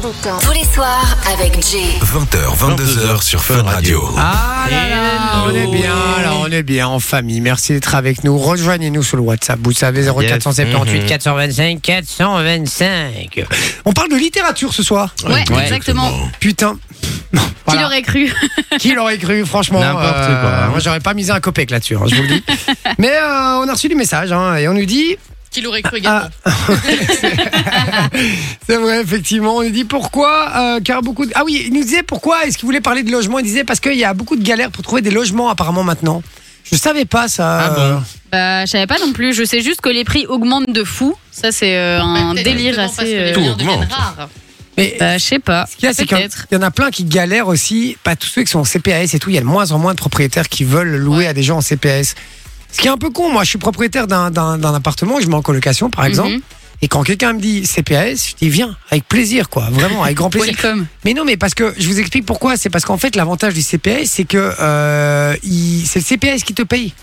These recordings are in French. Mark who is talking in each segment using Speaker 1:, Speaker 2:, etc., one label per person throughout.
Speaker 1: Boutin. Tous les soirs avec Jay.
Speaker 2: 20h, 22h sur Fun Radio.
Speaker 3: Ah
Speaker 4: Eh
Speaker 3: là là, on
Speaker 5: Hello.
Speaker 3: est bien, là, on est bien en famille. Merci d'être avec nous. Rejoignez-nous sur le WhatsApp. Vous savez 0478
Speaker 4: Mm-hmm.
Speaker 5: Mhm.
Speaker 3: 425 425. On parle de littérature ce soir.
Speaker 6: Ouais,
Speaker 5: Ouais,
Speaker 6: exactement.
Speaker 3: Putain.
Speaker 6: Qui
Speaker 3: Voilà.
Speaker 6: l'aurait cru
Speaker 3: Qui l'aurait cru, franchement euh,
Speaker 5: N'importe quoi. hein.
Speaker 3: Moi, j'aurais pas misé un copec là-dessus, hein, je vous le dis. Mais euh, on a reçu du message hein, et on nous dit
Speaker 6: Qui l'aurait cru
Speaker 3: également. C'est vrai, effectivement. On nous dit pourquoi, euh, car beaucoup de... Ah oui, il nous disait pourquoi est-ce qu'il voulait parler de logement. Il disait parce qu'il y a beaucoup de galères pour trouver des logements apparemment maintenant. Je savais pas ça.
Speaker 5: Ah bon
Speaker 6: Bah, je savais pas non plus. Je sais juste que les prix augmentent de fou. Ça, c'est euh, un délire assez. euh,
Speaker 2: Tout
Speaker 3: Ah,
Speaker 2: augmente.
Speaker 3: Mais
Speaker 6: Bah, je sais pas.
Speaker 3: ce qu'il y a, c'est qu'il
Speaker 6: Peut-être.
Speaker 3: y en a plein qui galèrent aussi. Pas tous ceux qui sont en CPAS et tout. Il y a de moins en moins de propriétaires qui veulent louer à des gens en CPAS. Ce qui est un peu con. Moi, je suis propriétaire d'un- d'un d'un appartement que je mets en colocation, par exemple.
Speaker 6: Mhm.
Speaker 3: Et quand quelqu'un me dit CPAS, je dis viens, avec plaisir, quoi. Vraiment, avec grand plaisir.
Speaker 6: Welcome.
Speaker 3: Mais non, mais parce que je vous explique pourquoi. C'est parce qu'en fait, l'avantage du CPS, c'est que euh, il- c'est le CPS qui te paye.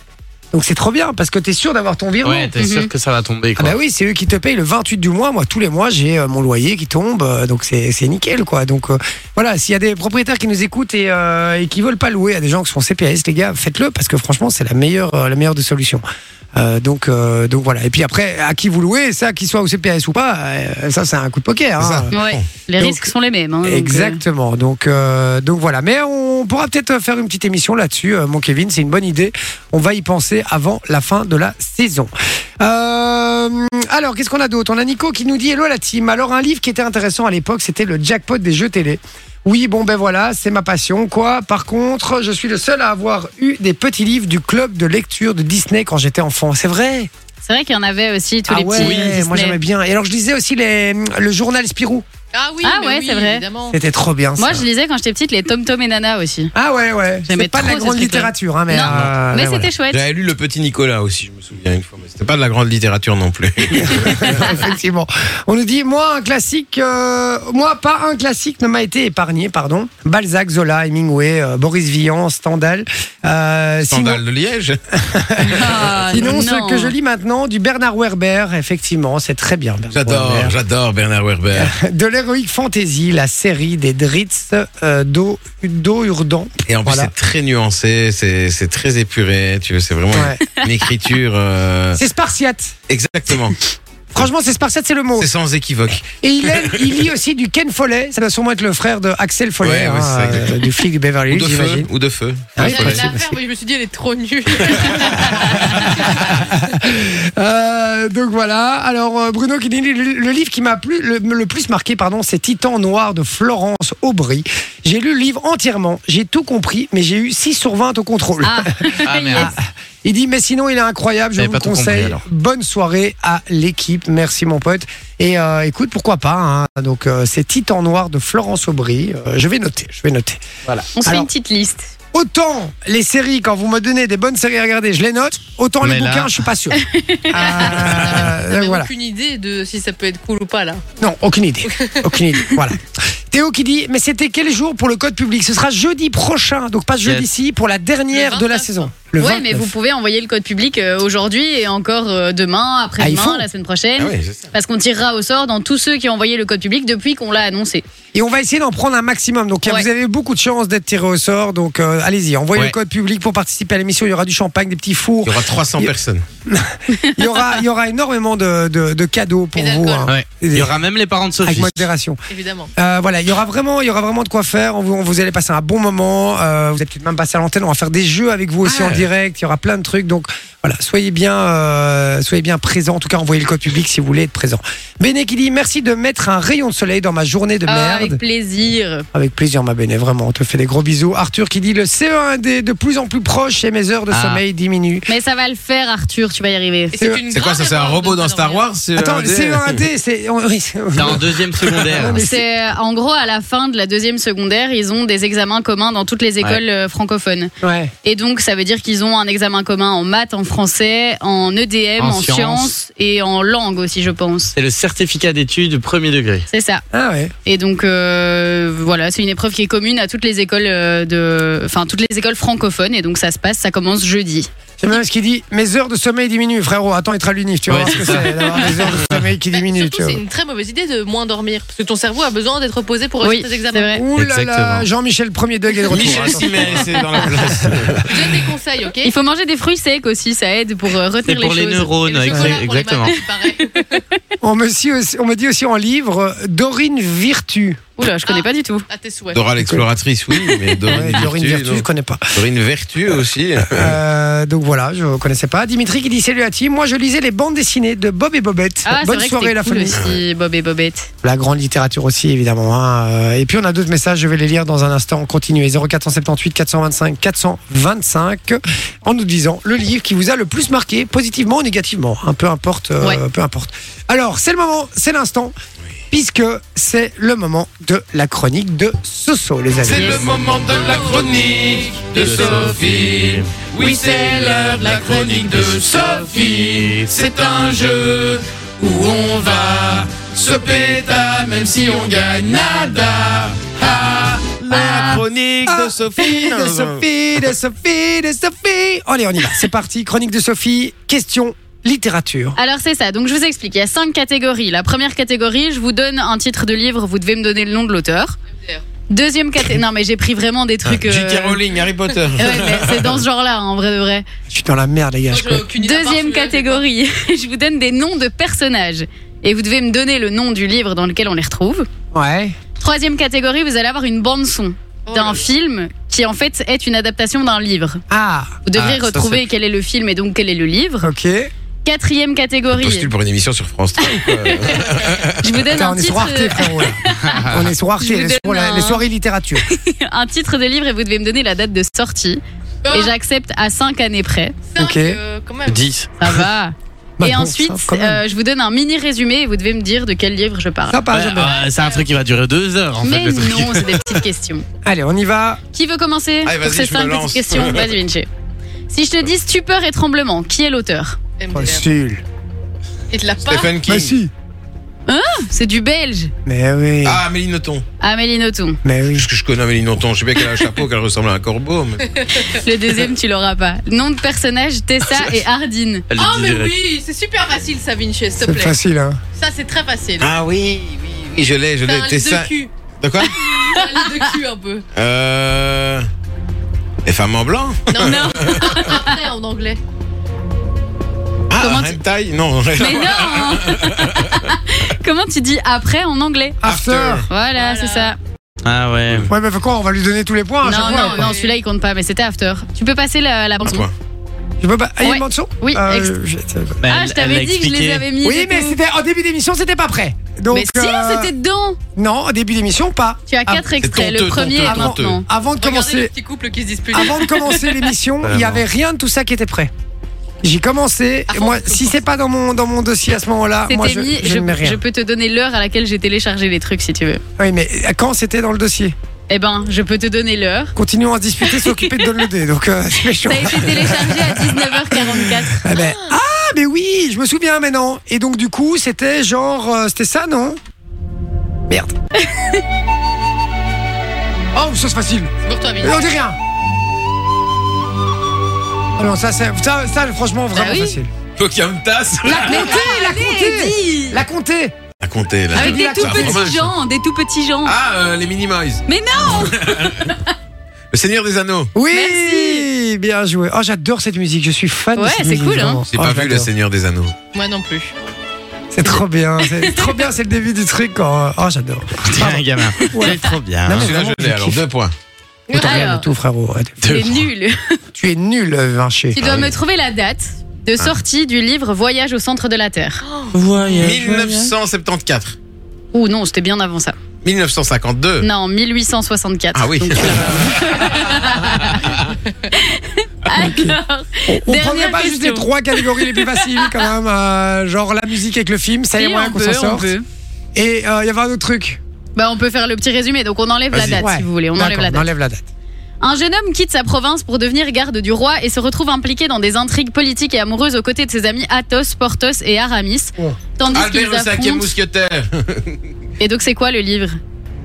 Speaker 3: Donc c'est trop bien parce que t'es sûr d'avoir ton virement.
Speaker 5: Ouais, t'es sûr
Speaker 6: Mhm.
Speaker 5: que ça va tomber
Speaker 3: Ah
Speaker 5: quoi.
Speaker 3: bah oui, c'est eux qui te payent le 28 du mois. Moi, tous les mois, j'ai euh, mon loyer qui tombe, euh, donc c'est c'est nickel, quoi. Donc euh, voilà, s'il y a des propriétaires qui nous écoutent et, euh, et qui veulent pas louer à des gens qui sont CPS, les gars, faites-le parce que franchement, c'est la meilleure, euh, la meilleure des solutions. Euh, donc, euh, donc voilà. Et puis après, à qui vous louez, ça, qu'ils soient au CPS ou pas, euh, ça, c'est un coup de poker.
Speaker 2: C'est ça.
Speaker 3: hein.
Speaker 6: Ouais. Les
Speaker 3: Donc,
Speaker 6: risques sont les mêmes. hein, donc, euh,
Speaker 3: Exactement. Donc, euh, donc voilà. Mais on pourra peut-être faire une petite émission là-dessus, euh, mon Kevin. C'est une bonne idée. On va y penser avant la fin de la saison. Euh, alors, qu'est-ce qu'on a d'autre On a Nico qui nous dit Hello la team. Alors, un livre qui était intéressant à l'époque, c'était le jackpot des jeux télé. Oui, bon, ben voilà, c'est ma passion, quoi. Par contre, je suis le seul à avoir eu des petits livres du club de lecture de Disney quand j'étais enfant. C'est vrai
Speaker 6: C'est vrai qu'il y en avait aussi tous
Speaker 3: Ah
Speaker 6: les
Speaker 3: ouais,
Speaker 6: petits.
Speaker 3: moi
Speaker 6: Disney.
Speaker 3: j'aimais bien. Et alors, je lisais aussi les, le journal Spirou.
Speaker 7: Ah oui,
Speaker 6: Ah
Speaker 7: mais
Speaker 6: ouais,
Speaker 7: oui,
Speaker 6: c'est vrai.
Speaker 7: Évidemment.
Speaker 3: C'était trop bien.
Speaker 6: Moi,
Speaker 3: ça.
Speaker 6: je lisais quand j'étais petite les Tom Tom et Nana aussi.
Speaker 3: Ah ouais, ouais.
Speaker 6: J'aimais
Speaker 3: C'est pas de la
Speaker 6: trop
Speaker 3: grande
Speaker 6: ces trucs-là.
Speaker 3: littérature, hein, mais.
Speaker 6: Non,
Speaker 3: euh,
Speaker 6: Mais
Speaker 3: ouais,
Speaker 6: c'était chouette.
Speaker 5: J'avais lu le petit Nicolas aussi, je me souviens une fois, mais c'était pas de la grande littérature non plus.
Speaker 3: Ah, voilà. Effectivement. On nous dit, moi, un classique, euh, moi, pas un classique ne m'a été épargné, pardon. Balzac, Zola, Hemingway, euh, Boris Vian, Stendhal. Euh,
Speaker 5: Scandale de Liège.
Speaker 6: Ah,
Speaker 3: Sinon, sinon,
Speaker 6: non.
Speaker 3: ce que je lis maintenant, du Bernard Werber, effectivement, c'est très bien. Bernard Werber.
Speaker 5: J'adore, j'adore Bernard Werber.
Speaker 3: De l'héroïque fantasy, la série des Dritz euh, d'eau Urdan.
Speaker 5: Et en plus,
Speaker 3: Voilà.
Speaker 5: c'est très nuancé, c'est c'est très épuré, tu vois, c'est vraiment
Speaker 3: Ouais.
Speaker 5: une écriture. euh,
Speaker 3: C'est spartiate.
Speaker 5: Exactement,
Speaker 3: Franchement, c'est spartiate, c'est le mot.
Speaker 5: c'est sans équivoque.
Speaker 3: Et il, aime- il lit aussi du Ken Follet. Ça doit sûrement être le frère de Axel Follet,
Speaker 5: Ouais, ouais,
Speaker 3: hein,
Speaker 5: c'est ça, exactement.
Speaker 3: euh, du flic du Beverly
Speaker 5: Ou
Speaker 3: Hills,
Speaker 5: de feu,
Speaker 3: j'imagine.
Speaker 5: ou de feu.
Speaker 3: Ah oui,
Speaker 7: J'avais
Speaker 3: possible,
Speaker 7: la faire,
Speaker 3: possible.
Speaker 7: mais je me suis dit, elle est trop nulle.
Speaker 3: Euh, donc voilà. Alors euh, Bruno qui dit le, le livre qui m'a plu le, le plus marqué, pardon, c'est Titan Noir de Florence Aubry. J'ai lu le livre entièrement, j'ai tout compris, mais j'ai eu 6 sur 20 au contrôle.
Speaker 6: Ah,
Speaker 5: Ah merde.
Speaker 3: Il dit mais sinon il est incroyable, je
Speaker 5: J'avais
Speaker 3: vous
Speaker 5: pas
Speaker 3: le
Speaker 5: tout compris,
Speaker 3: conseille.
Speaker 5: alors.
Speaker 3: Bonne soirée à l'équipe, merci mon pote. Et euh, écoute pourquoi pas. hein. Donc euh, c'est Titan Noir de Florence Aubry. Euh, je vais noter, je vais noter.
Speaker 6: on se fait
Speaker 3: Alors-
Speaker 6: une petite liste.
Speaker 3: Autant les séries, quand vous me donnez des bonnes séries à regarder, je les note. Autant les
Speaker 5: Mais là-
Speaker 3: bouquins, je suis pas sûr.
Speaker 7: T'as
Speaker 3: Euh, donc
Speaker 7: même
Speaker 3: voilà.
Speaker 7: aucune idée de si ça peut être cool ou pas là.
Speaker 3: Non, aucune idée. Aucune idée. Voilà. Théo qui dit, mais c'était quel jour pour le code public Ce sera jeudi prochain, donc pas jeudi
Speaker 5: Yes.
Speaker 3: ci, pour la dernière
Speaker 7: Le
Speaker 3: de la
Speaker 7: 29.
Speaker 3: saison. Le
Speaker 6: ouais, mais
Speaker 3: 29.
Speaker 6: vous pouvez envoyer le code public euh, aujourd'hui et encore euh, demain,
Speaker 3: Ah, il
Speaker 6: après-demain,
Speaker 3: faut.
Speaker 6: la semaine prochaine.
Speaker 5: Ah oui, c'est ça.
Speaker 6: Parce qu'on tirera au sort dans tous ceux qui ont envoyé le code public depuis qu'on l'a annoncé.
Speaker 3: Et on va essayer d'en prendre un maximum. Donc
Speaker 6: Ouais.
Speaker 3: vous avez beaucoup de chances d'être tiré au sort. Donc euh, allez-y, envoyez le
Speaker 5: Ouais.
Speaker 3: code public pour participer à l'émission. Il y aura du champagne, des petits
Speaker 5: Il
Speaker 3: fours.
Speaker 5: y aura 300 personnes.
Speaker 3: Il y aura, il y aura énormément de, de- de cadeaux pour
Speaker 7: Et
Speaker 3: vous.
Speaker 7: d'alcool.
Speaker 3: hein.
Speaker 5: Il y aura même les parents de
Speaker 3: Avec
Speaker 5: Sophie.
Speaker 3: modération.
Speaker 7: Évidemment.
Speaker 3: Euh, voilà, il y aura vraiment, il y aura vraiment de quoi faire. On vous, on vous allez passer un bon moment. Euh, vous allez peut-être même passer à l'antenne. On va faire des jeux avec vous aussi
Speaker 5: Ah.
Speaker 3: en direct. Il y aura plein de trucs. Donc voilà, soyez bien, euh, soyez bien présents. En tout cas, envoyez le code public si vous voulez être présent. Béné qui dit merci de mettre un rayon de soleil dans ma journée de
Speaker 6: Ah,
Speaker 3: merde.
Speaker 6: avec plaisir.
Speaker 3: Avec plaisir, ma Béné, vraiment. On te fait des gros bisous. Arthur qui dit le E CE1D de plus en plus proche et mes heures de
Speaker 5: Ah.
Speaker 3: sommeil diminuent.
Speaker 6: Mais ça va le faire, Arthur, tu vas y arriver.
Speaker 7: Et
Speaker 3: C'est-
Speaker 7: une
Speaker 5: C'est quoi
Speaker 7: grave
Speaker 5: ça C'est un
Speaker 7: erreur de
Speaker 5: robot
Speaker 7: pas
Speaker 5: dans Star
Speaker 7: dormir.
Speaker 5: Wars c'est
Speaker 3: Attends,
Speaker 5: un
Speaker 3: le
Speaker 5: dé-
Speaker 3: CE1D, c'est. on- oui, c'est-
Speaker 5: T'es en deuxième
Speaker 3: Ah,
Speaker 5: secondaire.
Speaker 6: C'est euh, en gros à la fin de la deuxième secondaire, ils ont des examens communs dans toutes les écoles euh, francophones.
Speaker 3: Ouais.
Speaker 6: Et donc ça veut dire qu'ils ont un examen commun en maths, en français, en EDM,
Speaker 5: En
Speaker 6: en,
Speaker 5: sciences.
Speaker 6: sciences et en langue aussi, je pense.
Speaker 4: C'est le certificat d'études premier degré.
Speaker 6: C'est ça.
Speaker 3: Ah ouais.
Speaker 6: Et donc euh, voilà, c'est une épreuve qui est commune à toutes les écoles euh, de, enfin toutes les écoles francophones. Et donc ça se passe, ça commence jeudi.
Speaker 3: J'aime bien ce qu'il dit. Mes heures de sommeil diminuent, frérot. Attends, être à l'unif, tu vois
Speaker 4: Ouais,
Speaker 3: ce que
Speaker 4: c'est ça.
Speaker 3: c'est d'avoir des heures de sommeil qui
Speaker 7: Mais
Speaker 3: diminuent. tu
Speaker 7: surtout,
Speaker 3: vois.
Speaker 7: c'est une très mauvaise idée de moins dormir. Parce que ton cerveau a besoin d'être posé pour réussir tes
Speaker 6: c'est
Speaker 7: examens.
Speaker 6: vrai.
Speaker 3: Ouh là là,
Speaker 4: Exactement.
Speaker 3: Jean-Michel premier Doug est de retour.
Speaker 5: Michel
Speaker 3: Attends.
Speaker 5: Simet, c'est dans la place.
Speaker 7: Je donne des conseils, ok
Speaker 6: Il faut manger des fruits secs aussi, ça aide pour euh,
Speaker 4: C'est
Speaker 6: retenir
Speaker 4: pour
Speaker 6: les
Speaker 4: les,
Speaker 6: choses.
Speaker 4: neurones,
Speaker 7: Et le chocolat
Speaker 4: exa-
Speaker 7: pour les
Speaker 4: exactement.
Speaker 7: matins, il paraît.
Speaker 3: on, me dit aussi, on me dit aussi en livre euh, Dorine Virtu.
Speaker 6: Oula, je connais
Speaker 7: Ah.
Speaker 6: pas du tout.
Speaker 7: À tes souhaits.
Speaker 5: Dora l'exploratrice, oui, mais
Speaker 3: Ouais,
Speaker 5: Dorine
Speaker 3: Dorine
Speaker 5: Virtue,
Speaker 3: Virtu,
Speaker 5: non.
Speaker 3: je connais pas.
Speaker 5: Dorine Vertu aussi.
Speaker 3: Euh, donc voilà, je connaissais pas. Dimitri qui dit salut à Tim. Moi, je lisais les bandes dessinées de Bob et Bobette.
Speaker 6: Ah, c'est
Speaker 3: Bonne
Speaker 6: vrai
Speaker 3: soirée,
Speaker 6: que
Speaker 3: la
Speaker 6: c'est cool
Speaker 3: famille.
Speaker 6: aussi, Bob et Bobette.
Speaker 3: La grande littérature aussi, évidemment. hein. Euh, Et puis, on a d'autres messages. Je vais les lire dans un instant. Continuez. 0478 425 425 en nous disant le livre qui vous a le plus marqué, positivement ou négativement. hein, peu importe. euh,
Speaker 6: Ouais.
Speaker 3: Peu importe. Alors, c'est le moment, c'est l'instant, puisque c'est le moment de la chronique de Soso, les amis.
Speaker 5: moment de la chronique de Sophie. Oui, c'est l'heure de la chronique de Sophie. C'est un jeu où on va se péta, même si on gagne nada. la chronique de Sophie.
Speaker 3: Ah, de Sophie, de Sophie, de Sophie. Allez, on y va. C'est parti. Chronique de Sophie. Question littérature.
Speaker 6: Alors c'est ça, donc je vous explique, il y a cinq catégories. La première catégorie, je vous donne un titre de livre, vous devez me donner le nom de l'auteur. Deuxième catégorie, non mais j'ai pris vraiment des trucs... euh,
Speaker 5: J.K. Rowling, Harry Potter.
Speaker 6: Ouais, mais c'est dans ce genre-là, hein, en vrai de vrai.
Speaker 3: Je suis dans la merde, les gars.
Speaker 7: Moi,
Speaker 3: je
Speaker 7: j'ai
Speaker 3: crois.
Speaker 7: aucune idée, à part
Speaker 6: Deuxième
Speaker 7: celui-là,
Speaker 6: catégorie, je vous donne des noms de personnages. Et vous devez me donner le nom du livre dans lequel on les retrouve.
Speaker 3: Ouais.
Speaker 6: Troisième catégorie, vous allez avoir une bande-son
Speaker 7: Oh là
Speaker 6: d'un
Speaker 7: là.
Speaker 6: film qui en fait est une adaptation d'un livre.
Speaker 3: Ah,
Speaker 6: Vous devrez
Speaker 5: Ah, ça,
Speaker 6: retrouver quel est le film et donc quel est le livre.
Speaker 3: ok.
Speaker 6: Quatrième catégorie,
Speaker 5: Postule pour une émission sur France 3. ou quoi
Speaker 6: je vous donne
Speaker 3: Putain,
Speaker 6: un
Speaker 3: on est sur
Speaker 6: titre,
Speaker 3: Arte, frérot. là. on est sur Arte,
Speaker 6: Je vous
Speaker 3: les,
Speaker 6: donne
Speaker 3: soir- la-
Speaker 6: un-
Speaker 3: les soirées littérature.
Speaker 6: un titre de livre et vous devez me donner la date de sortie.
Speaker 7: pas.
Speaker 6: Et j'accepte à 5 années près.
Speaker 7: Cinq,
Speaker 3: Ok.
Speaker 7: euh, quand même.
Speaker 4: 10.
Speaker 6: Ça va.
Speaker 3: Bah
Speaker 6: et
Speaker 3: bon,
Speaker 6: ensuite,
Speaker 3: ça, quand même.
Speaker 6: euh, je vous donne un mini résumé et vous devez me dire de quel livre je parle.
Speaker 3: Ça
Speaker 7: Bah,
Speaker 3: passe, j'aime bien.
Speaker 4: Ah, c'est un truc qui va durer deux heures en fait.
Speaker 6: Mais
Speaker 4: le truc.
Speaker 6: non, c'est des petites questions.
Speaker 3: Allez, on y va.
Speaker 6: Qui veut commencer
Speaker 5: Allez,
Speaker 6: pour ces
Speaker 5: vas-y, je me
Speaker 6: 5 petites
Speaker 5: lance.
Speaker 6: questions Vas-y, Vinci. Si je te dis stupeur et tremblement, qui est l'auteur
Speaker 3: Oh,
Speaker 7: MDR.
Speaker 3: Facile.
Speaker 7: Il te l'a pas.
Speaker 5: Stephen King.
Speaker 3: Mais Bah, si.
Speaker 6: Hein C'est du belge,
Speaker 3: Mais oui.
Speaker 5: Ah, Amélie Nothomb.
Speaker 6: Amélie Nothomb.
Speaker 3: Mais oui.
Speaker 5: Juste que je connais Amélie Nothomb. Je sais bien qu'elle a un chapeau, qu'elle ressemble à un corbeau. mais-
Speaker 6: Le deuxième, tu l'auras pas. Nom de personnage, Tessa et Hardin.
Speaker 4: Elle le
Speaker 7: Ah,
Speaker 4: dit
Speaker 7: mais
Speaker 4: direct.
Speaker 7: oui, c'est super facile ça, Vinci, s'il te
Speaker 3: C'est
Speaker 7: plaît.
Speaker 3: facile, hein.
Speaker 7: Ça, c'est très facile.
Speaker 5: Ah oui, oui, oui. Je l'ai, je
Speaker 7: T'as
Speaker 5: l'ai.
Speaker 7: un lit
Speaker 5: Tessa.
Speaker 7: de cul.
Speaker 5: De quoi
Speaker 7: T'as un lit de cul un peu.
Speaker 5: Euh. Les femmes en blanc
Speaker 7: Non, non. Après, en anglais.
Speaker 5: Ah,
Speaker 6: Comment tu-
Speaker 5: hentai Non,
Speaker 6: Mais non Comment tu dis après en anglais
Speaker 3: After.
Speaker 5: After.
Speaker 6: Voilà,
Speaker 7: Voilà.
Speaker 6: c'est ça.
Speaker 4: Ah ouais.
Speaker 3: Ouais, mais quoi On va lui donner tous les points à
Speaker 6: non,
Speaker 3: chaque
Speaker 6: non,
Speaker 3: fois. quoi.
Speaker 6: non, celui-là il compte pas, mais c'était after. Tu peux passer la, la bande.
Speaker 5: Quoi
Speaker 3: Je peux pas. Ah, il y a
Speaker 6: Ouais.
Speaker 3: une bande son
Speaker 6: Oui, ex-
Speaker 4: Mais
Speaker 3: je-
Speaker 6: Ah,
Speaker 4: elle-
Speaker 6: je
Speaker 4: Bah, elle l'a
Speaker 6: t'avais dit que je les
Speaker 4: expliqué.
Speaker 6: avais mis.
Speaker 3: Oui,
Speaker 6: et
Speaker 3: mais
Speaker 6: tout.
Speaker 3: c'était en début d'émission, c'était pas prêt. Donc,
Speaker 6: Mais si,
Speaker 3: euh,
Speaker 6: c'était dedans.
Speaker 3: Non, en début d'émission, pas.
Speaker 6: Tu as
Speaker 3: Ah,
Speaker 6: quatre extraits.
Speaker 5: honteux,
Speaker 6: Le premier
Speaker 5: honteux,
Speaker 6: est
Speaker 5: honteux.
Speaker 6: maintenant.
Speaker 3: Avant de
Speaker 7: Regardez les
Speaker 3: commencer,
Speaker 7: petits couples qui se disputent.
Speaker 3: avant de commencer l'émission, il n'y avait rien de tout ça qui était prêt. J'ai commencé. et
Speaker 7: Avant
Speaker 3: moi,
Speaker 7: de
Speaker 3: si c'est pas dans mon dans mon dossier à ce moment-là, Ah, moi
Speaker 6: C'était
Speaker 3: je,
Speaker 6: mis.
Speaker 3: je ne mets
Speaker 6: Je, je
Speaker 3: rien.
Speaker 6: peux te donner l'heure à laquelle j'ai téléchargé les trucs si tu veux.
Speaker 3: Oui, mais quand c'était dans le dossier
Speaker 6: Eh ben, je peux te donner l'heure.
Speaker 3: Continuons à se disputer, s'occuper de donner le dé. Donc euh, c'est méchant.
Speaker 6: Ça a été téléchargé à 19h44.
Speaker 3: Ah, mais, ah, mais oui, je me souviens maintenant. Et donc du coup, c'était genre, euh, c'était ça, non Merde. oh, ça c'est facile.
Speaker 7: C'est pour toi, Vinci.
Speaker 3: Mais on dit rien. Ah non, ça, c'est- ça, ça, franchement, vraiment
Speaker 6: Ah oui.
Speaker 3: facile.
Speaker 5: Pocahontas
Speaker 3: La comptée, la comptée, la comptée.
Speaker 5: À compter, là.
Speaker 6: Avec des
Speaker 3: la
Speaker 6: tout
Speaker 5: carte.
Speaker 6: petits gens, des tout petits gens.
Speaker 5: Ah, euh, les Minimoys.
Speaker 6: Mais
Speaker 5: non Le Seigneur des Anneaux.
Speaker 3: Oui, bien joué. Oh, j'adore cette musique. Je suis fan. de
Speaker 6: Ouais,
Speaker 3: cette
Speaker 6: c'est
Speaker 3: musique,
Speaker 6: cool, hein.
Speaker 3: vraiment.
Speaker 5: J'ai
Speaker 3: Oh,
Speaker 5: pas vu Le
Speaker 3: j'adore.
Speaker 5: Seigneur des Anneaux.
Speaker 7: Moi non plus.
Speaker 3: C'est trop bien. C'est trop bien. C'est le début du truc. Quand... euh, Oh, j'adore.
Speaker 4: Tiens, gamin.
Speaker 3: Ouais.
Speaker 4: C'est trop bien.
Speaker 3: Non, mais
Speaker 5: Celui-là,
Speaker 3: vraiment,
Speaker 5: je l'ai,
Speaker 3: je
Speaker 5: alors
Speaker 3: kiffe.
Speaker 5: deux points.
Speaker 3: Mais t'as rien
Speaker 6: Alors.
Speaker 3: du tout, frérot. Ouais, t'es-
Speaker 6: C'est nul.
Speaker 3: Tu es nul, euh, Vinci.
Speaker 5: Ah
Speaker 6: Tu dois me trouver la date de sortie du livre Voyage au centre de la Terre.
Speaker 5: Oh.
Speaker 4: Voyage.
Speaker 5: 1974.
Speaker 6: Ou non, c'était bien avant ça.
Speaker 5: 1952.
Speaker 6: Non, 1864.
Speaker 5: Euh. Ah oui.
Speaker 6: Donc, alors,
Speaker 3: On, on
Speaker 6: Dernière
Speaker 3: prendrait pas juste les
Speaker 6: question.
Speaker 3: trois catégories les plus faciles, quand même. euh, genre la musique avec le film. Ça y est,
Speaker 6: si,
Speaker 3: moyen
Speaker 6: on
Speaker 3: qu'on s'en
Speaker 6: peut, on
Speaker 3: sorte.
Speaker 6: peut.
Speaker 3: Et euh, il y avait un autre truc.
Speaker 6: Bah, on peut faire le petit résumé. Donc, on enlève la
Speaker 5: Vas-y.
Speaker 6: date,
Speaker 3: Ouais.
Speaker 6: si vous voulez. On
Speaker 3: D'accord,
Speaker 6: enlève la
Speaker 3: On
Speaker 6: date.
Speaker 3: enlève la date.
Speaker 6: Un jeune homme quitte sa province pour devenir garde du roi et se retrouve impliqué dans des intrigues politiques et amoureuses aux côtés de ses amis Athos, Porthos et Aramis.
Speaker 3: Oh.
Speaker 6: Tandis
Speaker 5: Albert
Speaker 6: qu'ils
Speaker 5: le cinquième
Speaker 6: affrontent.
Speaker 5: mousquetaire.
Speaker 6: Et donc, c'est quoi le livre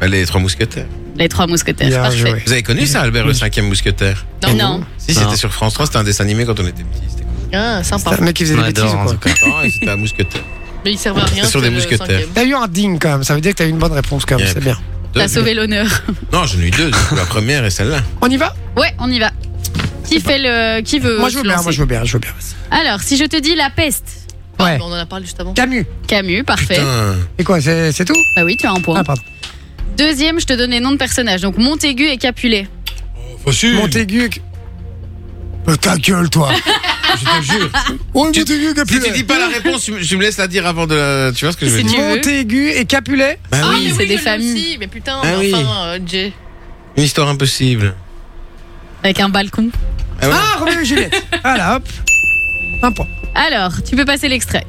Speaker 5: Bah, Les trois mousquetaires.
Speaker 6: Les trois mousquetaires.
Speaker 3: Bien
Speaker 6: Parfait.
Speaker 3: joué.
Speaker 5: Vous avez connu ça, Albert, le cinquième mousquetaire
Speaker 6: Non,
Speaker 7: Non.
Speaker 6: non.
Speaker 5: Si,
Speaker 4: Non.
Speaker 5: c'était sur France 3, c'était un dessin animé quand on était petit. C'était
Speaker 7: Ah, sympa.
Speaker 3: C'est un mec qui faisait
Speaker 4: On
Speaker 3: des bêtises
Speaker 4: adore,
Speaker 3: ou quoi
Speaker 4: en tout cas.
Speaker 5: content et c'était un mousquetaire.
Speaker 7: Mais il servait à rien.
Speaker 5: C'est sur
Speaker 7: c'est
Speaker 5: des
Speaker 7: le
Speaker 5: mousquetaires.
Speaker 7: cinquième.
Speaker 3: T'as eu un ding quand même, ça veut dire que t'as eu une bonne réponse quand même,
Speaker 5: Yep.
Speaker 3: c'est bien.
Speaker 5: Deux.
Speaker 6: T'as sauvé l'honneur.
Speaker 5: Non, j'en ai eu deux. La première et celle-là.
Speaker 3: On y va
Speaker 6: Ah. Ouais, on y va. Qui fait le. Qui veut.
Speaker 3: Moi je veux
Speaker 6: se
Speaker 3: bien,
Speaker 6: lancer
Speaker 3: moi je veux bien, je veux bien.
Speaker 6: Alors, si je te dis la peste.
Speaker 3: Ouais.
Speaker 7: Ah, Mais On en a parlé juste avant.
Speaker 3: Camus,
Speaker 6: Camus, parfait.
Speaker 5: Putain.
Speaker 3: et quoi, c'est c'est tout
Speaker 6: Bah oui, tu as un point.
Speaker 3: Ah pardon.
Speaker 6: Deuxième, je te donne les noms de personnages. Donc Montaigu et Capulet.
Speaker 5: Fossu.
Speaker 3: Montaigu. Euh, Ta gueule toi
Speaker 5: Je te jure.
Speaker 6: Ah,
Speaker 3: Oh,
Speaker 5: Tu-
Speaker 3: Montaigu,
Speaker 5: Si
Speaker 3: Capulet
Speaker 5: tu dis pas la réponse, tu me- tu me laisses la dire avant de la. Tu vois ce que je veux
Speaker 6: C'est
Speaker 5: dire
Speaker 6: tu veux.
Speaker 3: Montaigu et Capulet
Speaker 5: Bah
Speaker 7: Ah,
Speaker 5: oui,
Speaker 7: mais
Speaker 6: c'est
Speaker 7: oui,
Speaker 6: des
Speaker 7: je l'ai
Speaker 6: familles.
Speaker 7: aussi, Mais putain,
Speaker 5: Ah
Speaker 7: mais
Speaker 5: oui.
Speaker 7: enfin, euh, Jay.
Speaker 5: une histoire impossible.
Speaker 6: Avec un balcon.
Speaker 5: Ah ouais.
Speaker 3: Ah, Roméo et Juliette Voilà, hop Un point,
Speaker 6: Alors, tu peux passer l'extrait.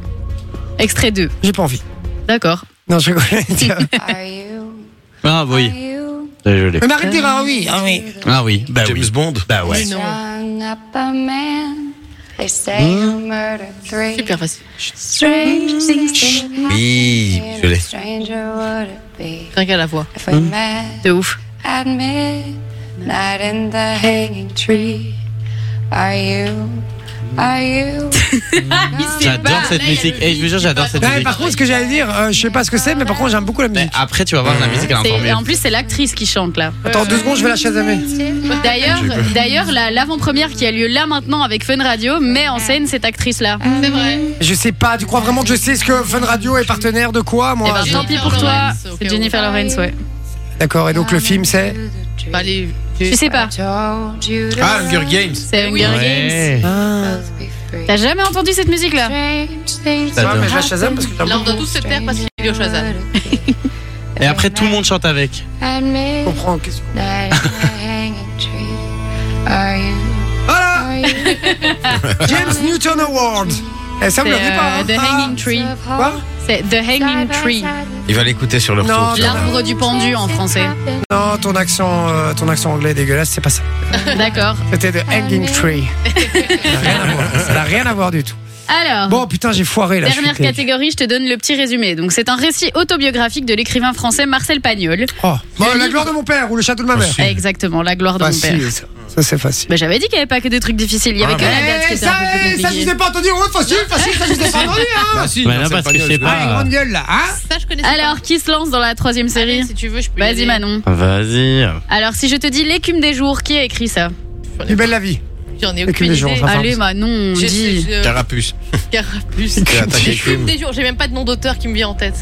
Speaker 6: Extrait 2.
Speaker 3: j'ai pas envie.
Speaker 6: D'accord.
Speaker 3: Non, je rigole.
Speaker 4: Ah oui. Là, je l'ai.
Speaker 3: Mais arrête de dire ah oui, ah oui.
Speaker 4: Ah oui. Bah
Speaker 5: James
Speaker 4: oui.
Speaker 5: Bond.
Speaker 4: Bah ouais.
Speaker 7: Mais non.
Speaker 8: Strung up a man. They say
Speaker 5: Hmm?
Speaker 8: he'll murder three.
Speaker 7: Super facile.
Speaker 8: Strange things that might
Speaker 5: Oui,
Speaker 8: happen.
Speaker 5: je l'ai.
Speaker 8: Stranger would it be
Speaker 7: Rien qu'à la voix.
Speaker 8: if
Speaker 5: Hmm.
Speaker 8: we met
Speaker 6: De ouf.
Speaker 8: at midnight in the hanging tree? Are you? Are you?
Speaker 4: J'adore cette musique. Et je vous jure, j'adore cette
Speaker 3: Ouais,
Speaker 4: musique.
Speaker 3: par contre, ce que j'allais dire, euh, je sais pas ce que c'est, mais par contre, j'aime beaucoup la
Speaker 4: Mais
Speaker 3: musique.
Speaker 4: après, tu vas voir, la musique, elle est encore
Speaker 6: C'est-
Speaker 4: mieux.
Speaker 6: En plus, c'est l'actrice qui chante là.
Speaker 3: Attends deux secondes, je vais la chasamer.
Speaker 6: D'ailleurs, d'ailleurs, la- l'avant-première qui a lieu là maintenant avec Fun Radio met en scène cette Eh actrice là.
Speaker 7: C'est vrai.
Speaker 3: Je sais pas, tu crois vraiment que je sais ce que Fun Radio est partenaire de quoi,
Speaker 6: Eh
Speaker 3: moi
Speaker 6: ben,
Speaker 7: Jennifer
Speaker 6: tant pis pour toi.
Speaker 7: Lawrence, au cas
Speaker 6: C'est
Speaker 7: où.
Speaker 6: Jennifer Lawrence, ouais.
Speaker 3: D'accord, et donc le film c'est.
Speaker 7: Bah, les.
Speaker 6: Tu sais pas.
Speaker 8: Told you to
Speaker 5: Ah, Hunger Games.
Speaker 6: C'est Hunger Games.
Speaker 4: Ouais.
Speaker 8: both be free.
Speaker 6: T'as jamais entendu cette musique là
Speaker 8: Strange things
Speaker 4: J'adore.
Speaker 3: Ouais, mais je la chasame parce que t'as
Speaker 7: Là, on
Speaker 3: beaucoup
Speaker 7: doit tous se taire parce qu'il y a Shazam.
Speaker 4: Et après, tout le monde chante avec.
Speaker 8: at
Speaker 3: de
Speaker 8: midnight
Speaker 3: comprendre. qu'est-ce que-
Speaker 8: in the hanging tree. Are you?
Speaker 3: Voilà
Speaker 8: Are you?
Speaker 3: James Newton Award Eh, ça vous
Speaker 6: C'est
Speaker 3: l'avez pas
Speaker 6: euh,
Speaker 3: hein
Speaker 6: The Hanging Tree.
Speaker 3: Quoi
Speaker 6: C'est The Hanging Tree.
Speaker 5: Il va l'écouter sur le
Speaker 3: Non,
Speaker 5: retour. tu vois.
Speaker 6: L'arbre du pendu en français.
Speaker 3: Non, ton accent, euh, ton accent anglais est dégueulasse, c'est pas ça.
Speaker 6: D'accord.
Speaker 3: C'était The
Speaker 6: Ah.
Speaker 3: Hanging Tree. Ça n'a rien à voir, ça n'a rien à voir du tout.
Speaker 6: Alors.
Speaker 3: Bon, putain, j'ai foiré là. je suis
Speaker 6: Ah. Dernière
Speaker 3: terrible.
Speaker 6: catégorie, je te donne le petit résumé. Donc, c'est un récit autobiographique de l'écrivain français Marcel Pagnol.
Speaker 3: Oh.
Speaker 6: Le
Speaker 3: Bon, la
Speaker 6: livre-
Speaker 3: gloire de mon père ou le château de ma
Speaker 5: Ah,
Speaker 3: mère
Speaker 5: si.
Speaker 6: Exactement, la gloire de mon père.
Speaker 3: Facile, ça. Ça, c'est facile.
Speaker 6: Bah, j'avais dit qu'il n'y avait pas que des trucs difficiles. Il y avait
Speaker 5: Ah,
Speaker 6: que la date qui
Speaker 3: Eh,
Speaker 6: était un
Speaker 3: ça,
Speaker 6: peu plus
Speaker 3: eh, ça, je
Speaker 6: compliquée.
Speaker 3: vous ai pas entendu. Oh, facile, facile, ça, je vous ai pas entendu, hein.
Speaker 5: Bah si,
Speaker 4: Bah
Speaker 5: non,
Speaker 4: non,
Speaker 5: c'est
Speaker 4: parce que
Speaker 5: espagnol,
Speaker 4: je sais
Speaker 5: vois.
Speaker 4: pas.
Speaker 3: Ah, les grandes gueules, là, hein.
Speaker 7: Ça, je connais
Speaker 6: Alors, qui se lance dans la troisième série
Speaker 7: Ah, si tu veux, je peux. y
Speaker 6: Vas-y,
Speaker 7: aller.
Speaker 6: Manon.
Speaker 4: Vas-y.
Speaker 6: Alors, si je te dis l'écume des jours, qui a écrit ça
Speaker 3: Plus belle la vie.
Speaker 7: J'en ai
Speaker 3: Et que
Speaker 7: aucune
Speaker 3: les gens,
Speaker 7: idée.
Speaker 3: enfin,
Speaker 6: Allez, Manon,
Speaker 7: Je sais,
Speaker 6: dis.
Speaker 7: je-
Speaker 5: Carapuce.
Speaker 7: Carapuce.
Speaker 5: T'as attaqué
Speaker 7: Je coupe
Speaker 5: Hume.
Speaker 7: des jours, euh, j'ai même pas de nom d'auteur qui me vient en tête.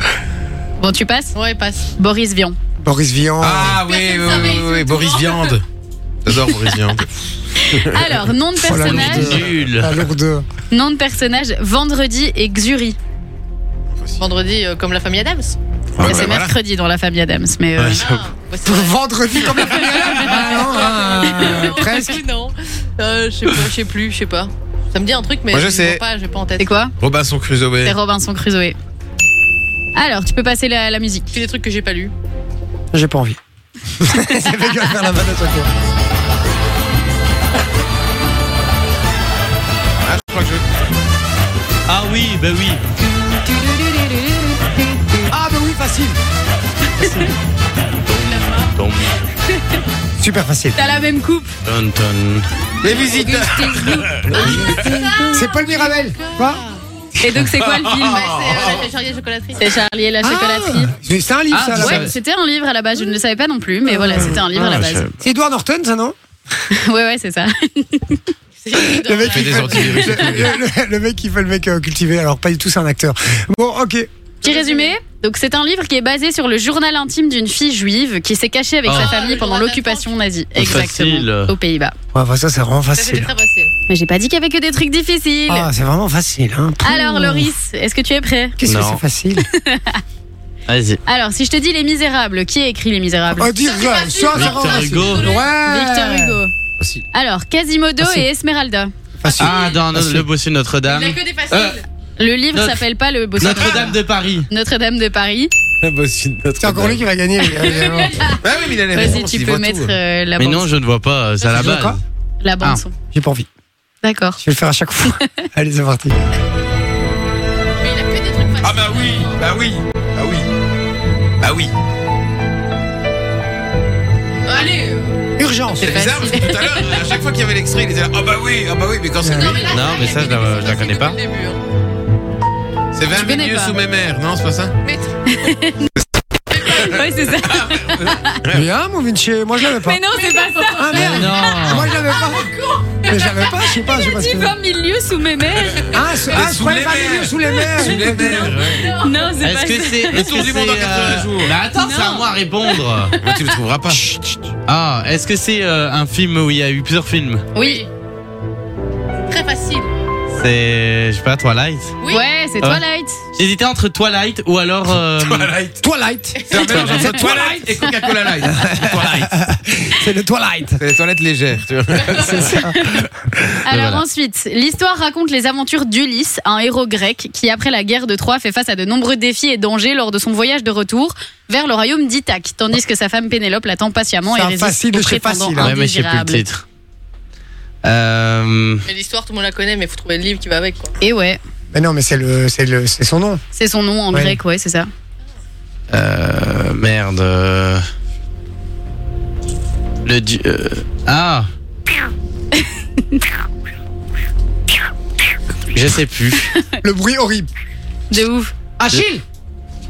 Speaker 6: Bon, tu passes
Speaker 7: Ouais, passe.
Speaker 6: Boris Vian.
Speaker 3: Boris Vian.
Speaker 5: Ah oui, oui,
Speaker 7: Personne
Speaker 5: oui,
Speaker 7: savait,
Speaker 5: oui, oui,
Speaker 7: surtout.
Speaker 5: Boris Viande. J'adore Boris Viande.
Speaker 6: Alors, nom de
Speaker 3: Oh, la
Speaker 6: personnage,
Speaker 3: lourdeur.
Speaker 4: Nul.
Speaker 3: La lourdeur.
Speaker 6: nom de personnage, Vendredi et Xuri.
Speaker 7: Vendredi, euh, comme la famille Adams.
Speaker 5: Ouais,
Speaker 6: c'est
Speaker 5: bah, voilà.
Speaker 6: mercredi dans la famille Adams, mais euh,
Speaker 5: Ouais.
Speaker 7: Ah, bah, c'est
Speaker 3: Pour
Speaker 7: vrai.
Speaker 3: vendredi comme la famille Adams. Ah non, hein,
Speaker 7: Non,
Speaker 3: presque.
Speaker 7: Non. Euh, je sais pas, je sais plus, je sais pas. Ça me dit un truc, mais
Speaker 5: Moi, je
Speaker 7: je
Speaker 5: sais.
Speaker 7: sais pas, j'ai pas en tête.
Speaker 6: c'est quoi
Speaker 5: Robinson Crusoe.
Speaker 6: C'est Robinson Crusoe. Alors, tu peux passer la, la musique.
Speaker 7: C'est des trucs que j'ai pas lus.
Speaker 3: J'ai pas envie. C'est fait que faire la vanne à toi.
Speaker 5: Ah, je crois que je-
Speaker 4: Ah oui, bah oui.
Speaker 3: Ah, bah oui, facile. Super facile.
Speaker 6: T'as la même coupe.
Speaker 4: Ton, ton.
Speaker 5: Les visiteurs.
Speaker 3: C'est Paul Mirabel. Quoi
Speaker 6: Et donc, c'est quoi le film
Speaker 7: Bah, C'est euh, Charlie chocolaterie.
Speaker 6: C'est Charlie et la chocolaterie.
Speaker 3: Ah, C'est un livre,
Speaker 4: Ah,
Speaker 3: ça, à la
Speaker 4: ouais.
Speaker 3: base. Ah,
Speaker 6: Ouais, c'était un livre à la base, je ne le savais pas non plus, mais voilà, c'était un livre à la base.
Speaker 3: C'est Edward Norton, ça, non
Speaker 6: Ouais, ouais, c'est ça.
Speaker 3: le mec,
Speaker 5: Fais
Speaker 3: qui
Speaker 5: des
Speaker 3: fait-
Speaker 5: antivirus,
Speaker 3: le, le- le mec qui fait le mec euh, cultivé, alors pas du tout, c'est un acteur. Bon, ok.
Speaker 6: Petit résumé. Donc, c'est un livre qui est basé sur le journal intime d'une fille juive qui s'est cachée avec
Speaker 4: Ah.
Speaker 6: sa famille pendant
Speaker 7: Ah, le
Speaker 6: l'occupation nazie.
Speaker 4: Facile.
Speaker 6: Exactement. Aux Pays-Bas.
Speaker 3: Ouais, enfin, ça, c'est vraiment
Speaker 7: Ça, c'était
Speaker 3: facile.
Speaker 7: très facile.
Speaker 6: Mais j'ai pas dit qu'il y avait que des trucs difficiles.
Speaker 3: Ah, c'est vraiment facile. Hein. Pouh.
Speaker 6: Alors, Loris, est-ce que tu es prêt
Speaker 3: Qu'est-ce que
Speaker 4: Non.
Speaker 3: c'est facile
Speaker 4: Vas-y.
Speaker 6: Alors, si je te dis Les Misérables, qui a écrit Les Misérables
Speaker 3: Oh, dis ça, ça, c'est vraiment
Speaker 4: Victor
Speaker 3: facile.
Speaker 4: Hugo.
Speaker 3: Ouais.
Speaker 6: Victor Hugo.
Speaker 5: Facile.
Speaker 6: Alors, Quasimodo
Speaker 3: Facile.
Speaker 6: et Esmeralda.
Speaker 3: Facile.
Speaker 4: Ah, dans no- le bossu de Notre-Dame.
Speaker 7: Il a que des faciles.
Speaker 6: Le livre
Speaker 4: Notre-
Speaker 6: s'appelle pas Le Bossu.
Speaker 4: Notre-Dame de Paris.
Speaker 6: Notre-Dame de Paris.
Speaker 5: Ah, bah, c'est notre-
Speaker 3: c'est encore lui qui va gagner. évidemment.
Speaker 5: Ah oui, mais il a les
Speaker 6: Vas-y,
Speaker 5: réponses,
Speaker 6: tu
Speaker 5: il
Speaker 6: peux
Speaker 5: voit
Speaker 6: mettre
Speaker 5: tout.
Speaker 6: euh, la
Speaker 4: Mais
Speaker 6: bande-
Speaker 4: non, je ne vois pas. C'est à la
Speaker 3: Ah, Tu vois
Speaker 4: base.
Speaker 3: quoi
Speaker 6: la bande
Speaker 4: Ah.
Speaker 6: son.
Speaker 3: J'ai pas envie.
Speaker 6: D'accord.
Speaker 3: Je vais le faire à chaque fois. Allez, c'est parti.
Speaker 7: Mais il a que des trucs faciles.
Speaker 5: Ah bah oui, bah oui, bah oui, bah oui.
Speaker 7: Ah
Speaker 3: urgence.
Speaker 7: C'est
Speaker 5: C'est bizarre parce que tout à l'heure, à chaque fois qu'il y avait l'extrait, il était là, oh bah oui, oh bah oui, mais quand c'est
Speaker 3: Non,
Speaker 5: lui,
Speaker 4: Non, mais ça, je la- je la connais pas.
Speaker 5: c'est 20
Speaker 6: Je hein. connais
Speaker 5: milieux
Speaker 6: pas.
Speaker 5: sous mes mères, non, c'est pas ça
Speaker 6: Ouais, c'est ça.
Speaker 3: Bien, mon Vinci. Moi, je l'avais pas.
Speaker 6: Mais non, c'est pas ça. Ah,
Speaker 3: Ah merde.
Speaker 4: Non.
Speaker 3: Moi, je l'avais pas. Mais je l'avais pas, je sais pas. Je sais pas ce
Speaker 6: Tu
Speaker 3: que-
Speaker 6: vas milieu sous mes mères.
Speaker 3: Ah, ce- ah, je
Speaker 5: Sous
Speaker 3: croyais
Speaker 5: les
Speaker 3: pas
Speaker 5: mers.
Speaker 3: milieu sous les mers.
Speaker 5: Sous les mères, ouais.
Speaker 6: Non, c'est
Speaker 4: Est-ce
Speaker 6: pas
Speaker 4: que
Speaker 6: ça.
Speaker 4: c'est. euh,
Speaker 5: Le tour du monde en 80 jours.
Speaker 4: Mais attends, c'est à
Speaker 6: Non.
Speaker 4: moi à répondre.
Speaker 5: Mais tu le trouveras pas.
Speaker 4: Ah, est-ce que c'est euh, un film où il y a eu plusieurs films
Speaker 6: Oui.
Speaker 7: Très facile.
Speaker 4: C'est. Je sais pas, Twilight
Speaker 7: Oui.
Speaker 6: Ouais, c'est
Speaker 4: Ah.
Speaker 6: Twilight.
Speaker 4: J'hésitais entre Twilight ou alors. euh,
Speaker 5: Twilight.
Speaker 3: Twilight.
Speaker 5: C'est un mélange entre Twilight et Coca-Cola Light. Twilight.
Speaker 3: C'est le Twilight.
Speaker 5: C'est les toilettes légères, tu vois.
Speaker 6: Alors
Speaker 4: voilà.
Speaker 6: ensuite, l'histoire raconte les aventures d'Ulysse, un héros grec qui, après la guerre de Troie, fait face à de nombreux défis et dangers lors de son voyage de retour vers le royaume d'Ithaque, tandis que sa femme Pénélope l'attend patiemment et
Speaker 3: C'est un
Speaker 6: résiste
Speaker 3: facile de
Speaker 6: au
Speaker 3: chez
Speaker 6: prétendant
Speaker 3: facile, hein.
Speaker 4: Ouais, mais je sais plus le
Speaker 6: indésirable.
Speaker 4: titre. Euh.
Speaker 7: Mais l'histoire, tout le monde la connaît, mais il faut trouver le livre qui va avec. Quoi.
Speaker 6: Et ouais,
Speaker 3: Mais non, mais c'est le, c'est le, c'est son nom.
Speaker 6: c'est son nom en
Speaker 3: Ouais.
Speaker 6: grec, ouais, c'est ça.
Speaker 4: Euh, merde. euh. Le dieu. euh, Ah Je sais plus.
Speaker 3: Le bruit horrible.
Speaker 6: De ouf.
Speaker 3: Achille.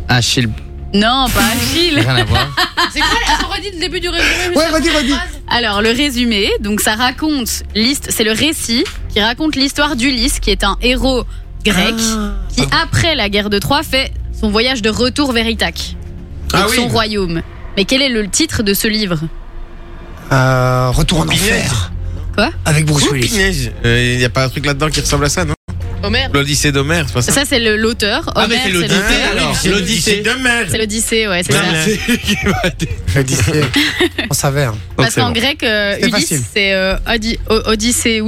Speaker 4: Achille.
Speaker 6: Non, pas Achille.
Speaker 4: Rien à voir.
Speaker 7: C'est quoi Elle redit le début du résumé.
Speaker 3: Ouais, redis, redis.
Speaker 6: Alors le résumé, donc ça raconte l'hist- c'est le récit qui raconte l'histoire d'Ulysse, qui est un héros grec qui, après la guerre de Troie, fait son voyage de retour vers Ithaque.
Speaker 5: Ah
Speaker 6: de
Speaker 5: oui.
Speaker 6: son royaume. Mais quel est le titre de ce livre
Speaker 3: Euh, retour en enfer.
Speaker 6: Quoi
Speaker 3: Avec Bruce
Speaker 5: Ouh,
Speaker 3: Willis.
Speaker 5: punaise. Euh, Il n'y a pas un truc là-dedans qui ressemble à ça, non
Speaker 7: Homer.
Speaker 5: L'Odyssée d'Homère, c'est pas ça
Speaker 6: Ça, c'est le- l'auteur.
Speaker 4: Ah, mais
Speaker 6: Homère,
Speaker 4: c'est
Speaker 6: c'est
Speaker 4: l'Odyssée,
Speaker 6: l'auteur.
Speaker 4: alors.
Speaker 5: Oui, c'est
Speaker 4: l'Odyssée.
Speaker 5: d'Homère.
Speaker 6: C'est l'Odyssée, ouais, c'est ça.
Speaker 5: Voilà.
Speaker 3: L'Odyssée. On savait. hein.
Speaker 6: Parce
Speaker 4: c'est
Speaker 6: qu'en
Speaker 4: bon.
Speaker 6: grec, euh,
Speaker 3: C'était
Speaker 6: Ulysse,
Speaker 3: facile.
Speaker 6: c'est euh, Odi- O- Odysseus.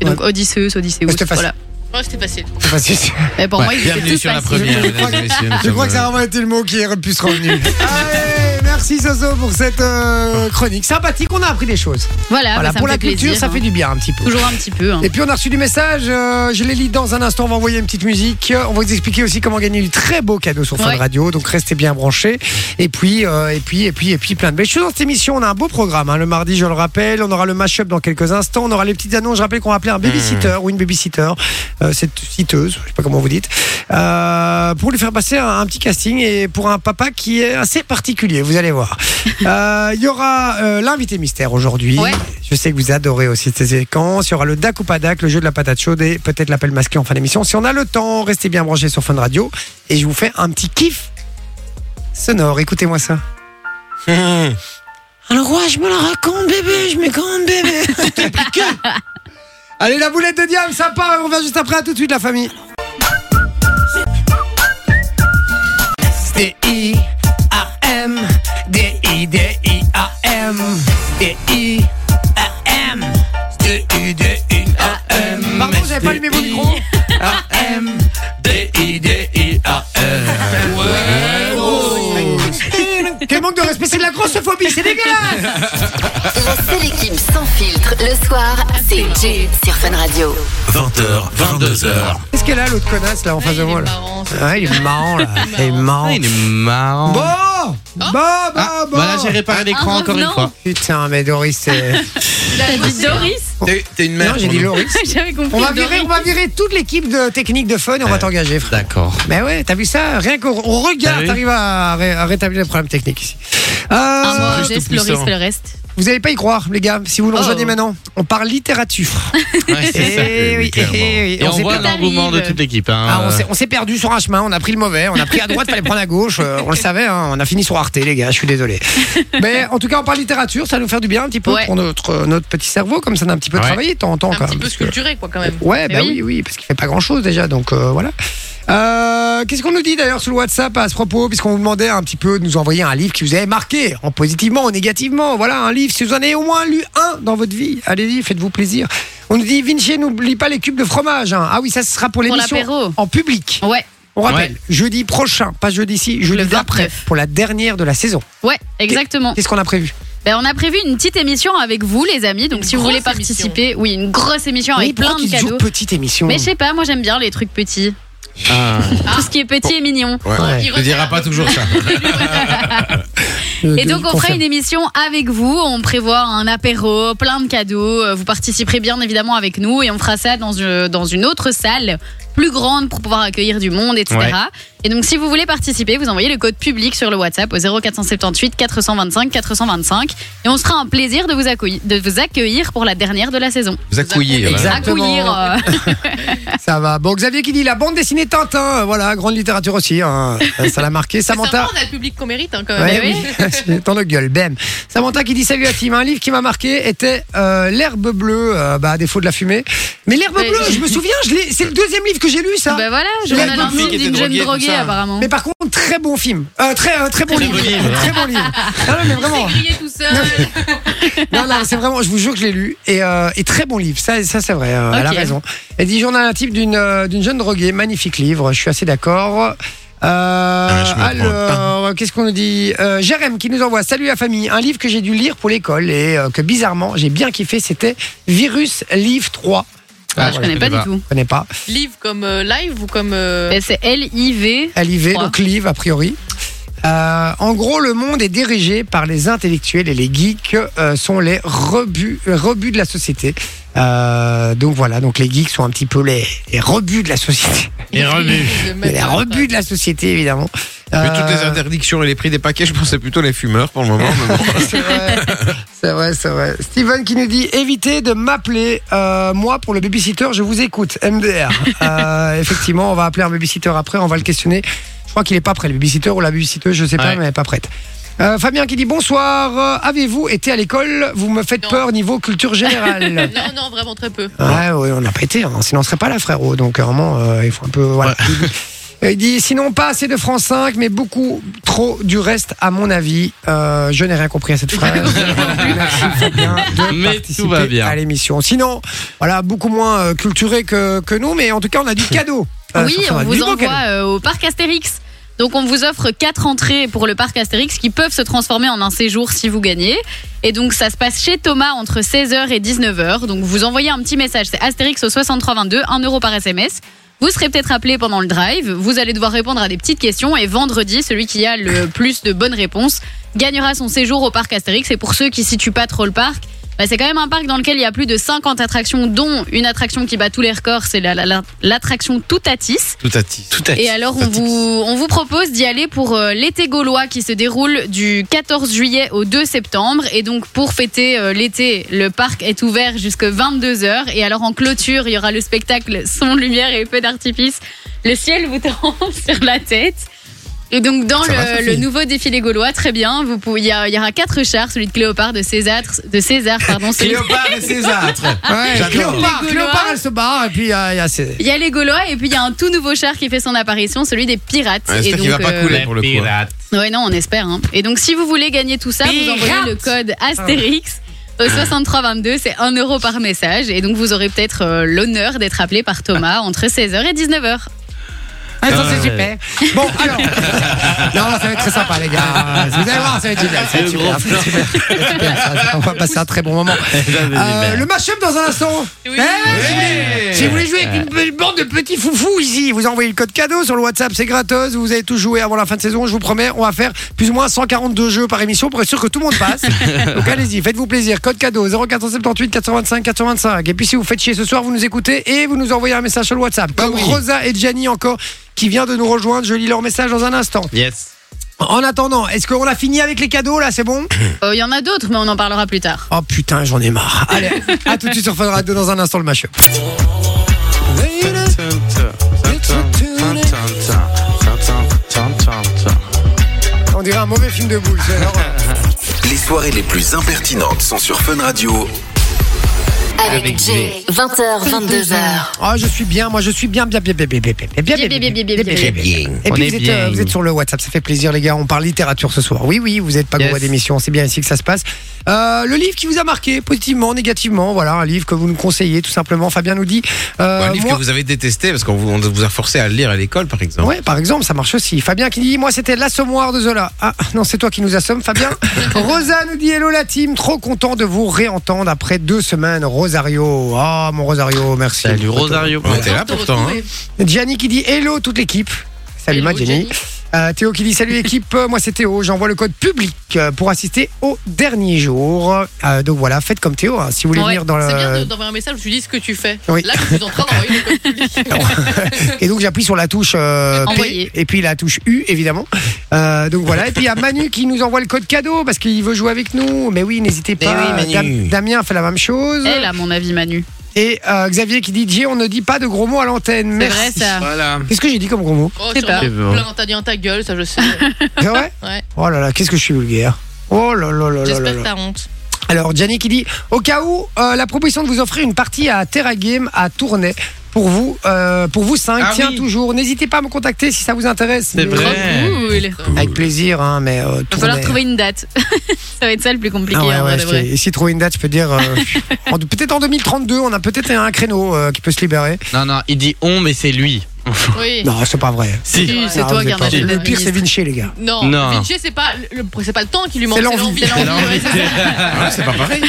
Speaker 6: Et donc Odysseus, Odysseus.
Speaker 3: Mais c'était facile.
Speaker 6: Voilà.
Speaker 7: Ouais, c'était facile.
Speaker 3: C'est facile.
Speaker 6: Et pour
Speaker 4: Ouais,
Speaker 6: moi, ils étaient
Speaker 5: Bienvenue
Speaker 6: tous
Speaker 5: sur la
Speaker 6: faciles.
Speaker 5: première,
Speaker 3: Je
Speaker 5: mesdames et messieurs.
Speaker 3: Je crois que ça a
Speaker 4: euh,
Speaker 5: ça
Speaker 3: vraiment été le mot qui est le plus revenu. Allez, merci Soso pour cette euh, chronique sympathique. On a appris des choses.
Speaker 6: Voilà,
Speaker 3: voilà,
Speaker 6: bah, ça
Speaker 3: pour
Speaker 6: me
Speaker 3: la
Speaker 6: fait
Speaker 3: culture,
Speaker 6: plaisir,
Speaker 3: ça fait
Speaker 6: hein.
Speaker 3: du bien un petit peu.
Speaker 6: Toujours un petit peu. hein.
Speaker 3: Et puis on a reçu du message, euh, je les lis dans un instant, on va envoyer une petite musique, on va vous expliquer aussi comment gagner du très beau cadeau sur Fun
Speaker 6: Ouais.
Speaker 3: Radio, donc restez bien branchés. Et puis, euh, et puis, et puis, et puis plein de belles choses dans cette émission, on a un beau programme, hein. le mardi je le rappelle, on aura le mash-up dans quelques instants, on aura les petites annonces, je rappelle qu'on va appeler un babysitter ou une babysitter, euh, cette citeuse, je sais pas comment vous dites, euh, pour lui faire passer un, un petit casting et pour un papa qui est assez particulier, vous allez voir. Euh, Il y aura euh, l'invité mystère aujourd'hui.
Speaker 6: Ouais.
Speaker 3: Je sais que vous adorez aussi ces séquences. Il y aura le dac ou pas dac, le jeu de la patate chaude et peut-être l'appel masqué en fin d'émission. Si on a le temps, restez bien branchés sur Fun Radio et je vous fais un petit kiff sonore. Écoutez-moi ça. Hum. Alors ouais, je me la raconte bébé, je me raconte bébé. Allez la boulette de diable, ça part. On revient juste après. À tout de suite la famille. D-I-A-M, D-I-D-I-A-M, D-I-A-M, D-I-D-I-A-M. Pardon, j'avais pas allumé vos micros. A-M, D-I-D-I-A-M. Quel manque de respect, c'est de la grossophobie, c'est dégueulasse!
Speaker 1: La seule équipe sans filtre le soir, c'est Jay sur Fun Radio.
Speaker 2: 20h, 22h.
Speaker 3: Qu'est-ce qu'elle a, l'autre connasse, là, en face de moi, là? Ah, il est marrant, là. Il est marrant.
Speaker 4: Ah, il est marrant.
Speaker 3: Bon! Bon, bon,
Speaker 4: Ah,
Speaker 3: bon!
Speaker 4: Voilà, j'ai réparé l'écran
Speaker 6: Un
Speaker 3: Ah,
Speaker 4: encore une
Speaker 6: revenant.
Speaker 4: fois.
Speaker 3: Putain, mais Doris, c'est.
Speaker 6: T'as dit Doris
Speaker 5: T'es t'es une mère.
Speaker 3: Non, j'ai
Speaker 5: pour
Speaker 3: dit
Speaker 5: nous.
Speaker 3: Loris.
Speaker 6: J'avais compris.
Speaker 3: On va,
Speaker 6: Doris.
Speaker 3: virer, on va virer toute l'équipe de technique de fun et on va t'engager, frère.
Speaker 4: D'accord.
Speaker 3: Mais ouais, t'as vu ça Rien qu'on on
Speaker 4: T'as
Speaker 3: regarde,
Speaker 4: vu
Speaker 3: t'arrives à, ré- à rétablir les problèmes techniques ici. Euh,
Speaker 6: Un mot,
Speaker 5: juste
Speaker 6: geste,
Speaker 5: tout
Speaker 6: Loris,
Speaker 5: puissant.
Speaker 6: le reste.
Speaker 3: vous n'allez pas y croire, les gars, si vous nous
Speaker 6: Oh.
Speaker 3: rejoignez maintenant, on parle littérature.
Speaker 4: Ouais, c'est ça.
Speaker 3: Eh oui, eh oui.
Speaker 4: Et on,
Speaker 3: s'est
Speaker 4: voit
Speaker 3: perdu.
Speaker 4: l'engouement de
Speaker 6: T'arrives.
Speaker 4: toute l'équipe. Hein.
Speaker 3: Ah, on s'est- on s'est perdu sur un chemin, on a pris le mauvais, on a pris à droite, fallait prendre à gauche, euh, on le savait, hein, on a fini sur Arte, les gars, je suis désolé. Mais en tout cas, on parle littérature, ça va nous faire du bien un petit peu
Speaker 6: Ouais.
Speaker 3: pour notre, euh, notre petit cerveau, comme ça on a un petit peu
Speaker 4: Ouais.
Speaker 3: travaillé de temps en temps. quand
Speaker 7: Un petit
Speaker 3: même,
Speaker 7: peu
Speaker 3: parce que-
Speaker 7: sculpturé, quoi, quand même.
Speaker 3: Ouais,
Speaker 6: Mais
Speaker 3: bah oui,
Speaker 6: Eh oui.
Speaker 3: oui, parce qu'il fait pas grand chose déjà, donc euh, voilà. Euh, Qu'est-ce qu'on nous dit d'ailleurs sur le WhatsApp à ce propos, puisqu'on vous demandait un petit peu de nous envoyer un livre qui vous avait marqué, en positivement, en négativement. Voilà, un livre, si vous en avez au moins lu un dans votre vie, allez-y, faites-vous plaisir. On nous dit, Vinci, n'oublie pas les cubes de fromage. hein. Ah oui, ça ce sera pour
Speaker 6: Pour
Speaker 3: l'émission
Speaker 6: l'apéro.
Speaker 3: en public.
Speaker 6: Ouais,
Speaker 3: On rappelle, jeudi prochain, pas jeudi ci, jeudi
Speaker 6: Le
Speaker 3: d'après,
Speaker 6: 29.
Speaker 3: pour la dernière de la saison.
Speaker 6: ouais, exactement.
Speaker 3: Qu'est-ce qu'on a prévu
Speaker 6: Ben, on a prévu une petite émission avec vous, les amis. Donc, si vous
Speaker 7: grosse
Speaker 6: voulez participer, oui, une grosse émission avec
Speaker 3: Oui, pourquoi
Speaker 6: plein
Speaker 3: tu
Speaker 6: de
Speaker 3: dis toujours
Speaker 6: cadeaux.
Speaker 3: petite émission.
Speaker 6: Mais je sais pas, moi j'aime bien les trucs petits.
Speaker 4: Ah.
Speaker 6: Tout ce qui est petit et mignon.
Speaker 3: Ouais.
Speaker 7: Il
Speaker 5: Tu diras pas toujours ça.
Speaker 6: Et donc, on fera une émission avec vous. On prévoit un apéro, plein de cadeaux. Euh, Vous participerez bien évidemment avec nous et on fera ça dans une, dans une autre salle plus grande pour pouvoir accueillir du monde, etc.
Speaker 4: Ouais.
Speaker 6: Et donc, si vous voulez participer, vous envoyez le code public sur le WhatsApp au 0478 425 425 et on sera un plaisir de vous accueillir, de vous accueillir pour la dernière de la saison.
Speaker 5: Vous accouillez. voilà.
Speaker 3: Exactement.
Speaker 6: Accueillir, euh,
Speaker 3: Ça va. Bon, Xavier qui dit la bande dessinée Tintin. Voilà, grande littérature aussi. hein. Ça l'a marqué. Samantha.
Speaker 7: on a le public qu'on mérite hein, quand même.
Speaker 6: Eh
Speaker 3: Ouais, oui. Dans le gueule, bam. Samantha qui dit salut à Tim. Un livre qui m'a marqué était euh, L'herbe bleue, euh, bah, à défaut de la fumée. Mais l'herbe
Speaker 6: Ouais.
Speaker 3: bleue, je me souviens, je l'ai- c'est le deuxième livre que j'ai lu, ça.
Speaker 6: bah voilà,
Speaker 3: Il y a
Speaker 6: journal
Speaker 3: une
Speaker 6: intime
Speaker 4: fille qui
Speaker 6: d'une
Speaker 4: était
Speaker 6: jeune
Speaker 4: droguée, tout
Speaker 6: droguée,
Speaker 4: ça.
Speaker 6: apparemment.
Speaker 3: Mais par contre, très bon film. Euh, très, euh, très bon livre.
Speaker 4: bon livre.
Speaker 3: très bon livre. Non, non, mais vraiment.
Speaker 7: grillé tout seul.
Speaker 3: Non, non, c'est vraiment, je vous jure que je l'ai lu. Et, euh, et très bon livre, ça, ça c'est vrai, euh, elle a
Speaker 6: Ok.
Speaker 3: raison. Elle dit Journal intime d'une euh, d'une jeune droguée, magnifique livre, je suis assez d'accord. Euh,
Speaker 2: Ah, je me
Speaker 3: alors, qu'est-ce qu'on nous dit euh, Jérém qui nous envoie Salut la famille, un livre que j'ai dû lire pour l'école et euh, que bizarrement j'ai bien kiffé, c'était Virus Livre 3.
Speaker 6: Ah, je connais pas du tout.
Speaker 3: Je connais pas.
Speaker 7: Live comme euh, live ou comme. euh,
Speaker 6: Mais Eh, C'est L-I-V.
Speaker 3: LIV,
Speaker 6: Trois.
Speaker 3: donc LIV a priori. Euh, en gros, le monde est dirigé par les intellectuels et les geeks euh, sont les rebuts, euh, rebuts de la société. Euh, donc voilà, donc les geeks sont un petit peu les, les rebuts de la société.
Speaker 4: Et remue.
Speaker 7: de mettre-
Speaker 3: Les rebuts de la société, évidemment.
Speaker 5: Vu
Speaker 3: Euh,
Speaker 5: toutes les interdictions et les prix des paquets, je pensais plutôt les fumeurs pour le moment. mais bon.
Speaker 3: c'est vrai, c'est vrai, c'est vrai. Steven qui nous dit évitez de m'appeler euh, moi pour le babysitter, je vous écoute. MDR. Euh, effectivement, on va appeler un babysitter après, on va le questionner. Je crois qu'il est pas prêt, le babysitter ou la babysitteuse, je sais pas,
Speaker 4: Ouais.
Speaker 3: mais elle est pas prête. Euh, Fabien qui dit bonsoir, euh, avez-vous été à l'école Vous me faites
Speaker 7: Non.
Speaker 3: peur niveau culture générale.
Speaker 7: Non, non, vraiment très peu.
Speaker 5: Ah.
Speaker 3: Ouais, ouais, on n'a pas été, hein, sinon on serait pas là, frérot. Donc euh, vraiment, euh, il faut un peu. Voilà. Il dit sinon pas assez de France 5, mais beaucoup trop du reste, à mon avis. Euh, je n'ai rien compris à cette phrase. Merci Fabien de
Speaker 4: Mais
Speaker 3: participer
Speaker 4: tout va bien.
Speaker 3: à l'émission. Sinon, voilà, beaucoup moins euh, culturé que, que nous, mais en tout cas, on a du cadeau. Euh,
Speaker 6: oui,
Speaker 3: sur ce
Speaker 6: on
Speaker 3: radio. Du
Speaker 6: vous
Speaker 3: beau
Speaker 6: envoie euh, au parc Astérix. Donc on vous offre quatre entrées pour le parc Astérix qui peuvent se transformer en un séjour si vous gagnez. Et donc ça se passe chez Thomas entre 16h et 19h. Donc vous envoyez un petit message, c'est Astérix au 6322, 1 euro par SMS. Vous serez peut-être appelé pendant le drive, vous allez devoir répondre à des petites questions et vendredi, celui qui a le plus de bonnes réponses gagnera son séjour au parc Astérix. Et pour ceux qui situent pas trop le parc, bah, c'est quand même un parc dans lequel il y a plus de 50 attractions, dont une attraction qui bat tous les records, c'est la- la- la- l'attraction Toutatis.
Speaker 5: Tout à tis.
Speaker 4: Tout à
Speaker 6: Et alors, on vous, on vous propose d'y aller pour euh, l'été gaulois qui se déroule du 14 juillet au 2 septembre. Et donc, pour fêter euh, l'été, le parc est ouvert jusqu'à 22h. Et alors, en clôture, il y aura le spectacle Son, Lumière et Feu d'artifice. Le ciel vous tombe sur la tête. Et donc, dans
Speaker 3: Ça va, Sophie
Speaker 6: le, le nouveau défilé gaulois, très bien, vous pouvez- il y, a- il y aura quatre chars celui de Cléopâtre, de César, de César pardon, celui
Speaker 5: Cléopâtre et Césâtre.
Speaker 3: Ouais,
Speaker 5: J'adore.
Speaker 3: Cléopâtre,
Speaker 6: Les Gaulois.
Speaker 3: Cléopâtre, elle se barre, et puis il y a, il y a ces-
Speaker 6: Il y a les Gaulois et puis il y a un tout nouveau char qui fait son apparition, celui des pirates.
Speaker 5: Ouais,
Speaker 6: et euh,
Speaker 5: j'espère qu'il va pas
Speaker 3: euh,
Speaker 5: couler. pour le coup. hein.
Speaker 4: pirate.
Speaker 6: Ouais, non, on espère. hein. Et donc, si vous voulez gagner tout ça, vous envoyez le code
Speaker 7: Ah.
Speaker 6: Astérix au 6322. C'est 1 euro par message. Et donc, vous aurez peut-être euh, l'honneur d'être appelé par
Speaker 7: Ah.
Speaker 6: Thomas entre 16h et 19h.
Speaker 3: Ah, ça, c'est super. Bon, alors. non, ça va être très sympa, les gars. Vous allez voir, ça va être génial. Ça va être
Speaker 4: Le
Speaker 3: super.
Speaker 4: grand
Speaker 3: Ça va être super. Ça va être super. Ça va être- On va passer un très bon moment. Euh, le mashup dans un instant.
Speaker 7: Oui.
Speaker 3: Eh, si vous voulez- Si vous voulez jouer avec une pe- bande de petits foufous ici, vous envoyez le code cadeau sur le WhatsApp, c'est gratos. Vous avez tout joué avant la fin de saison. Je vous promets, on va faire plus ou moins 142 jeux par émission pour être sûr que tout le monde passe. Donc allez-y, faites-vous plaisir. Code cadeau 0478 85 85. Et puis si vous faites chier ce soir, vous nous écoutez et vous nous envoyez un message sur le WhatsApp. Comme Rosa et Gianni encore qui vient de nous rejoindre. Je lis leur message dans un instant.
Speaker 4: Yes.
Speaker 3: En attendant, est-ce qu'on a fini avec les cadeaux là C'est bon
Speaker 6: Euh, Il y en a d'autres, mais on en parlera plus tard.
Speaker 3: Oh putain, j'en ai marre. Allez, à tout de suite sur Fun Radio dans un instant le mashup. On dirait un mauvais film de boule. c'est l'horreur.
Speaker 2: Les soirées les plus impertinentes sont sur Fun Radio.
Speaker 1: Avec Jay. 20h, 22h.
Speaker 3: Ah, je suis bien, moi je suis bien, bien, bien, bien, bien, bien, bien, bien, bien, bien, bien, bien, bien, bien, bien, bien. Et
Speaker 4: On
Speaker 3: puis
Speaker 4: est
Speaker 3: vous êtes,
Speaker 4: bien.
Speaker 3: euh, vous êtes sur le WhatsApp, ça fait plaisir les gars, on parle littérature ce soir. Oui, oui, vous n'êtes pas
Speaker 4: Yes.
Speaker 3: gros à d'émission, c'est bien ici que ça se passe. Euh, le livre qui vous a marqué, positivement, négativement, voilà, un livre que vous nous conseillez tout simplement. Fabien nous dit. euh,
Speaker 5: Ou un livre
Speaker 3: moi-
Speaker 5: que vous avez détesté parce qu'on vous, on vous a forcé à le lire à l'école, par exemple.
Speaker 3: Ouais, par exemple, ça marche aussi. Fabien qui dit Moi, c'était l'assommoir de Zola. Ah, non, c'est toi qui nous assomme, Fabien. Rosa nous dit Hello la team, trop content de vous réentendre après deux semaines. Rosario. Ah, mon Rosario, merci.
Speaker 4: Salut Rosario.
Speaker 5: On était là
Speaker 7: Te
Speaker 5: pourtant. hein.
Speaker 7: retrouver.
Speaker 3: Gianni qui dit Hello toute l'équipe. Salut
Speaker 7: Hello,
Speaker 3: ma Gianni.
Speaker 7: Gianni.
Speaker 3: Euh, Théo qui dit salut équipe, Euh, moi c'est Théo, j'envoie le code public euh, pour assister au dernier jour. Euh, donc voilà, faites comme Théo, hein, si vous voulez
Speaker 6: Ouais,
Speaker 3: venir dans
Speaker 7: C'est bien
Speaker 3: le...
Speaker 7: de- d'envoyer un message où tu dis ce que tu fais.
Speaker 3: Oui.
Speaker 7: Là, je suis en train d'envoyer le code public.
Speaker 3: Et donc j'appuie sur la touche euh, P,
Speaker 6: Envoyer.
Speaker 3: et puis la touche U évidemment. Euh, donc voilà, et puis il y a Manu qui nous envoie le code cadeau parce qu'il veut jouer avec nous. Mais oui, n'hésitez
Speaker 5: Mais
Speaker 3: pas.
Speaker 5: oui, Manu.
Speaker 3: Dam- Damien fait la même chose.
Speaker 6: Elle, à mon avis, Manu.
Speaker 3: Et euh, Xavier qui dit Jay, on ne dit pas de gros mots à l'antenne.
Speaker 6: C'est
Speaker 3: Merci.
Speaker 6: vrai, ça.
Speaker 5: Voilà.
Speaker 3: Qu'est-ce que j'ai dit comme gros mots
Speaker 7: Oh,
Speaker 6: C'est
Speaker 7: tu
Speaker 6: pas.
Speaker 7: en as plein, t'as dit en ta gueule, ça je sais.
Speaker 3: C'est vrai
Speaker 7: Ouais.
Speaker 3: Oh là là, qu'est-ce que je suis vulgaire. Oh là là là là là
Speaker 7: J'espère
Speaker 3: là.
Speaker 7: que t'as honte.
Speaker 3: Alors, Gianni qui dit Au cas où, euh, la proposition de vous offrir une partie à Terra Game à Tournai pour vous, euh, pour vous cinq,
Speaker 4: Ah
Speaker 3: tient
Speaker 4: oui.
Speaker 3: toujours. N'hésitez pas à me contacter si ça vous intéresse.
Speaker 4: C'est
Speaker 3: Mais- euh,
Speaker 4: vrai.
Speaker 6: Cool.
Speaker 3: Avec plaisir, hein, mais euh,
Speaker 6: Il va falloir
Speaker 3: Tournai-
Speaker 6: trouver hein, une date. ça va être ça le plus compliqué.
Speaker 3: Ah ouais,
Speaker 6: en vrai
Speaker 3: ouais,
Speaker 6: de
Speaker 3: je
Speaker 6: vrai.
Speaker 3: sais. Et si trouver une date, je peux dire. euh, en- peut-être en 2032, on a peut-être un créneau euh, qui peut se libérer.
Speaker 4: Non, non, il dit on, mais c'est lui.
Speaker 7: Oui.
Speaker 3: Non, c'est pas vrai.
Speaker 4: Si.
Speaker 6: Si, c'est
Speaker 3: Non,
Speaker 6: toi
Speaker 3: vous
Speaker 6: qui
Speaker 3: êtes
Speaker 6: en
Speaker 3: Ah, pas-
Speaker 6: as fait
Speaker 3: Le
Speaker 6: la
Speaker 3: pire, c'est
Speaker 6: ministre.
Speaker 3: Vinci, les gars.
Speaker 7: Non,
Speaker 4: Non.
Speaker 7: Vinci, c'est pas le, le- c'est pas le temps qui lui manque,
Speaker 3: C'est
Speaker 7: c'est
Speaker 3: l'envie.
Speaker 7: l'envie.
Speaker 6: C'est l'envie.
Speaker 7: Ouais, c'est ça.
Speaker 5: Ah, c'est pas pareil.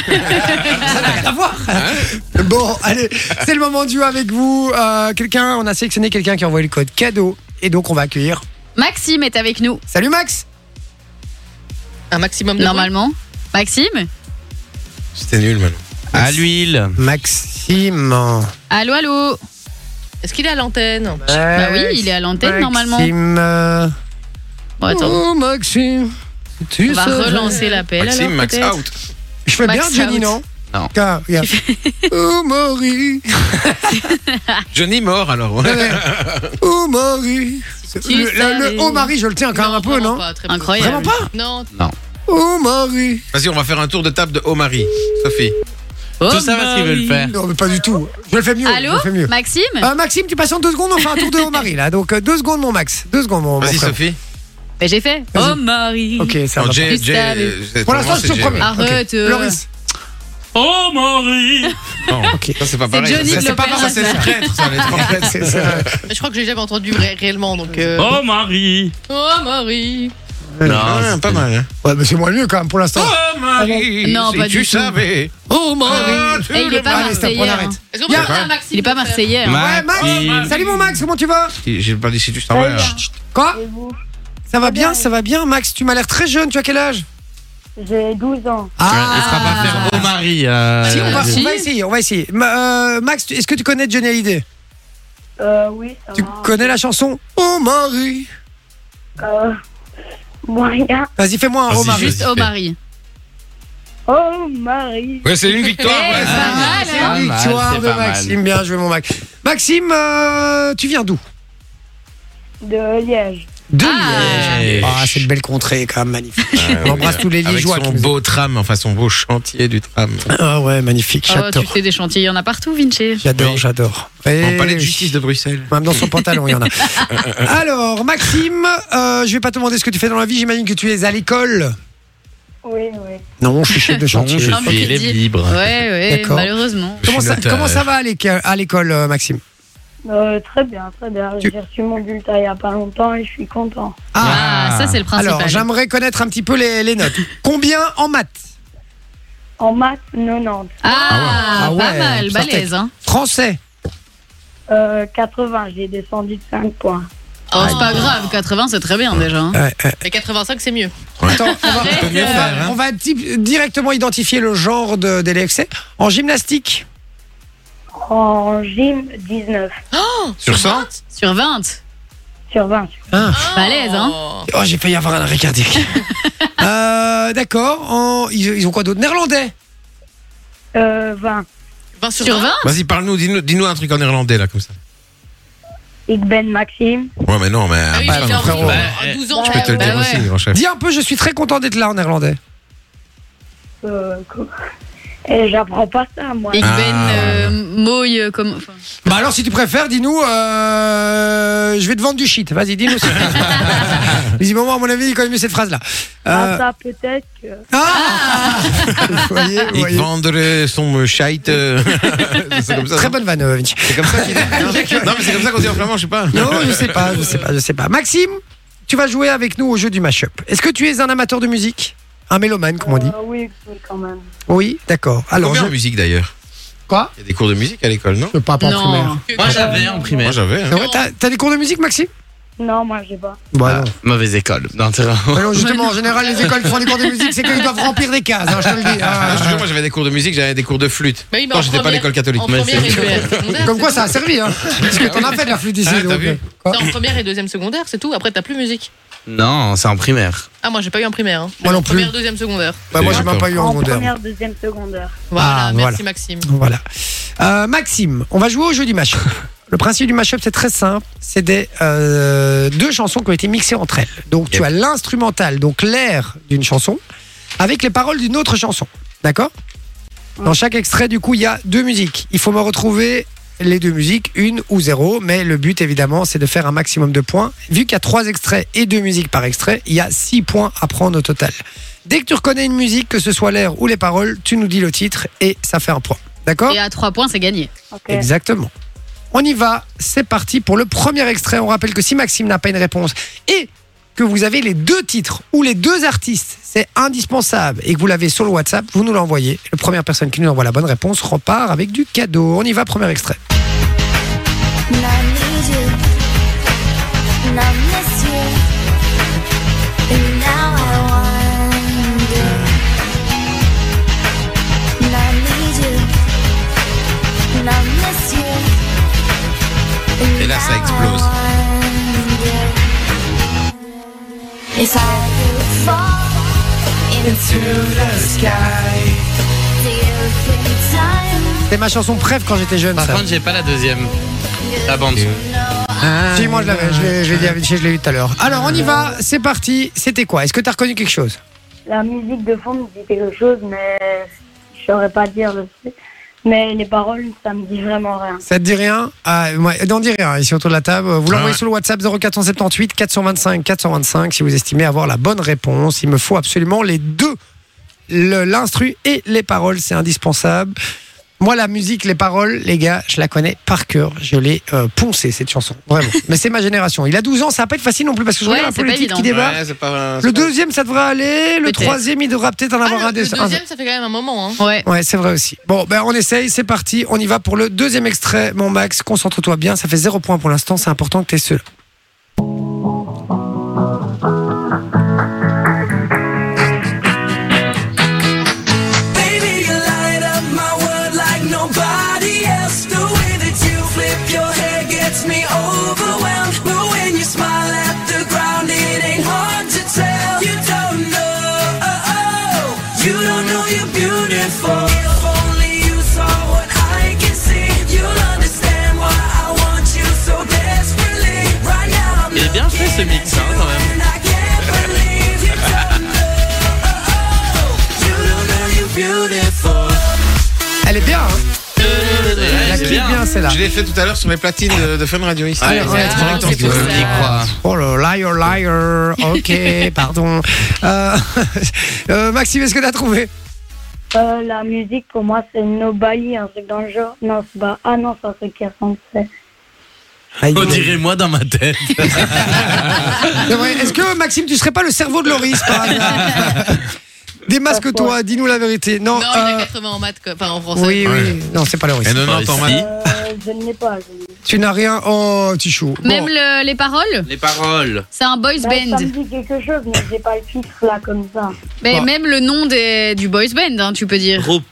Speaker 3: Bon, allez, c'est le moment du jeu avec vous. Euh, quelqu'un, on a sélectionné quelqu'un qui a envoyé le code cadeau. Et donc, on va accueillir.
Speaker 6: Maxime est avec nous,
Speaker 3: Salut Max
Speaker 7: Un maximum de
Speaker 6: normalement. Maxime
Speaker 5: C'était nul, man.
Speaker 4: À l'huile.
Speaker 3: Maxime.
Speaker 6: Allô, allô
Speaker 7: points. Est-ce qu'il est à l'antenne
Speaker 6: Bah oui, il est à l'antenne normalement.
Speaker 3: Maxime. euh,
Speaker 6: Bon, attends,
Speaker 3: Oh, Maxime. Tu
Speaker 6: on va
Speaker 3: serais-
Speaker 6: relancer l'appel.
Speaker 5: Maxime,
Speaker 6: alors,
Speaker 5: Max
Speaker 6: peut-être.
Speaker 5: out.
Speaker 3: Je fais
Speaker 6: Max
Speaker 3: bien Johnny,
Speaker 6: Out.
Speaker 3: non
Speaker 4: Non.
Speaker 3: Tiens, regarde. oh, Marie.
Speaker 5: Johnny mort alors. ouais.
Speaker 3: Oh, Marie.
Speaker 7: qui
Speaker 3: Le,
Speaker 7: ça,
Speaker 3: le- le
Speaker 7: les-
Speaker 3: oh, Marie, je le tiens quand même un peu,
Speaker 7: vraiment
Speaker 3: non
Speaker 7: pas, très peu.
Speaker 6: Incroyable.
Speaker 3: Vraiment pas
Speaker 7: Non,
Speaker 3: Oh, Marie.
Speaker 5: Vas-y, on va faire un tour de table de Oh Marie. Sophie.
Speaker 4: Tout ça va ce qu'ils veulent faire.
Speaker 3: Non, mais pas du tout. Je le fais mieux. je
Speaker 6: Oh, Allô
Speaker 3: le fais mieux.
Speaker 6: Maxime
Speaker 3: Euh, Maxime, tu patientes deux secondes, on fait un tour de oh, Marie, là. Donc, euh, deux secondes, mon Max. Deux secondes, mon mon
Speaker 5: Vas-y,
Speaker 3: frère.
Speaker 5: Sophie.
Speaker 6: Bah, J'ai fait.
Speaker 3: Vas-y.
Speaker 6: Oh Marie
Speaker 3: Ok, ça
Speaker 5: Non,
Speaker 3: va.
Speaker 5: Jay-
Speaker 6: Tu
Speaker 5: Jay-
Speaker 6: savais.
Speaker 5: euh, c'est-
Speaker 3: Pour l'instant,
Speaker 5: moi,
Speaker 3: je suis
Speaker 5: Jay,
Speaker 3: au premier.
Speaker 5: ouais.
Speaker 6: Arrête,
Speaker 3: Ok.
Speaker 6: euh.
Speaker 3: Loris.
Speaker 4: Oh, Marie
Speaker 7: Bah,
Speaker 5: Non,
Speaker 3: Ok.
Speaker 5: ça c'est pas
Speaker 6: C'est
Speaker 5: pareil.
Speaker 6: Johnny
Speaker 5: ça,
Speaker 6: de
Speaker 5: c'est pas
Speaker 6: l'opéra,
Speaker 5: pareil, ça, c'est
Speaker 6: ça.
Speaker 5: les prêtres, ça, les trois prêtres.
Speaker 3: C'est ça.
Speaker 7: mais je crois que j'ai jamais entendu ré- réellement donc. euh,
Speaker 4: Oh, Marie
Speaker 7: Oh Marie
Speaker 4: Non,
Speaker 5: Ouais,
Speaker 4: c'est-
Speaker 5: pas mal. hein.
Speaker 3: Ouais, mais c'est moins mieux quand même pour l'instant.
Speaker 5: Oh Marie,
Speaker 6: Non,
Speaker 5: si
Speaker 6: pas
Speaker 5: tu
Speaker 6: du tout.
Speaker 5: savais.
Speaker 7: Oh Marie
Speaker 5: Oh, tu
Speaker 6: Eh, il est
Speaker 5: le
Speaker 6: pas
Speaker 5: vois.
Speaker 3: Allez, stop, on
Speaker 6: marseillais. hein.
Speaker 3: arrête.
Speaker 7: Est-ce qu'on peut
Speaker 5: Y'a-
Speaker 7: demander à Maxime
Speaker 6: Il est pas
Speaker 7: de faire
Speaker 6: marseillais. hein.
Speaker 3: Ouais, Max.
Speaker 4: Maxime.
Speaker 3: Salut mon Max, comment tu vas
Speaker 5: J'ai pas dit si tu savais. hein.
Speaker 3: Quoi Ça va bien, ça va bien, Max. Tu m'as l'air très jeune. Tu as quel âge
Speaker 9: J'ai 12 ans.
Speaker 3: Ah.
Speaker 4: Ouais, elle sera pas faire Oh, Marie. euh,
Speaker 5: Ah,
Speaker 3: Si, on va,
Speaker 4: euh,
Speaker 3: on va essayer, on va essayer. Ma- euh, Max, tu- est-ce que tu connais Johnny Hallyday
Speaker 9: Euh, oui, ça
Speaker 3: Tu
Speaker 9: va.
Speaker 3: connais la chanson Oh Marie
Speaker 9: Euh, moyen.
Speaker 3: Vas-y, fais-moi un
Speaker 5: Vas-y,
Speaker 3: Oh Marie.
Speaker 6: Juste oh Marie.
Speaker 9: Oh, Marie.
Speaker 5: Ouais, c'est une victoire. ouais,
Speaker 6: Eh,
Speaker 5: c'est
Speaker 6: pas
Speaker 5: une
Speaker 6: mal,
Speaker 3: C'est
Speaker 6: hein.
Speaker 4: Pas
Speaker 3: une
Speaker 4: mal,
Speaker 3: victoire
Speaker 4: c'est
Speaker 3: de
Speaker 4: pas mal.
Speaker 3: Maxime. Bien joué, mon Max. Maxime, euh, tu viens d'où
Speaker 9: De Liège.
Speaker 3: De
Speaker 6: Ah.
Speaker 3: Liège.
Speaker 4: Liège.
Speaker 3: Ah, c'est une belle contrée, quand même, magnifique.
Speaker 5: Ouais,
Speaker 3: On embrasse tous les
Speaker 5: Ah, Avec
Speaker 3: Liégeois.
Speaker 5: son
Speaker 3: qui nous-
Speaker 5: beau tram, enfin son beau chantier du tram.
Speaker 3: Ah ouais, magnifique,
Speaker 6: Oh,
Speaker 3: j'adore.
Speaker 6: tu sais des chantiers, il y en a partout, Vinci.
Speaker 3: J'adore,
Speaker 5: Oui.
Speaker 3: j'adore.
Speaker 5: Au
Speaker 3: Et-
Speaker 5: palais de justice de Bruxelles.
Speaker 3: Même dans son pantalon, il y en a. Alors, Maxime, euh, je vais pas te demander ce que tu fais dans la vie. J'imagine que tu es à l'école.
Speaker 9: Oui, oui.
Speaker 3: Non, je suis chef de
Speaker 4: Non, je
Speaker 3: chantier.
Speaker 6: Non, mais
Speaker 4: suis
Speaker 6: qui
Speaker 4: élève
Speaker 6: dit-
Speaker 4: libre.
Speaker 6: Ouais, ouais,
Speaker 3: D'accord.
Speaker 6: malheureusement.
Speaker 3: Comment ça,
Speaker 5: Je suis
Speaker 3: comment ça
Speaker 5: notaire.
Speaker 3: va à l'éca- à l'école, euh, Maxime
Speaker 9: Euh, très bien, très bien.
Speaker 3: Tu-
Speaker 9: J'ai reçu mon bulletin il n'y a pas longtemps et je suis content.
Speaker 6: Ah, ça, c'est le principal.
Speaker 3: Alors, j'aimerais connaître un petit peu les, les notes. Combien en maths
Speaker 9: En maths, 90.
Speaker 6: Ah,
Speaker 3: Ah ouais.
Speaker 6: pas
Speaker 3: Ah ouais,
Speaker 6: mal,
Speaker 3: sortez.
Speaker 6: balèze. Hein.
Speaker 3: Français
Speaker 9: Euh, 80, j'ai descendu de 5 points.
Speaker 6: Oh, c'est pas grave, 80, c'est très bien déjà. hein.
Speaker 3: Ouais, ouais.
Speaker 7: Mais 85 c'est mieux.
Speaker 3: Attends, on va,
Speaker 5: peut mieux
Speaker 3: on va-
Speaker 5: faire, hein.
Speaker 3: on va di- directement identifier le genre de, des excès. En gymnastique
Speaker 9: En gym, 19
Speaker 5: Sur 100
Speaker 6: Oh, Sur 20,
Speaker 9: sur 20.
Speaker 6: balèze. Hein.
Speaker 7: Oh.
Speaker 3: Ah. Oh, j'ai failli avoir un arrêt cardiaque. Euh, D'accord. En- Ils, ils ont quoi d'autre Néerlandais
Speaker 9: Euh, 20.
Speaker 7: 20 sur
Speaker 6: Sur
Speaker 7: 20
Speaker 6: 20
Speaker 5: Vas-y, parle-nous, dis-nous dis-nous un truc en néerlandais là, comme ça.
Speaker 9: Ik ben Maxime.
Speaker 5: Ouais, mais non, mais.
Speaker 7: Ah oui,
Speaker 5: bah,
Speaker 7: mais
Speaker 5: non,
Speaker 7: j'ai envie
Speaker 5: frérot.
Speaker 7: de-
Speaker 4: Bah,
Speaker 7: à 12 ans,
Speaker 5: je peux te le
Speaker 6: Bah
Speaker 5: dire
Speaker 6: ouais.
Speaker 5: aussi, grand chef.
Speaker 3: Dis un peu, je suis très content d'être là en néerlandais.
Speaker 9: Euh, co-
Speaker 10: Et j'apprends pas ça, moi.
Speaker 6: Et
Speaker 1: Ah.
Speaker 6: Ben euh, Moï, euh, comme. enfin,
Speaker 3: Bah alors, si tu préfères, dis-nous, euh, je vais te vendre du shit. Vas-y, dis-nous. sur Facebook. dis moi à mon avis, il connaît mieux cette phrase-là.
Speaker 10: Ah,
Speaker 3: Euh,
Speaker 10: ça, peut-être que.
Speaker 3: ah Vous voyez, vous
Speaker 5: Il
Speaker 3: voyez.
Speaker 5: vendrait son shite. euh, c'est comme ça.
Speaker 3: Très
Speaker 5: non
Speaker 3: bonne vanne, euh, Vinci.
Speaker 5: C'est comme ça qu'il dit. Non, mais c'est comme ça qu'on dit en flamand, je sais pas.
Speaker 3: Non, je sais pas, je sais pas, je sais pas. Maxime, tu vas jouer avec nous au jeu du mashup. Est-ce que tu es un amateur de musique Un mélomane, comme on dit.
Speaker 10: Euh, oui, oui, quand même.
Speaker 3: Oui, d'accord. Alors,
Speaker 5: Alors,
Speaker 3: je...
Speaker 5: en musique d'ailleurs.
Speaker 3: Quoi
Speaker 5: Il y a des cours de musique à l'école, non
Speaker 3: Je peux pas pas en primaire.
Speaker 6: Non.
Speaker 1: Moi j'avais en
Speaker 5: Moi
Speaker 1: primaire.
Speaker 5: j'avais. hein.
Speaker 3: C'est vrai, t'as- T'as des cours de musique, Maxime
Speaker 10: Non, moi, j'ai pas.
Speaker 3: Bon,
Speaker 1: Ah, mauvaise école. Non, c'est vrai.
Speaker 3: Alors justement, en général, les écoles qui font des cours de musique, c'est qu'ils doivent remplir des cases, hein, je te le dis.
Speaker 5: Ah, je te
Speaker 3: hein.
Speaker 5: jure, moi j'avais des cours de musique, j'avais des cours de flûte.
Speaker 7: Bah oui, mais
Speaker 5: Quand
Speaker 7: en
Speaker 5: j'étais pas à
Speaker 7: première-
Speaker 5: l'école catholique.
Speaker 7: En
Speaker 5: mais
Speaker 7: première
Speaker 5: c'est-
Speaker 7: et deuxième secondaire.
Speaker 3: Comme quoi,
Speaker 7: c'est
Speaker 3: ça a servi, hein. Parce que t'en as fait de la flûte ici.
Speaker 5: Ah, t'as
Speaker 3: donc,
Speaker 5: vu
Speaker 3: euh,
Speaker 7: tout. C'est en première et deuxième secondaire, c'est tout. Après, t'as plus musique.
Speaker 1: Non, c'est en primaire.
Speaker 7: Ah, moi, j'ai pas eu en primaire. hein.
Speaker 3: Moi non plus.
Speaker 7: Première, deuxième secondaire.
Speaker 3: Bah, moi, j'ai même pas eu en
Speaker 10: En
Speaker 3: secondaire.
Speaker 10: première, deuxième, secondaire.
Speaker 7: Voilà,
Speaker 3: Ah,
Speaker 7: merci
Speaker 3: voilà.
Speaker 7: Maxime.
Speaker 3: Voilà. Euh, Maxime, on va jouer au jeu du mashup. Le principe du mashup, c'est très simple. C'est des euh, deux chansons qui ont été mixées entre elles. Donc tu
Speaker 5: Yep.
Speaker 3: as l'instrumental, donc l'air d'une chanson, avec les paroles d'une autre chanson. D'accord Dans chaque extrait, du coup, il y a deux musiques. Il faut me retrouver les deux musiques, une ou zéro, mais le but évidemment c'est de faire un maximum de points. Vu qu'il y a trois extraits et deux musiques par extrait, il y a six points à prendre au total. Dès que tu reconnais une musique, que ce soit l'air ou les paroles, tu nous dis le titre et ça fait un point. D'accord
Speaker 6: Et à 3 points, c'est gagné.
Speaker 10: Ok.
Speaker 3: Exactement. On y va, c'est parti pour le premier extrait. On rappelle que si Maxime n'a pas une réponse et que vous avez les deux titres ou les deux artistes, c'est indispensable, et que vous l'avez sur le WhatsApp, vous nous l'envoyez. La première personne qui nous envoie la bonne réponse repart avec du cadeau. On y va, premier extrait.
Speaker 5: Et là, ça explose.
Speaker 4: If I could fall into the sky, every time.
Speaker 3: C'est ma chanson préf quand j'étais jeune.
Speaker 1: Par
Speaker 3: ça.
Speaker 1: contre, j'ai pas la deuxième. La bande.
Speaker 3: Si, moi je l'avais, je l'ai- je l'ai dit à Vinci, je l'ai eu tout à l'heure. Alors on y va, c'est parti. C'était quoi Est-ce que t'as reconnu quelque chose
Speaker 10: La musique de fond me dit quelque chose, mais je saurais pas dire le truc. Mais les paroles, ça me dit vraiment rien.
Speaker 3: Ça te dit rien ah, ouais, Non, dit rien. Ici autour de la table, vous l'envoyez
Speaker 5: Ah ouais.
Speaker 3: sur le WhatsApp 0478 425 425 si vous estimez avoir la bonne réponse. Il me faut absolument les deux. Le- L'instru et les paroles, c'est indispensable. Moi, la musique, les paroles, les gars, je la connais par cœur. Je l'ai euh, poncée, cette chanson. Vraiment. Mais c'est ma génération. Il a 12 ans, ça va pas être facile non plus parce que je
Speaker 6: Ouais,
Speaker 3: regarde un
Speaker 6: c'est
Speaker 3: peu
Speaker 6: pas
Speaker 3: les titres
Speaker 6: évident.
Speaker 3: qui débarquent.
Speaker 5: Ouais, c'est pas un-
Speaker 3: Le deuxième, ça devrait aller. Le
Speaker 6: Peut-être.
Speaker 3: troisième, il devra peut-être en
Speaker 7: Ah,
Speaker 3: avoir
Speaker 7: le,
Speaker 3: un des.
Speaker 7: le deuxième, ça fait quand même un moment. Hein.
Speaker 6: Ouais.
Speaker 3: Ouais, c'est vrai aussi. Bon, ben on essaye, c'est parti. On y va pour le deuxième extrait. Mon Max, concentre-toi bien. Ça fait zéro point pour l'instant. C'est important que t'aies ceux-là.
Speaker 1: Il est bien fait ce mix, hein, quand même.
Speaker 3: Elle est bien, hein La
Speaker 1: c'est
Speaker 3: clip
Speaker 1: bien.
Speaker 3: bien, celle-là.
Speaker 5: Je l'ai fait tout à l'heure sur mes platines de, de Fun Radio ici.
Speaker 3: Allez,
Speaker 5: Ouais,
Speaker 3: ouais,
Speaker 5: direct
Speaker 3: direct
Speaker 5: en
Speaker 1: c'est pour
Speaker 5: direct.
Speaker 1: ça.
Speaker 3: Oh le liar, liar. Ok, pardon. Euh, euh, Maxime, est-ce que t'as trouvé
Speaker 10: Euh, la musique, pour moi, c'est Nobody, un truc dans le genre. Non, c'est pas... Ah non, c'est un truc qui ressemble. c'est-
Speaker 3: Aïe.
Speaker 1: On dirait moi dans ma tête.
Speaker 3: C'est vrai. Est-ce que Maxime, tu serais pas le cerveau de Loris par hasard Démasque-toi, dis-nous la vérité. Non,
Speaker 7: Non, il a
Speaker 3: euh,
Speaker 7: 80 en maths, quoi. enfin en français.
Speaker 3: oui,
Speaker 5: Ouais.
Speaker 3: oui. Eh, Non, c'est pas Loris.
Speaker 5: Et 90 en maths.
Speaker 10: Euh, je ne l'ai pas. je-
Speaker 3: Tu n'as rien. Oh, tu chaud. Bon.
Speaker 6: Même le- les paroles,
Speaker 1: Les paroles.
Speaker 6: c'est un boys
Speaker 10: Bah,
Speaker 6: band.
Speaker 10: ça me dit quelque chose, mais j'ai pas le titre là comme ça.
Speaker 6: Mais
Speaker 3: Bon.
Speaker 6: Même le nom des- du boys band, hein, tu peux dire.
Speaker 1: Groupe.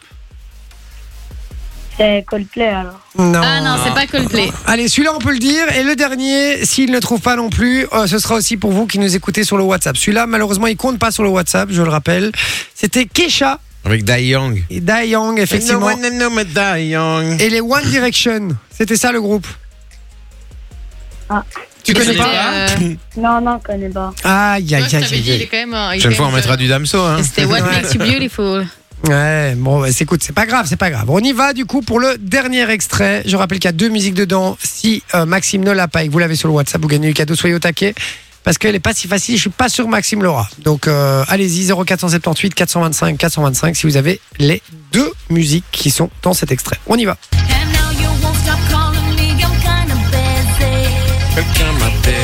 Speaker 10: C'est Coldplay alors.
Speaker 3: Non.
Speaker 6: Ah non, c'est pas Coldplay.
Speaker 3: Allez, celui-là, on peut le dire. Et le dernier, s'il ne trouve pas non plus, euh, ce sera aussi pour vous qui nous écoutez sur le WhatsApp. Celui-là, malheureusement, il compte pas sur le WhatsApp, je le rappelle. C'était Kesha
Speaker 5: Avec Dai Young.
Speaker 3: et Dae Young, effectivement.
Speaker 5: No, no, no, mais Dai Young.
Speaker 3: Et les One Direction. C'était ça, le groupe.
Speaker 10: Ah.
Speaker 3: Tu connais
Speaker 6: C'était,
Speaker 3: pas Ah.
Speaker 6: euh,
Speaker 10: Non, non, je connais pas.
Speaker 3: Aïe,
Speaker 7: Moi,
Speaker 3: aïe,
Speaker 7: je
Speaker 3: aïe,
Speaker 7: t'avais dit, il est
Speaker 3: aïe.
Speaker 7: quand même. euh, il est
Speaker 5: Prochaine
Speaker 7: quand
Speaker 5: fois, on
Speaker 7: même
Speaker 5: mettra du Damso. Hein.
Speaker 6: C'était What Makes You Beautiful.
Speaker 3: Ouais, bon, bah, c'est- écoute, c'est pas grave, c'est pas grave. On y va du coup pour le dernier extrait. Je rappelle qu'il y a deux musiques dedans. Si euh, Maxime ne l'a pas et que vous l'avez sur le WhatsApp, vous gagnez le cadeau. Soyez au taquet. Parce qu'elle n'est pas si facile, je suis pas sûr Maxime l'aura. Donc euh, allez-y, 0478 425 425 si vous avez les deux musiques qui sont dans cet extrait. On y va.
Speaker 10: And now you won't stop calling me, I'm kinda busy.
Speaker 5: Quelqu'un m'appelle.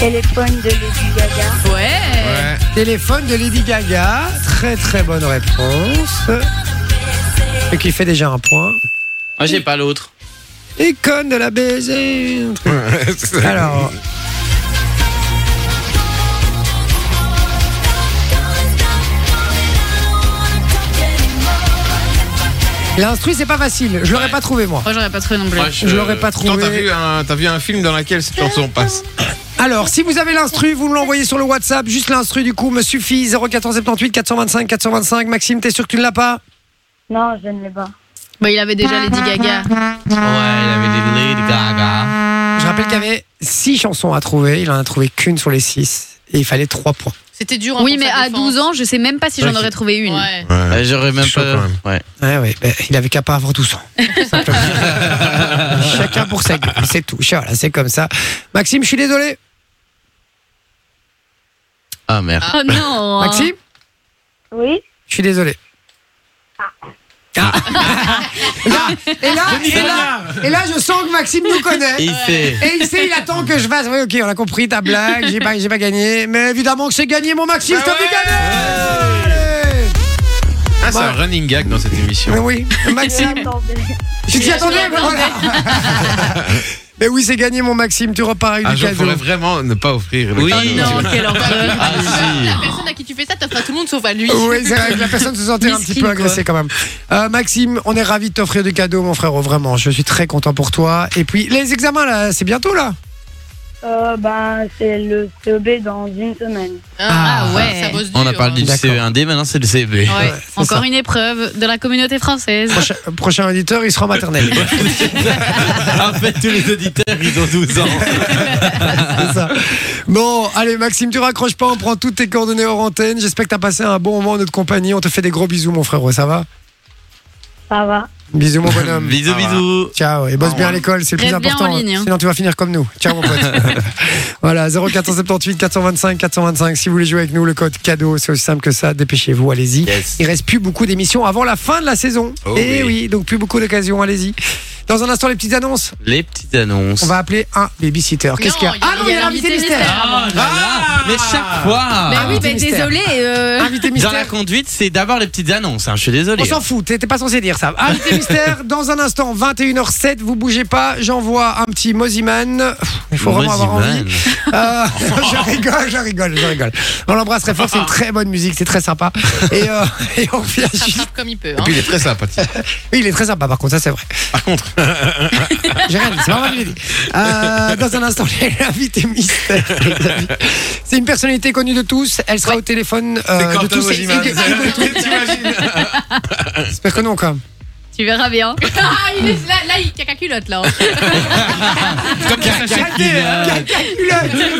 Speaker 9: Téléphone de Lady Gaga.
Speaker 6: Ouais.
Speaker 5: Ouais.
Speaker 3: Téléphone de Lady Gaga. Très très bonne réponse. Ce qui fait déjà un point.
Speaker 4: Moi, j'ai pas l'autre.
Speaker 3: Icône de la baiser. Alors. L'instru, c'est pas facile. Je l'aurais
Speaker 4: Ouais.
Speaker 3: pas trouvé, moi.
Speaker 6: Moi, j'aurais pas trouvé non plus.
Speaker 4: Moi,
Speaker 3: Je l'aurais pas
Speaker 5: Pourtant,
Speaker 3: trouvé.
Speaker 5: t'as vu, un- t'as vu un film dans lequel cette chanson passe.
Speaker 3: Alors, si vous avez l'instru, vous me l'envoyez sur le WhatsApp. Juste l'instru, du coup, me suffit. 0478 425 425. Maxime, t'es sûr que tu ne l'as pas
Speaker 9: Non, je ne l'ai pas.
Speaker 6: Bah, il avait déjà Lady Gaga.
Speaker 4: Ouais, il avait des Lady Gaga.
Speaker 3: Je rappelle qu'il y avait six chansons à trouver. Il en a trouvé qu'une sur les six. Et il fallait trois points.
Speaker 7: C'était dur.
Speaker 6: Oui, mais à 12 ans, je sais même pas si j'en
Speaker 5: Ouais,
Speaker 6: aurais trouvé une.
Speaker 7: Ouais.
Speaker 4: Ouais, Ah, J'aurais même
Speaker 5: C'est chaud, quand
Speaker 4: pas.
Speaker 5: même.
Speaker 4: Ouais.
Speaker 3: Ouais, ouais, ben, il avait qu'à pas avoir 12 ans. Simplement. Chacun pour sa gueule, c'est tout. Voilà, c'est comme ça. Maxime, je suis désolé.
Speaker 4: Ah merde.
Speaker 6: Oh non. hein.
Speaker 3: Maxime,
Speaker 9: Oui
Speaker 3: je suis désolé. Ah. Là, et, là, et, là, et là, je sens que Maxime nous connaît.
Speaker 4: Il sait.
Speaker 3: Et il sait, il attend que je fasse. Oui, ok, on a compris ta blague, j'ai pas, j'ai pas gagné. Mais évidemment que c'est gagné, mon
Speaker 4: Bah
Speaker 3: Maxime, je t'en ai gagné
Speaker 5: Ah, c'est un
Speaker 3: Ouais.
Speaker 5: running gag dans cette
Speaker 3: Mais
Speaker 5: émission.
Speaker 3: oui, Maxime.
Speaker 9: Attendez.
Speaker 3: Tu t'y attendais,
Speaker 6: attendais.
Speaker 3: voilà. Mais oui, c'est gagné, mon Maxime, tu repars avec
Speaker 5: Un
Speaker 3: du
Speaker 5: jour,
Speaker 3: Ah, cadeau.
Speaker 5: faudrait vraiment ne pas offrir le
Speaker 4: Oui,
Speaker 5: cadeau.
Speaker 6: Oh Non, quelle horreur.
Speaker 4: Ah
Speaker 7: La
Speaker 4: si.
Speaker 7: personne à qui tu fais ça, t'offres à tout le monde sauf à lui.
Speaker 3: Oui, c'est vrai que la personne se sentait un petit
Speaker 6: Miskine,
Speaker 3: peu agressée quand même. Euh, Maxime, on est ravis de t'offrir des cadeaux, mon frère. Vraiment, je suis très content pour toi. Et puis, les examens, là, c'est bientôt, là
Speaker 9: Euh,
Speaker 10: bah,
Speaker 9: ben, c'est le CEB dans une semaine.
Speaker 7: Hein,
Speaker 3: Ah,
Speaker 6: ouais.
Speaker 7: Ça bosse
Speaker 4: On a
Speaker 7: dur, hein.
Speaker 4: parlé du
Speaker 3: D'accord.
Speaker 4: CE1D, maintenant c'est le CB.
Speaker 6: Ouais.
Speaker 3: Ouais, c'est
Speaker 6: Encore
Speaker 3: ça.
Speaker 6: une épreuve de la communauté française.
Speaker 3: Prochain, prochain auditeur, il sera en maternelle.
Speaker 4: en fait, tous les auditeurs, ils ont 12 ans.
Speaker 3: C'est ça. Bon, allez, Maxime, tu raccroches pas. On prend toutes tes coordonnées hors antenne. J'espère que t'as passé un bon moment en notre compagnie. On te fait des gros bisous, mon frère. Ça va
Speaker 9: Ça va.
Speaker 3: Bisous, mon bonhomme.
Speaker 4: bisous, bisous.
Speaker 3: Ciao et bosse bien à l'école, c'est le plus
Speaker 6: Reste bien en
Speaker 3: important.
Speaker 6: ligne, hein.
Speaker 3: Sinon tu vas finir comme nous. Ciao mon pote. voilà, 0478 425 425 si vous voulez jouer avec nous le code cadeau, c'est aussi simple que ça, dépêchez-vous, allez-y.
Speaker 4: Yes.
Speaker 3: Il reste plus beaucoup d'émissions avant la fin de la saison.
Speaker 5: Oh
Speaker 3: et
Speaker 5: oui.
Speaker 3: oui. donc plus beaucoup d'occasions, allez-y. Dans un instant les petites annonces,
Speaker 4: Les petites annonces.
Speaker 3: on va appeler un babysitter. Qu'est-ce
Speaker 7: Non,
Speaker 3: qu'il y a
Speaker 7: il y a-
Speaker 3: Ah non, il y a l'invité mystère.
Speaker 4: Ah, là, là. Mais
Speaker 7: Ah.
Speaker 4: chaque fois.
Speaker 6: Bah oui,
Speaker 3: Invité
Speaker 6: bah,
Speaker 3: mystère.
Speaker 6: désolé. euh,
Speaker 3: Invité
Speaker 4: Dans la
Speaker 3: mystère.
Speaker 4: conduite, c'est d'abord les petites annonces. hein, Je suis désolé.
Speaker 3: On s'en fout, t'es t'es pas censé dire ça. Invité mystère, dans un instant, 21h07, vous bougez pas, j'envoie un petit Moziman. Il faut vraiment avoir
Speaker 4: Moziman.
Speaker 3: envie. Euh, je rigole, je rigole, je rigole. On l'embrasse très fort, c'est une très bonne musique, c'est très sympa. Et, euh, et on revient
Speaker 7: Ça
Speaker 3: juste-
Speaker 7: frappe comme il peut.
Speaker 5: Et
Speaker 7: hein.
Speaker 5: puis, il est très sympathique.
Speaker 3: Oui, il est très sympa par contre, ça c'est vrai.
Speaker 5: Par contre,
Speaker 3: J'ai rien dit, c'est pas moi qui l'ai dit. Euh, dans un instant, j'ai l'invité mystère. les amis. C'est une personnalité connue de tous, elle sera au téléphone euh,
Speaker 5: c'est
Speaker 3: de
Speaker 5: Quentin
Speaker 3: tous.
Speaker 5: Moziman. T'imagines
Speaker 3: J'espère que non quand même.
Speaker 6: Tu verras bien.
Speaker 7: Ah, il est là, là, il caca culotte là.
Speaker 4: Comme
Speaker 3: Calculeux,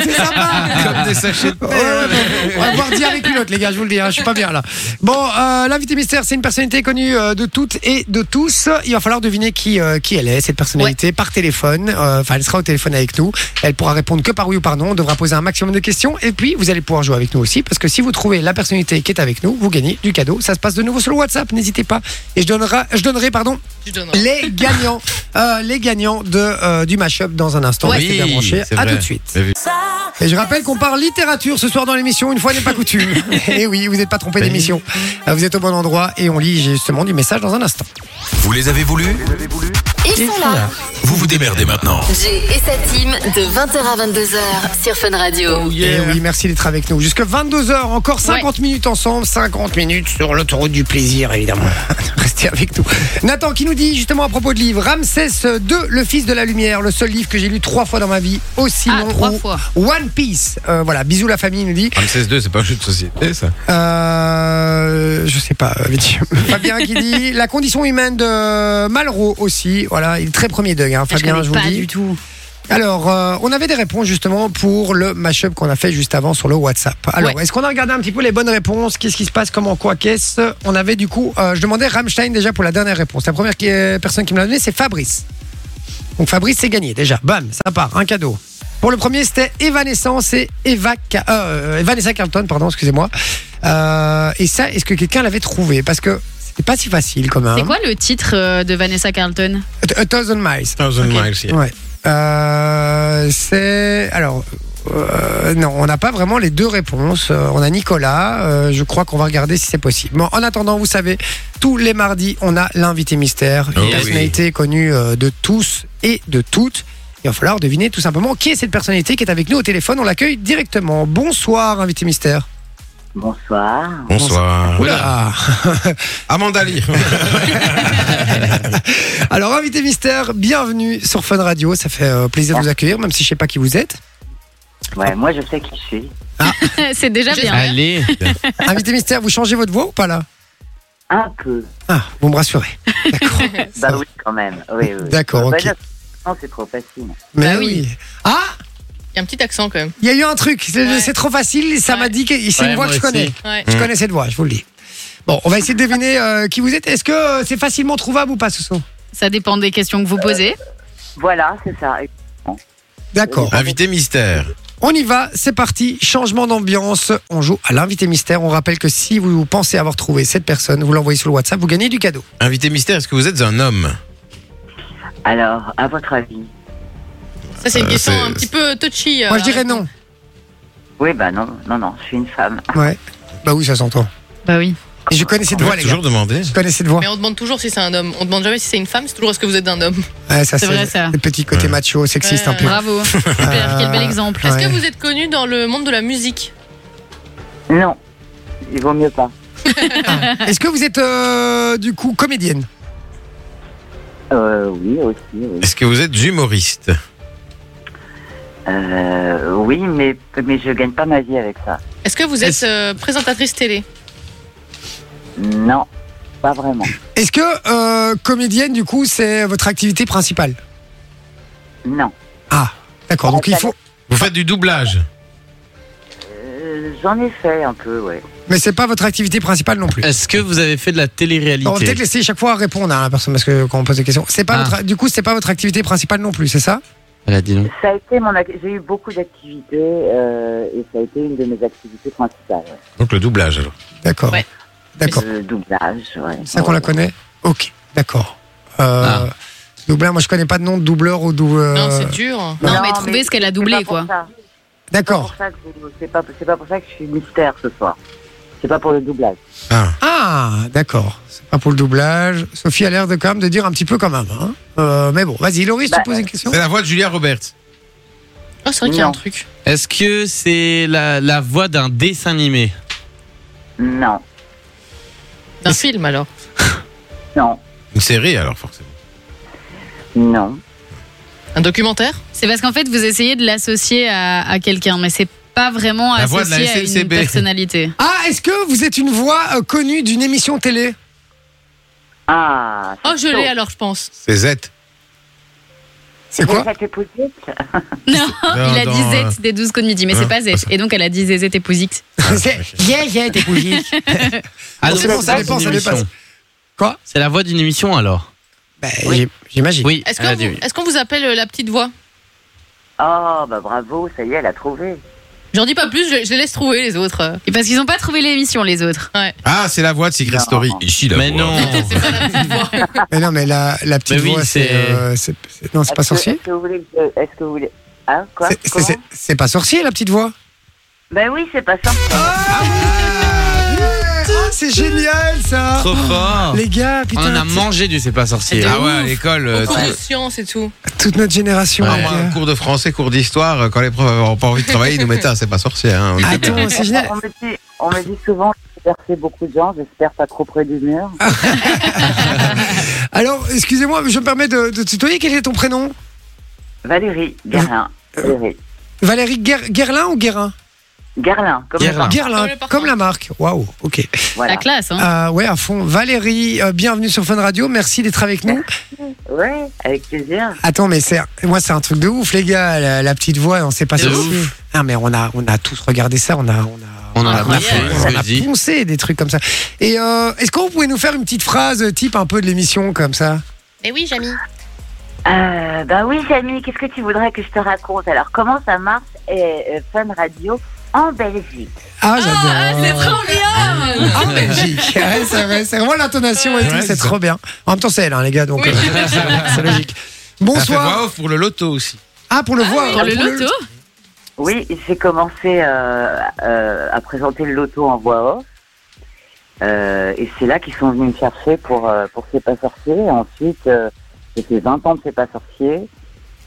Speaker 3: c'est sympa.
Speaker 5: Comme des sachets de
Speaker 3: Ouais, ouais,
Speaker 5: thé.
Speaker 3: ouais. Euh, on va voir dire avec l'autre les gars, je vous le dis, hein, je suis pas bien là. Bon, euh, l'invité mystère, c'est une personnalité connue euh, de toutes et de tous. Il va falloir deviner qui, euh, qui elle est, cette personnalité, par téléphone. Euh, Enfin, elle sera au téléphone avec nous. Elle pourra répondre que par oui ou par non. On devra poser un maximum de questions. Et puis, vous allez pouvoir jouer avec nous aussi, parce que si vous trouvez la personnalité qui est avec nous, vous gagnez du cadeau. Ça se passe de nouveau sur le WhatsApp, n'hésitez pas. Et je donnerai, je donnerai pardon,
Speaker 7: Tu donneras.
Speaker 3: les gagnants, euh, les gagnants de, euh, du mashup dans un instant.
Speaker 4: Ouais.
Speaker 3: Restez bien
Speaker 4: Oui,
Speaker 3: branchés.
Speaker 5: c'est
Speaker 3: À
Speaker 5: vrai.
Speaker 3: tout de suite.
Speaker 10: Ça,
Speaker 3: Et je rappelle qu'on parle littérature ce soir dans l'émission, une fois n'est pas coutume. et oui, vous n'êtes pas
Speaker 2: Eh
Speaker 3: trompé d'émission. Euh, Vous êtes au bon endroit et on lit justement du message dans un instant.
Speaker 2: Vous les avez voulu
Speaker 1: Ils sont là.
Speaker 2: Vous vous démerdez maintenant.
Speaker 3: Eh
Speaker 1: Jay et sa team de 20h à 22h sur Fun Radio.
Speaker 3: Et oui, merci d'être avec nous. Jusque 22h, encore 50 minutes ensemble, 50 minutes sur l'autoroute du plaisir, évidemment. Restez avec nous. Nathan qui nous dit justement à propos de livres, Ramsès II, le fils de la lumière, le seul livre que j'ai lu trois fois dans ma vie, aussi
Speaker 6: Ah,
Speaker 3: long
Speaker 6: trois
Speaker 3: ou
Speaker 6: fois.
Speaker 3: One Piece. Euh, voilà, bisous la famille, il nous dit.
Speaker 5: Ramsès 2, c'est pas un jeu de société, ça.
Speaker 3: Euh, je sais pas, euh, vite. Fabien qui dit la condition humaine de Malraux aussi. Voilà, il est très premier deuil, hein,
Speaker 6: Je
Speaker 3: Fabien,
Speaker 6: connais
Speaker 3: je vous
Speaker 6: pas
Speaker 3: le dis.
Speaker 6: du tout.
Speaker 3: Alors, euh, on avait des réponses justement pour le mashup qu'on a fait juste avant sur le WhatsApp. Alors, est-ce qu'on a regardé un petit peu les bonnes réponses Qu'est-ce qui se passe Comment Quoi Qu'est-ce On avait du coup, euh, je demandais Rammstein déjà pour la dernière réponse. La première qui est- personne qui me l'a donnée, c'est Fabrice. Donc Fabrice, c'est gagné déjà. Bam, ça part, un cadeau. Pour le premier, c'était Evanescence et Eva Ca- euh, Evanessa Carlton, pardon, excusez-moi. Euh, et ça, est-ce que quelqu'un l'avait trouvé Parce que c'était pas si facile hein. quand même.
Speaker 6: C'est quoi le titre euh, de Vanessa Carlton
Speaker 3: A- A Thousand Miles.
Speaker 5: Thousand
Speaker 6: Ok.
Speaker 5: miles, yeah.
Speaker 3: Ouais. Euh, c'est. Alors. euh, non, on n'a pas vraiment les deux réponses. Euh, on a Nicolas. euh, je crois qu'on va regarder si c'est possible. Bon, en attendant, vous savez, tous les mardis, on a l'invité mystère, une
Speaker 5: Oh oui.
Speaker 3: personnalité connue euh, de tous et de toutes. Il va falloir deviner tout simplement qui est cette personnalité qui est avec nous au téléphone. On l'accueille directement. Bonsoir, invité mystère.
Speaker 11: Bonsoir.
Speaker 5: Bonsoir.
Speaker 3: Oula.
Speaker 5: Amanda Lee.
Speaker 3: Alors, invité mystère, bienvenue sur Fun Radio. Ça fait euh, plaisir
Speaker 5: Ah.
Speaker 3: de vous accueillir, même si je sais pas qui vous êtes.
Speaker 11: Ouais, moi je sais qui je suis.
Speaker 6: C'est déjà bien.
Speaker 4: Allez.
Speaker 3: Ah. Invité mystère, vous changez votre voix ou pas là
Speaker 11: Un peu.
Speaker 3: Ah, vous me rassurez.
Speaker 6: Bah
Speaker 3: D'accord. Ça
Speaker 11: Bah
Speaker 3: va.
Speaker 11: oui, quand même. Oui, oui.
Speaker 3: D'accord,
Speaker 11: Bah,
Speaker 3: ok.
Speaker 11: bah, Non, c'est trop facile.
Speaker 3: Mais
Speaker 7: Bah oui.
Speaker 3: oui. Ah,
Speaker 7: Il y a un petit accent quand même.
Speaker 3: il y a eu un truc. C'est
Speaker 7: Ouais.
Speaker 3: c'est trop facile. Ça
Speaker 7: Ouais.
Speaker 3: m'a dit que c'est
Speaker 4: Ouais,
Speaker 3: une voix que
Speaker 4: moi
Speaker 3: je connais.
Speaker 4: aussi.
Speaker 7: Ouais.
Speaker 3: Je connais cette voix, je vous le dis. Bon, on va essayer de deviner euh, qui vous êtes. Est-ce que euh, c'est facilement trouvable ou pas, Soso
Speaker 6: Ça dépend des questions que vous posez.
Speaker 11: Euh, Voilà, c'est ça.
Speaker 3: D'accord.
Speaker 5: Invité mystère.
Speaker 3: On y va, c'est parti. Changement d'ambiance. On joue à l'invité mystère. On rappelle que si vous pensez avoir trouvé cette personne, vous l'envoyez sur le WhatsApp, vous gagnez du cadeau.
Speaker 5: Invité mystère, est-ce que vous êtes un homme
Speaker 11: Alors, à votre avis
Speaker 7: Ça, c'est une
Speaker 5: Euh,
Speaker 7: question
Speaker 5: c'est-
Speaker 7: un petit peu touchy. euh,
Speaker 3: Moi, je dirais
Speaker 7: alors.
Speaker 3: non.
Speaker 11: Oui, bah non, non, non, je suis une femme.
Speaker 3: Ouais. Bah oui, ça s'entend.
Speaker 6: Bah oui.
Speaker 3: Et je connais cette voix, les gars.
Speaker 5: Toujours demandé.
Speaker 3: Je connais cette voix.
Speaker 7: Mais on demande toujours si c'est un homme. On demande jamais si c'est une femme. C'est toujours est-ce que vous êtes d'un homme.
Speaker 3: Ouais, ça,
Speaker 6: C'est vrai, ça.
Speaker 3: Le petit côté
Speaker 5: Ouais.
Speaker 3: macho, sexiste un
Speaker 7: Ouais.
Speaker 3: peu.
Speaker 6: Bravo. Super, quel bel exemple.
Speaker 7: Est-ce
Speaker 3: Ouais.
Speaker 7: que vous êtes connu dans le monde de la musique
Speaker 11: Non, il vaut mieux pas.
Speaker 3: Ah. Est-ce que vous êtes euh, du coup comédienne
Speaker 11: Euh, oui, aussi, oui.
Speaker 5: Est-ce que vous êtes humoriste
Speaker 11: Euh, oui, mais, mais je gagne pas ma vie avec ça.
Speaker 7: Est-ce que vous êtes euh, présentatrice télé
Speaker 11: Non, pas vraiment.
Speaker 3: Est-ce que euh, comédienne, du coup, c'est votre activité principale
Speaker 11: Non.
Speaker 3: Ah, d'accord. Donc il faut.
Speaker 5: Vous faites du doublage
Speaker 11: Euh, J'en ai fait un peu, ouais.
Speaker 3: Mais c'est pas votre activité principale non plus.
Speaker 4: Est-ce que vous avez fait de la
Speaker 3: Alors, on va peut-être
Speaker 4: télé-réalité
Speaker 3: laisser chaque fois répondre à la personne parce que quand on pose des questions, c'est pas
Speaker 4: Ah.
Speaker 3: votre- du coup c'est pas votre activité principale non plus, c'est ça
Speaker 4: Elle a dit non.
Speaker 11: Ça a été mon. ac- J'ai eu beaucoup d'activités euh, et ça a été une de mes activités principales. ouais.
Speaker 5: Donc le doublage alors.
Speaker 3: D'accord.
Speaker 7: Ouais.
Speaker 3: D'accord.
Speaker 11: Le doublage, ouais.
Speaker 3: C'est ça qu'on la connaît. Ok, d'accord. Euh, Doubleur, moi je connais pas de nom de doubleur ou euh, doubleur.
Speaker 7: Non, c'est dur.
Speaker 6: Non,
Speaker 11: Non,
Speaker 6: mais
Speaker 11: mais
Speaker 6: trouver ce qu'elle a
Speaker 11: C'est pas
Speaker 6: doublé,
Speaker 11: pour
Speaker 6: quoi.
Speaker 11: ça. C'est pas
Speaker 3: D'accord.
Speaker 11: pour ça que je- C'est pas, c'est pas pour ça que je suis mystère ce soir. C'est pas pour le doublage.
Speaker 3: Ah, d'accord. C'est pas pour le doublage. Sophie a l'air de quand même de dire un petit peu quand même. hein. Euh, mais bon, vas-y, Loris,
Speaker 11: Bah,
Speaker 3: tu poses une question.
Speaker 5: C'est la voix de Julia Roberts.
Speaker 7: Ah, c'est vrai qu'il y a
Speaker 11: Non.
Speaker 7: un truc.
Speaker 4: Est-ce que c'est la, la voix d'un dessin animé
Speaker 11: Non,
Speaker 7: D'un film alors.
Speaker 11: non,
Speaker 5: Une série alors forcément.
Speaker 11: non.
Speaker 7: Un documentaire
Speaker 6: C'est parce qu'en fait, vous essayez de l'associer à, à quelqu'un, mais c'est pas vraiment
Speaker 5: La voix de la
Speaker 6: associé à une
Speaker 5: SNCB.
Speaker 6: personnalité.
Speaker 3: Ah, est-ce que vous êtes une voix euh, connue d'une émission télé
Speaker 11: Ah.
Speaker 7: Oh, je l'ai alors, je pense.
Speaker 5: C'est Z.
Speaker 3: C'est quoi
Speaker 11: Zézette et Pouzic
Speaker 6: Non,
Speaker 5: Non,
Speaker 6: il a dit
Speaker 5: dans, euh,
Speaker 6: Z des 12 qu'on midi, mais
Speaker 5: hein,
Speaker 6: c'est pas Z. Et donc, elle a dit Z et Pouzik.
Speaker 3: C'est yeah, yeah, t'es bougies.
Speaker 4: Ah
Speaker 3: Non,
Speaker 4: non,
Speaker 3: c'est bon, ça
Speaker 4: la voix
Speaker 3: dépend, ça
Speaker 4: d'une
Speaker 3: dépasse.
Speaker 4: émission.
Speaker 3: Quoi
Speaker 4: C'est la voix d'une émission alors
Speaker 3: Bah, j'ai- J'imagine.
Speaker 4: Oui.
Speaker 7: Est-ce
Speaker 4: elle
Speaker 7: qu'on
Speaker 4: a dit
Speaker 7: vous,
Speaker 4: oui.
Speaker 7: est-ce qu'on vous appelle euh, la petite voix
Speaker 11: Oh, bah bravo, ça y est, elle a trouvé.
Speaker 7: J'en dis pas plus, je, je les laisse trouver les autres. euh.
Speaker 6: Et parce qu'ils ont pas trouvé l'émission, les autres.
Speaker 5: Ah, c'est la voix de Secret
Speaker 11: Non.
Speaker 5: Story. Ici, la
Speaker 4: Mais
Speaker 5: voix.
Speaker 4: non.
Speaker 7: C'est pas la petite voix.
Speaker 3: Mais non, mais la, la petite
Speaker 4: Mais oui,
Speaker 3: voix, c'est.
Speaker 4: c'est-
Speaker 3: euh, c'est- c'est- non, c'est pas
Speaker 11: Est-ce que-
Speaker 3: sorcier.
Speaker 11: Est-ce que vous voulez. que je- Est-ce que vous voulez. Hein, quoi
Speaker 3: C'est- c'est-
Speaker 11: Comment
Speaker 3: c'est- C'est pas sorcier, la petite voix.
Speaker 11: Ben oui, c'est pas ça.
Speaker 3: Ah, c'est génial, ça. Oh,
Speaker 4: Trop fort
Speaker 3: Ah, Les gars, putain.
Speaker 4: On a mangé du C'est pas sorcier.
Speaker 5: Ah ouais, à l'école. euh,
Speaker 7: Cours de
Speaker 5: tout-
Speaker 7: science et tout.
Speaker 3: Toute notre génération,
Speaker 5: Ah,
Speaker 3: les
Speaker 5: moi, un
Speaker 3: gars.
Speaker 5: cours de français, cours d'histoire, euh, quand les profs n'avaient pas envie de travailler, ils nous mettaient, ah, c'est pas sorcier. Hein, on était bien.
Speaker 3: Attends, c'est génial.
Speaker 11: On me dit, on me dit souvent que j'ai percé beaucoup de gens, j'espère pas trop près du mur.
Speaker 3: Ah. Alors, excusez-moi, je me permets de, de te tutoyer. Quel est ton prénom
Speaker 11: Valérie Guérin. Valérie.
Speaker 3: Valérie Guer- Guerlin ou Guérin
Speaker 11: Guerlain, comme
Speaker 4: Guerlain.
Speaker 11: le
Speaker 3: Guerlain, comme, la marque. Waouh, ok.
Speaker 11: Voilà.
Speaker 6: La classe, hein.
Speaker 3: Euh, ouais, à fond. Valérie, euh, bienvenue sur Fun Radio. Merci d'être avec nous.
Speaker 11: Ouais, avec plaisir.
Speaker 3: Attends, mais c'est moi, c'est un truc de ouf, les gars. La, la petite voix, on sait pas
Speaker 4: De
Speaker 3: si-
Speaker 4: ouf.
Speaker 3: Ah, mais on a, on a tous regardé ça. On a, on a.
Speaker 4: On en a pas fait,
Speaker 3: on
Speaker 4: je
Speaker 3: a
Speaker 4: le dis.
Speaker 3: poncé des trucs comme ça. Et euh, est-ce que vous pouvez nous faire une petite phrase euh, type un peu de l'émission comme ça
Speaker 7: Mais oui, Jamie.
Speaker 11: Euh, bah oui, Jamie, qu'est-ce que tu voudrais que je te raconte Alors, comment ça marche et, Fun Radio en Belgique
Speaker 3: Ah, j'adore.
Speaker 7: bien
Speaker 3: Ah, en Belgique. Ouais, c'est vrai, c'est vraiment l'intonation et tout, c'est trop bien. En même temps, c'est elle, hein, les gars, donc
Speaker 7: Oui.
Speaker 3: euh,
Speaker 6: Ah
Speaker 3: c'est- c'est logique. Bonsoir.
Speaker 5: off pour le loto aussi.
Speaker 3: Ah, pour le voir.
Speaker 6: Pour le loto
Speaker 11: Oui, j'ai commencé euh, euh, à présenter le loto en voix off. Euh, et c'est là qu'ils sont venus me chercher pour, euh, pour C'est pas sorcier. Et ensuite, euh, j'ai fait 20 ans de C'est pas sorcier.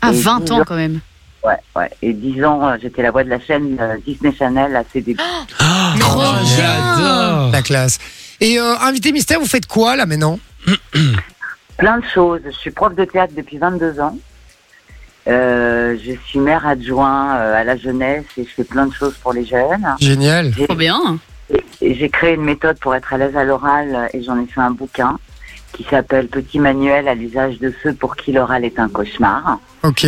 Speaker 6: À
Speaker 11: Et
Speaker 6: 20
Speaker 11: dix
Speaker 6: Ah, ans, quand même.
Speaker 11: Ouais, ouais. Et 10 ans, euh, j'étais la voix de la chaîne euh, Disney Channel à ses débuts.
Speaker 6: Ah, Trop
Speaker 4: J'adore.
Speaker 3: La classe. Et euh, invité mystère, vous faites quoi là maintenant
Speaker 11: Plein de choses. Je suis prof de théâtre depuis 22 ans. Euh, je suis maire adjoint euh, à la jeunesse et je fais plein de choses pour les jeunes.
Speaker 3: Génial.
Speaker 6: Trop bien.
Speaker 11: Et j'ai créé une méthode pour être à l'aise à l'oral euh, et j'en ai fait un bouquin qui s'appelle Petit manuel à l'usage de ceux pour qui l'oral est un cauchemar.
Speaker 3: Ok.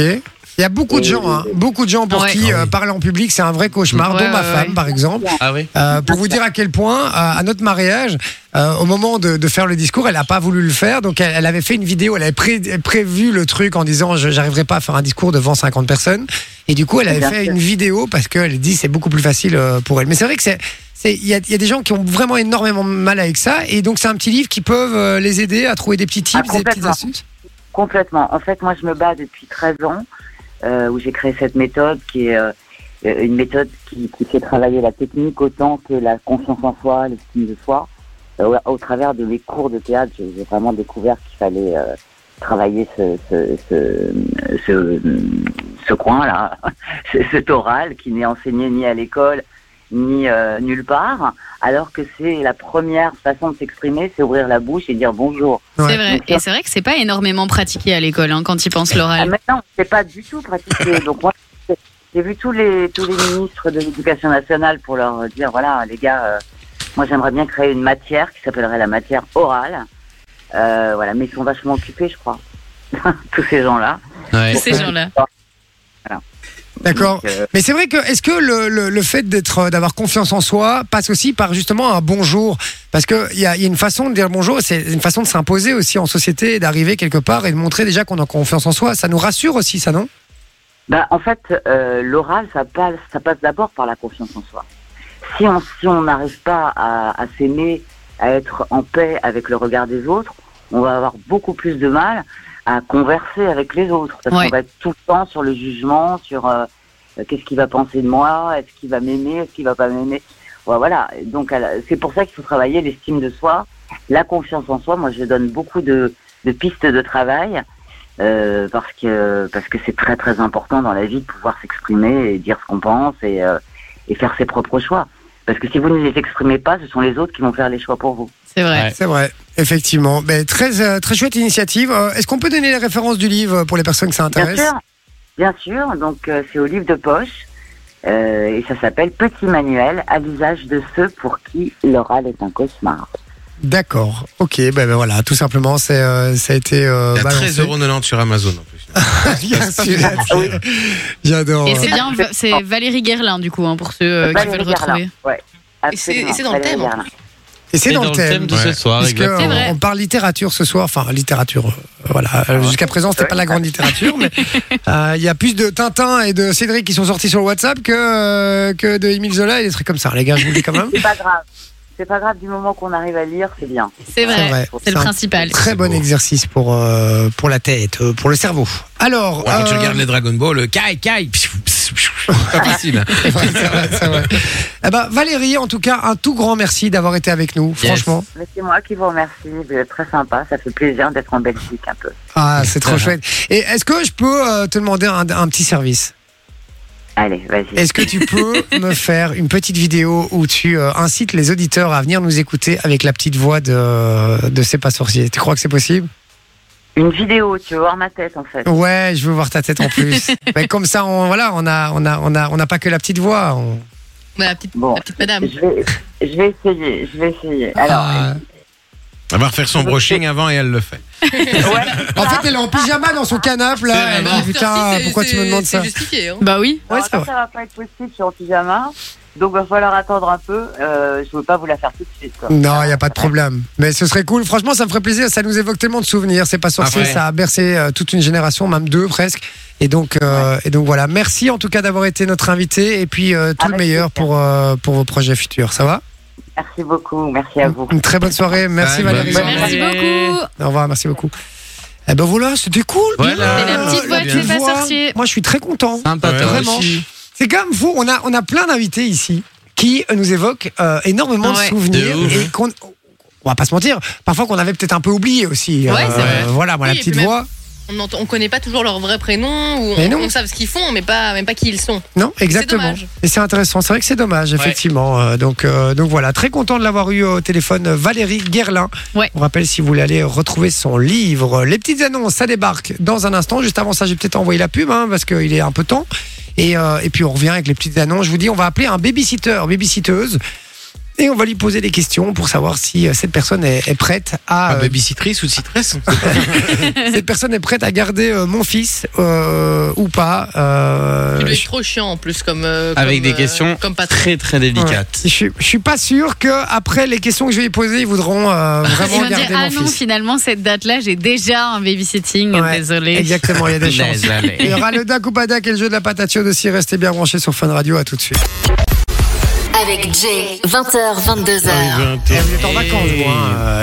Speaker 3: Il y a beaucoup de
Speaker 11: Et-
Speaker 3: gens, hein, beaucoup de gens pour
Speaker 6: Ouais.
Speaker 3: qui
Speaker 4: Ah
Speaker 3: euh,
Speaker 4: oui.
Speaker 3: parler en public c'est un vrai cauchemar,
Speaker 6: Ouais,
Speaker 3: dont ma
Speaker 6: ouais,
Speaker 3: femme
Speaker 6: ouais.
Speaker 3: par exemple.
Speaker 4: Ah oui.
Speaker 3: Euh, pour vous dire à quel point, euh, à notre mariage, euh, au moment de, de faire le discours, elle n'a pas voulu le faire. Donc, elle, elle avait fait une vidéo, elle avait pré- prévu le truc en disant Je n'arriverai pas à faire un discours devant 50 personnes. Et du coup, elle avait
Speaker 11: Bien
Speaker 3: fait
Speaker 11: sûr.
Speaker 3: une vidéo parce qu'elle dit C'est beaucoup plus facile euh, pour elle. Mais c'est vrai que c'est. c'est- Il y, a, il y a des gens qui ont vraiment énormément de mal avec ça. Et donc, c'est un petit livre qui peuvent euh, les aider à trouver des petits
Speaker 11: Ah,
Speaker 3: tips, des petites
Speaker 11: complètement.
Speaker 3: astuces.
Speaker 11: Complètement. En fait, moi, je me bats depuis 13 ans euh, où j'ai créé cette méthode qui est euh, une méthode qui, qui fait travailler la technique autant que la confiance en soi, l'estime de soi. Euh, au, au travers de mes cours de théâtre, j'ai j'ai vraiment découvert qu'il fallait euh, travailler ce, ce, ce, ce, ce coin-là, ce- cet oral qui n'est enseigné ni à l'école ni euh, nulle part, alors que c'est la première façon de s'exprimer, c'est ouvrir la bouche et dire bonjour.
Speaker 3: Ouais.
Speaker 6: C'est vrai. Et c'est vrai que c'est pas énormément pratiqué à l'école hein, quand ils pensent
Speaker 11: Ah,
Speaker 6: l'oral.
Speaker 11: maintenant, c'est pas du tout pratiqué. Donc moi, j'ai- j'ai vu tous les tous les ministres de l'éducation nationale pour leur dire voilà les gars, euh, moi j'aimerais bien créer une matière qui s'appellerait la matière orale. Euh, voilà, mais ils sont vachement occupés, je crois. tous ces gens-là.
Speaker 4: Ouais.
Speaker 6: Ces gens-là.
Speaker 3: D'accord.
Speaker 11: Donc, euh,
Speaker 3: Mais c'est vrai que est-ce que le, le, le fait d'être euh, d'avoir confiance en soi passe aussi par justement un bonjour parce que il y a, il y a une façon de dire bonjour, c'est une façon de s'imposer aussi en société, et d'arriver quelque part et de montrer déjà qu'on a confiance en soi. Ça nous rassure aussi, ça non
Speaker 11: Bah, en fait, euh, l'oral, ça passe, ça passe d'abord par la confiance en soi. Si on si on n'arrive pas à, à s'aimer, à être en paix avec le regard des autres, on va avoir beaucoup plus de mal à converser avec les autres parce
Speaker 6: Ouais.
Speaker 11: qu'on va être tout le temps sur le jugement, sur euh, euh, qu'est-ce qu'il va penser de moi, est-ce qu'il va m'aimer, est-ce qu'il va pas m'aimer. Ouais, voilà. Donc à la- c'est pour ça qu'il faut travailler l'estime de soi, la confiance en soi. Moi, je donne beaucoup de, de pistes de travail euh, parce que parce que c'est très très important dans la vie de pouvoir s'exprimer et dire ce qu'on pense et euh, et faire ses propres choix. Parce que si vous ne les exprimez pas, ce sont les autres qui vont faire les choix pour vous.
Speaker 6: C'est vrai.
Speaker 4: Ouais.
Speaker 3: C'est vrai, effectivement. Mais très euh, très chouette initiative. Euh, Est-ce qu'on peut donner les références du livre euh, pour les personnes que ça
Speaker 11: Bien
Speaker 3: intéresse
Speaker 11: sûr, bien sûr. Donc euh, c'est au livre de poche euh, et ça s'appelle Petit manuel à l'usage de ceux pour qui l'oral est un cauchemar.
Speaker 3: D'accord. Ok. Ben, ben voilà, tout simplement, c'est euh, ça a été. Euh,
Speaker 5: Il y a
Speaker 3: balancé.
Speaker 5: 13,90€ sur Amazon en plus.
Speaker 3: Ah, Bien sûr.
Speaker 11: Ah,
Speaker 3: J'adore.
Speaker 6: Et c'est bien, Va- c'est Valérie Guerlain, du coup, hein, pour ceux euh, qui veulent
Speaker 11: Valérie
Speaker 6: le
Speaker 11: Gerlin,
Speaker 6: retrouver.
Speaker 11: ouais, absolument,
Speaker 7: et c'est dans le
Speaker 11: Valérie
Speaker 7: thème, en
Speaker 11: Gerlin.
Speaker 3: Et c'est
Speaker 4: Et
Speaker 3: dans, le thème.
Speaker 4: de
Speaker 5: Ouais.
Speaker 4: ce soir.
Speaker 3: Parce que
Speaker 4: exactement.
Speaker 6: C'est vrai.
Speaker 3: on parle littérature ce soir, enfin littérature, euh, voilà. Euh, Jusqu'à présent, c'était
Speaker 11: Ouais.
Speaker 3: pas la grande littérature, mais euh, il y a plus de Tintin et de Cédric qui sont sortis sur le WhatsApp que euh, que de Émile Zola et des trucs comme ça. Les gars, je vous le dis quand même.
Speaker 11: C'est pas grave. C'est pas grave du moment qu'on arrive à lire, c'est bien.
Speaker 6: C'est
Speaker 3: C'est
Speaker 6: vrai.
Speaker 3: vrai.
Speaker 6: C'est le
Speaker 3: C'est un
Speaker 6: principal.
Speaker 3: Très bon
Speaker 5: beau.
Speaker 3: exercice pour euh, pour la tête, euh, pour le cerveau. Alors,
Speaker 5: Ouais, quand tu
Speaker 3: euh,
Speaker 5: regardes les Dragon Ball, Kai, Kai, pfiou, pfiou, pfiou, pas facile. hein.
Speaker 3: c'est vrai, c'est vrai, c'est vrai. Eh ben, Valérie, en tout cas, un tout grand merci d'avoir été avec nous.
Speaker 4: Yes.
Speaker 3: Franchement,
Speaker 11: Mais c'est moi qui vous remercie, vous êtes très sympa, ça fait plaisir d'être en Belgique un peu.
Speaker 3: ah, c'est trop
Speaker 4: Ouais.
Speaker 3: chouette. Et est-ce que je peux euh, te demander un- un petit service?
Speaker 11: Allez, vas-y.
Speaker 3: Est-ce que tu peux me faire une petite vidéo où tu euh, incites les auditeurs à venir nous écouter avec la petite voix de, de C'est pas sorcier Tu crois que c'est possible
Speaker 11: Une vidéo, tu veux voir ma tête en fait.
Speaker 3: Ouais, je veux voir ta tête en plus. Mais comme ça, on voilà, on a, on a, on a, on n'a pas que la petite voix. on-
Speaker 7: la petite, la petite madame.
Speaker 11: Je vais, je vais essayer, je vais essayer. Alors,
Speaker 3: Ah.
Speaker 5: Elle va refaire son brushing avant et elle le fait.
Speaker 3: En fait, elle est en pyjama dans son canapé
Speaker 5: C'est
Speaker 3: là. Elle
Speaker 5: vraiment-
Speaker 3: dit putain,
Speaker 7: C'est-
Speaker 3: ah, pourquoi tu me
Speaker 7: c'est-
Speaker 3: demandes
Speaker 7: c'est
Speaker 3: ça Ah,
Speaker 7: justifié, hein.
Speaker 6: Bah oui.
Speaker 3: Ouais,
Speaker 11: alors,
Speaker 3: ça
Speaker 11: ça, ça va pas être possible, je suis en pyjama. Donc, va falloir attendre un peu. Euh, je veux pas vous la faire tout de suite. Quoi.
Speaker 3: Non, il n'y a pas de problème. Mais ce serait cool. Franchement, ça me ferait plaisir. Ça nous évoque tellement de souvenirs. C'est pas sorcier.
Speaker 5: Ah ouais.
Speaker 3: Ça a bercé euh, toute une génération, même deux presque. Et donc, euh, et donc voilà. Merci en tout cas d'avoir été notre invité. Et puis euh, tout
Speaker 11: Avec
Speaker 3: le meilleur
Speaker 11: plaisir.
Speaker 3: pour, euh, pour vos projets futurs. Ça va
Speaker 11: Merci beaucoup, merci à vous.
Speaker 3: Une très bonne soirée. Merci
Speaker 4: Ouais,
Speaker 3: Valérie.
Speaker 4: bonne soirée.
Speaker 6: Merci
Speaker 4: Ouais.
Speaker 6: beaucoup.
Speaker 3: Au revoir. Merci beaucoup. Eh ben voilà, c'était cool. bien.
Speaker 4: Voilà.
Speaker 6: Et la petite
Speaker 3: Euh,
Speaker 6: voix de
Speaker 3: tu
Speaker 6: C'est pas
Speaker 3: vois,
Speaker 6: sorcier.
Speaker 3: Moi, je suis très content.
Speaker 4: Sympa,
Speaker 5: Ouais,
Speaker 4: toi
Speaker 3: vraiment.
Speaker 4: aussi.
Speaker 3: C'est quand même fou. On a, on a plein d'invités ici qui nous évoquent euh, énormément
Speaker 6: Ah ouais.
Speaker 3: de souvenirs
Speaker 4: De ouf.
Speaker 3: et qu'on. On va pas se mentir, parfois qu'on avait peut-être un peu oublié aussi. euh,
Speaker 7: Ouais, c'est
Speaker 4: vrai.
Speaker 3: Voilà, moi, la
Speaker 7: Oui, et
Speaker 3: petite
Speaker 7: puis même-
Speaker 3: voix.
Speaker 7: On n'entend- on connaît pas toujours leur vrai prénom, ou
Speaker 3: Mais
Speaker 7: on,
Speaker 3: non. Euh,
Speaker 7: on sait ce qu'ils font, mais pas, mais pas qui ils sont.
Speaker 3: Non, exactement.
Speaker 7: dommage.
Speaker 3: Et c'est intéressant. C'est vrai que c'est dommage, effectivement. Euh, donc, euh, donc voilà, très content de l'avoir eu au téléphone, euh, Valérie Guerlin.
Speaker 6: Ouais.
Speaker 3: On rappelle si vous voulez aller retrouver son livre. Les petites annonces, ça débarque dans un instant. Juste avant ça, j'ai peut-être envoyé la pub, hein, parce qu'il est un peu temps. Et, euh, et puis on revient avec les petites annonces. Je vous dis, on va appeler un babysitter, babysitteuse. Et on va lui poser des questions pour savoir si euh, cette personne est, est prête à euh,
Speaker 5: babysitrice ou citresse
Speaker 3: cette personne est prête à garder euh, mon fils euh, ou pas. Euh,
Speaker 7: Il doit
Speaker 3: je-
Speaker 7: être trop chiant en plus, comme. euh,
Speaker 4: Avec
Speaker 7: comme,
Speaker 4: des
Speaker 7: euh,
Speaker 4: questions
Speaker 7: Comme patron.
Speaker 4: Très très délicate.
Speaker 3: Je, suis- je suis pas sûr que après les questions que je vais lui poser, ils voudront euh,
Speaker 6: Ils
Speaker 3: vraiment
Speaker 6: vont dire
Speaker 3: garder
Speaker 6: Ah
Speaker 3: mon
Speaker 6: non,
Speaker 3: fils.
Speaker 6: finalement, cette date-là, j'ai déjà un babysitting.
Speaker 3: Ouais,
Speaker 6: Désolé.
Speaker 3: Exactement, il y a des chances. Il y
Speaker 4: Désolé.
Speaker 3: aura le Dac ou pas Dac et le jeu de la patatio aussi. Restez bien branchés sur Fun Radio. À tout de suite.
Speaker 1: Avec Jay, 20h, 22h.
Speaker 3: vous êtes en vacances, vous.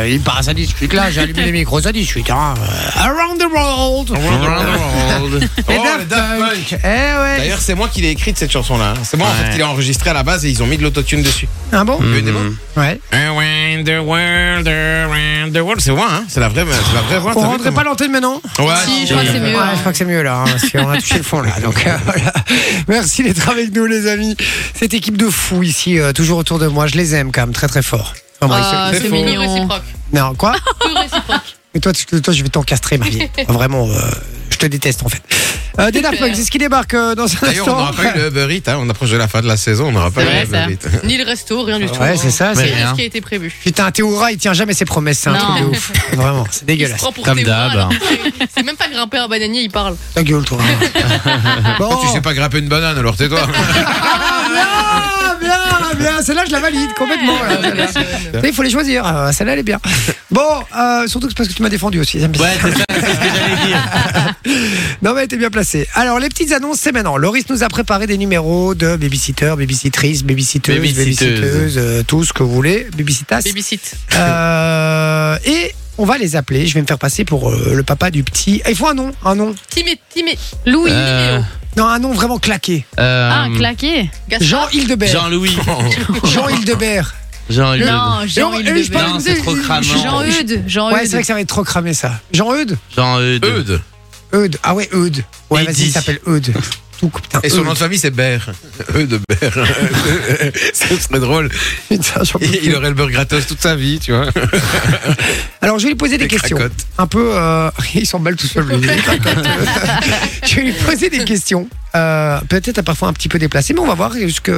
Speaker 3: il part, ça discute. Là, j'ai allumé les micros, ça discute. Around the world.
Speaker 5: Oh, le Daft Punk.
Speaker 3: Eh ouais.
Speaker 5: D'ailleurs, c'est moi qui l'ai écrite cette chanson-là. hein. C'est moi en
Speaker 4: Ouais.
Speaker 5: fait qui l'ai enregistrée à la base et ils ont mis de l'autotune dessus.
Speaker 3: Ah
Speaker 1: Hmm.
Speaker 3: bon
Speaker 5: Vous avez des voix
Speaker 3: Ouais.
Speaker 5: Around the world, around the world. C'est moi, hein. C'est la vraie, c'est la vraie voix.
Speaker 3: On
Speaker 5: t'as vu
Speaker 3: rendrait
Speaker 5: comment-
Speaker 3: pas l'antenne maintenant
Speaker 5: Ouais,
Speaker 6: Si, je crois que c'est mieux.
Speaker 3: Ouais, je crois que c'est mieux là, hein, parce qu'on a touché le fond là. Donc euh, voilà. Merci d'être avec nous, les amis. Cette équipe de fous ici, euh, toujours autour de moi, je les aime quand même très très fort. Vraiment,
Speaker 6: Ah,
Speaker 3: ils
Speaker 6: c'est
Speaker 7: Peu
Speaker 6: mignon.
Speaker 7: réciproque.
Speaker 3: se- Non, quoi
Speaker 7: Peu réciproque.
Speaker 3: Mais toi, tu- toi, je vais t'encastrer, ma vie. Vraiment, euh, je te déteste en fait. Euh, des Daft Punk, c'est ce qui débarque euh, dans un
Speaker 5: D'ailleurs, on
Speaker 3: instant.
Speaker 5: n'aura pas eu le Uber Eats, hein. On approche de la fin de la saison, on n'aura pas eu
Speaker 6: C'est vrai,
Speaker 5: le
Speaker 6: ça.
Speaker 5: Uber Eats.
Speaker 7: Ni le resto, rien du tout.
Speaker 3: Ouais, c'est ça,
Speaker 7: C'est
Speaker 4: c'est
Speaker 7: rien
Speaker 4: rien.
Speaker 7: ce qui a été prévu.
Speaker 3: Putain, Théoura, il tient jamais ses promesses, c'est un
Speaker 6: Non.
Speaker 3: truc de ouf. Vraiment, c'est
Speaker 7: Il se
Speaker 3: dégueulasse.
Speaker 7: prend pour
Speaker 4: Comme
Speaker 7: tes bras,
Speaker 4: d'hab.
Speaker 7: là. C'est même pas grimper un bananier, il parle.
Speaker 3: Ta gueule, toi. bon.
Speaker 5: Oh, Tu sais pas grapper une banane, alors tais-toi.
Speaker 3: Ah, bien, bien, bien. Celle-là, je la valide complètement. là, celle-là. Tu sais, Il faut les choisir. Euh, Celle-là, elle est bien. Bon, euh, surtout que c'est parce que tu m'as défendu aussi. J'aime bien.
Speaker 4: Ouais, c'est ça, c'est ce que j'allais dire.
Speaker 3: Non, mais t'es bien placé. Alors, les petites annonces, c'est maintenant. Loris nous a préparé des numéros de babysitter, babysitrice, babysitteuse,
Speaker 4: Babysitteuse.
Speaker 3: babysitteuse, euh, tout ce que vous voulez, babysitas.
Speaker 7: Babysit.
Speaker 3: Euh, et on va les appeler. Je vais me faire passer pour euh, le papa du petit. Ah, Il faut un nom, un nom.
Speaker 7: Timé, Timé. Louis.
Speaker 4: Euh,
Speaker 3: Non, un nom vraiment claqué.
Speaker 4: Euh,
Speaker 6: Ah, claqué.
Speaker 3: Jean Hildebert.
Speaker 4: Jean-Louis.
Speaker 3: Jean Hildebert.
Speaker 4: Jean-Louis.
Speaker 6: Non, Jean
Speaker 3: Et on- et je
Speaker 6: Hildebert.
Speaker 3: parlais
Speaker 4: Non,
Speaker 3: de-
Speaker 4: c'est trop cramant.
Speaker 6: Jean Eudes. Jean
Speaker 3: Ouais, c'est vrai
Speaker 6: Eudes.
Speaker 3: que ça va être trop cramé ça. Jean Eudes
Speaker 4: Jean-Eudes.
Speaker 5: Eudes.
Speaker 3: Eudes. Ah ouais, Eudes. Ouais,
Speaker 4: Eddie.
Speaker 3: vas-y, il s'appelle Eudes. Tout, putain,
Speaker 5: Et son
Speaker 3: Eudes.
Speaker 5: nom de famille, c'est Bert. Eudebert. Ce serait drôle.
Speaker 3: Putain, j'en peux
Speaker 5: Il
Speaker 3: plus.
Speaker 5: aurait le beurre gratos toute sa vie, tu vois.
Speaker 3: Alors, je vais lui poser des
Speaker 5: Des
Speaker 3: questions.
Speaker 5: cracottes.
Speaker 3: Un peu. euh, Il s'emballe tout seul, lui. Il est cracotte. je vais lui poser des questions. Euh, Peut-être parfois un petit peu déplacées, mais on va voir jusque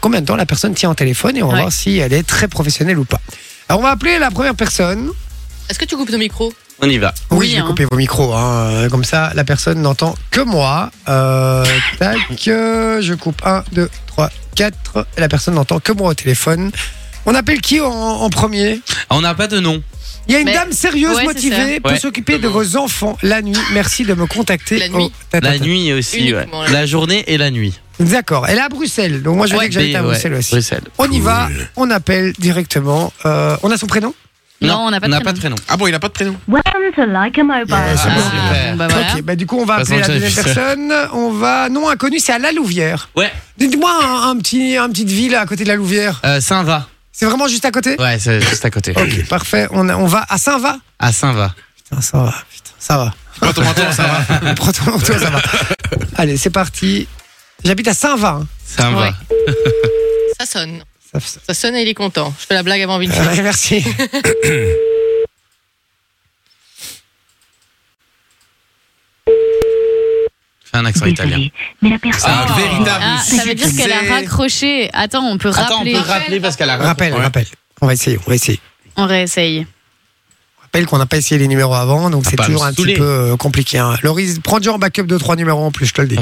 Speaker 3: combien de temps la personne tient en téléphone et on va
Speaker 6: Ouais.
Speaker 3: voir si elle est très professionnelle ou pas. Alors, on va appeler la première personne.
Speaker 7: Est-ce que tu coupes ton micro
Speaker 4: On y va.
Speaker 3: Oui,
Speaker 6: Oui,
Speaker 3: je vais
Speaker 6: hein.
Speaker 3: couper vos micros. hein. Euh, Comme ça, la personne n'entend que moi. Euh, tac, euh, je coupe 1, 2, 3, 4. La personne n'entend que moi au téléphone. On appelle qui en, en premier
Speaker 4: On n'a pas de nom.
Speaker 3: Il y a une
Speaker 6: Mais-
Speaker 3: dame sérieuse,
Speaker 6: Ouais, c'est
Speaker 3: motivée, pour
Speaker 4: Ouais.
Speaker 3: s'occuper de vos enfants la nuit. Merci de me contacter.
Speaker 7: La nuit.
Speaker 3: au- Attends,
Speaker 4: La
Speaker 3: attends.
Speaker 4: nuit aussi, ouais.
Speaker 7: Uniquement, ouais.
Speaker 4: La journée et la nuit.
Speaker 3: D'accord, elle est à Bruxelles. Donc moi, je vais
Speaker 4: Ouais,
Speaker 3: dire que j'habite à
Speaker 4: ouais,
Speaker 3: Bruxelles aussi.
Speaker 4: Bruxelles.
Speaker 3: On y va, on appelle directement. Euh, on a son prénom
Speaker 6: Non, on n'a pas de prénom.
Speaker 4: prénom.
Speaker 5: Ah bon, il a pas de prénom.
Speaker 10: Welcome to Like a Mobile.
Speaker 4: c'est bon.
Speaker 6: Ah, bon, bah voilà.
Speaker 3: Ok, bah du coup, on va
Speaker 4: Parce
Speaker 3: appeler la
Speaker 4: qu'on le
Speaker 3: deuxième
Speaker 4: sait.
Speaker 3: personne. On va. Non, inconnu, c'est à La Louvière.
Speaker 4: Ouais,
Speaker 3: Dites-moi un, un petit, un petite ville à côté de la Louvière.
Speaker 4: euh, Saint-Va.
Speaker 3: C'est vraiment juste à côté
Speaker 4: Ouais, c'est juste à côté.
Speaker 3: Ok, parfait. On, a- on va à Saint-Va
Speaker 4: À Saint-Va.
Speaker 3: Putain, ça va. Putain, ça va.
Speaker 5: Quand on m'entend, ça va.
Speaker 3: Prends ton manteau, ça va. Allez, c'est parti. J'habite à Saint-Va. hein.
Speaker 4: Saint-Va.
Speaker 6: Ouais.
Speaker 7: Ça sonne.
Speaker 3: Ça- ça-
Speaker 7: Ça sonne et il est content. Je fais la blague avant Vinci.
Speaker 3: Ouais, merci.
Speaker 4: Fais un accent italien.
Speaker 6: Mais la personne.
Speaker 4: Ah, véritable
Speaker 6: ça veut dire
Speaker 4: succès.
Speaker 6: qu'elle a raccroché. Attends, on peut
Speaker 4: Attends, on
Speaker 6: rappeler.
Speaker 4: peut rappeler parce qu'elle a
Speaker 3: Rappel, rappel. On va essayer, on va essayer.
Speaker 6: On réessaye.
Speaker 3: rappelle qu'on n'a pas essayé les numéros avant, donc
Speaker 4: Ah,
Speaker 3: c'est
Speaker 4: pas
Speaker 3: toujours
Speaker 4: me
Speaker 3: un
Speaker 4: saouler.
Speaker 3: petit peu euh, compliqué. hein. Loris, prends déjà en backup de trois numéros en plus, je te le dis.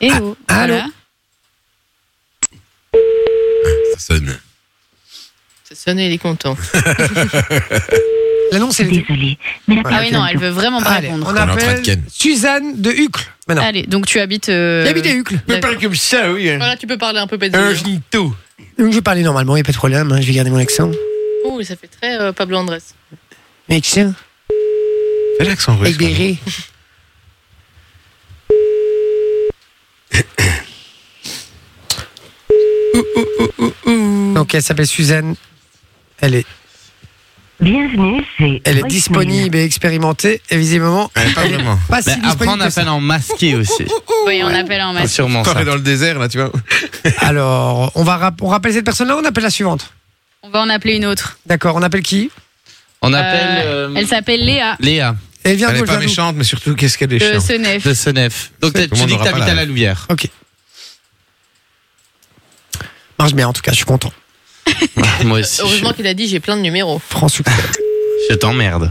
Speaker 6: Et oh.
Speaker 3: allô
Speaker 6: voilà.
Speaker 5: Ça sonne.
Speaker 7: Ça sonne et il est content.
Speaker 3: L'annonce, elle était-
Speaker 6: Ah oui, non, elle veut vraiment pas
Speaker 3: Allez,
Speaker 6: répondre.
Speaker 3: on
Speaker 5: est en train de
Speaker 3: appelle
Speaker 5: ken.
Speaker 3: Suzanne de Hucle. Maintenant,
Speaker 6: Allez, donc tu habites. euh,
Speaker 3: il habite à Hucle.
Speaker 5: Mais pas comme ça, oui.
Speaker 7: Voilà, tu peux parler un peu
Speaker 5: Un
Speaker 7: pédale.
Speaker 3: Euh,
Speaker 5: gnito.
Speaker 3: Donc je vais parler normalement, il n'y a pas de problème, hein, je vais garder mon accent.
Speaker 7: Ouh, ça fait très euh, Pablo Andrés.
Speaker 3: Mais tiens,
Speaker 5: Fais l'accent russe. quand même.
Speaker 3: Aigberé. Donc elle s'appelle Suzanne. Elle est,
Speaker 11: Bienvenue, c'est.
Speaker 3: elle est disponible et expérimentée. Et visiblement,
Speaker 5: Ouais, pas
Speaker 3: elle est
Speaker 5: vraiment.
Speaker 3: pas si
Speaker 4: Mais Ben, après, on
Speaker 3: disponible que ça.
Speaker 4: appelle en masqué aussi.
Speaker 6: Oui, on appelle en
Speaker 4: C'est
Speaker 6: masse.
Speaker 4: Sûrement
Speaker 5: Encore
Speaker 4: ça.
Speaker 5: est dans le désert, là, tu vois.
Speaker 3: Alors, on va rap- on rappelle cette personne-là, on appelle la suivante.
Speaker 6: On va en appeler une autre.
Speaker 3: D'accord, on appelle qui
Speaker 4: On
Speaker 6: Euh,
Speaker 4: appelle euh,
Speaker 6: Elle s'appelle Léa
Speaker 4: Léa
Speaker 3: Elle vient
Speaker 5: Elle
Speaker 3: d'où
Speaker 5: est
Speaker 3: elle
Speaker 5: pas
Speaker 3: vient d'où
Speaker 5: méchante, mais surtout, qu'est-ce qu'elle est
Speaker 6: de
Speaker 5: chiante.
Speaker 6: Senef.
Speaker 4: de Senef. Donc t'as-
Speaker 5: Tout le
Speaker 4: tu
Speaker 5: monde
Speaker 4: dis que
Speaker 5: n'aura
Speaker 4: t'habites
Speaker 5: pas la
Speaker 4: à la
Speaker 5: ref.
Speaker 4: Louvière.
Speaker 3: Marche bien en tout cas, je suis content.
Speaker 4: Moi aussi.
Speaker 7: Heureusement qu'il a dit j'ai plein de numéros.
Speaker 3: Franc succès.
Speaker 4: Je, je t'emmerde.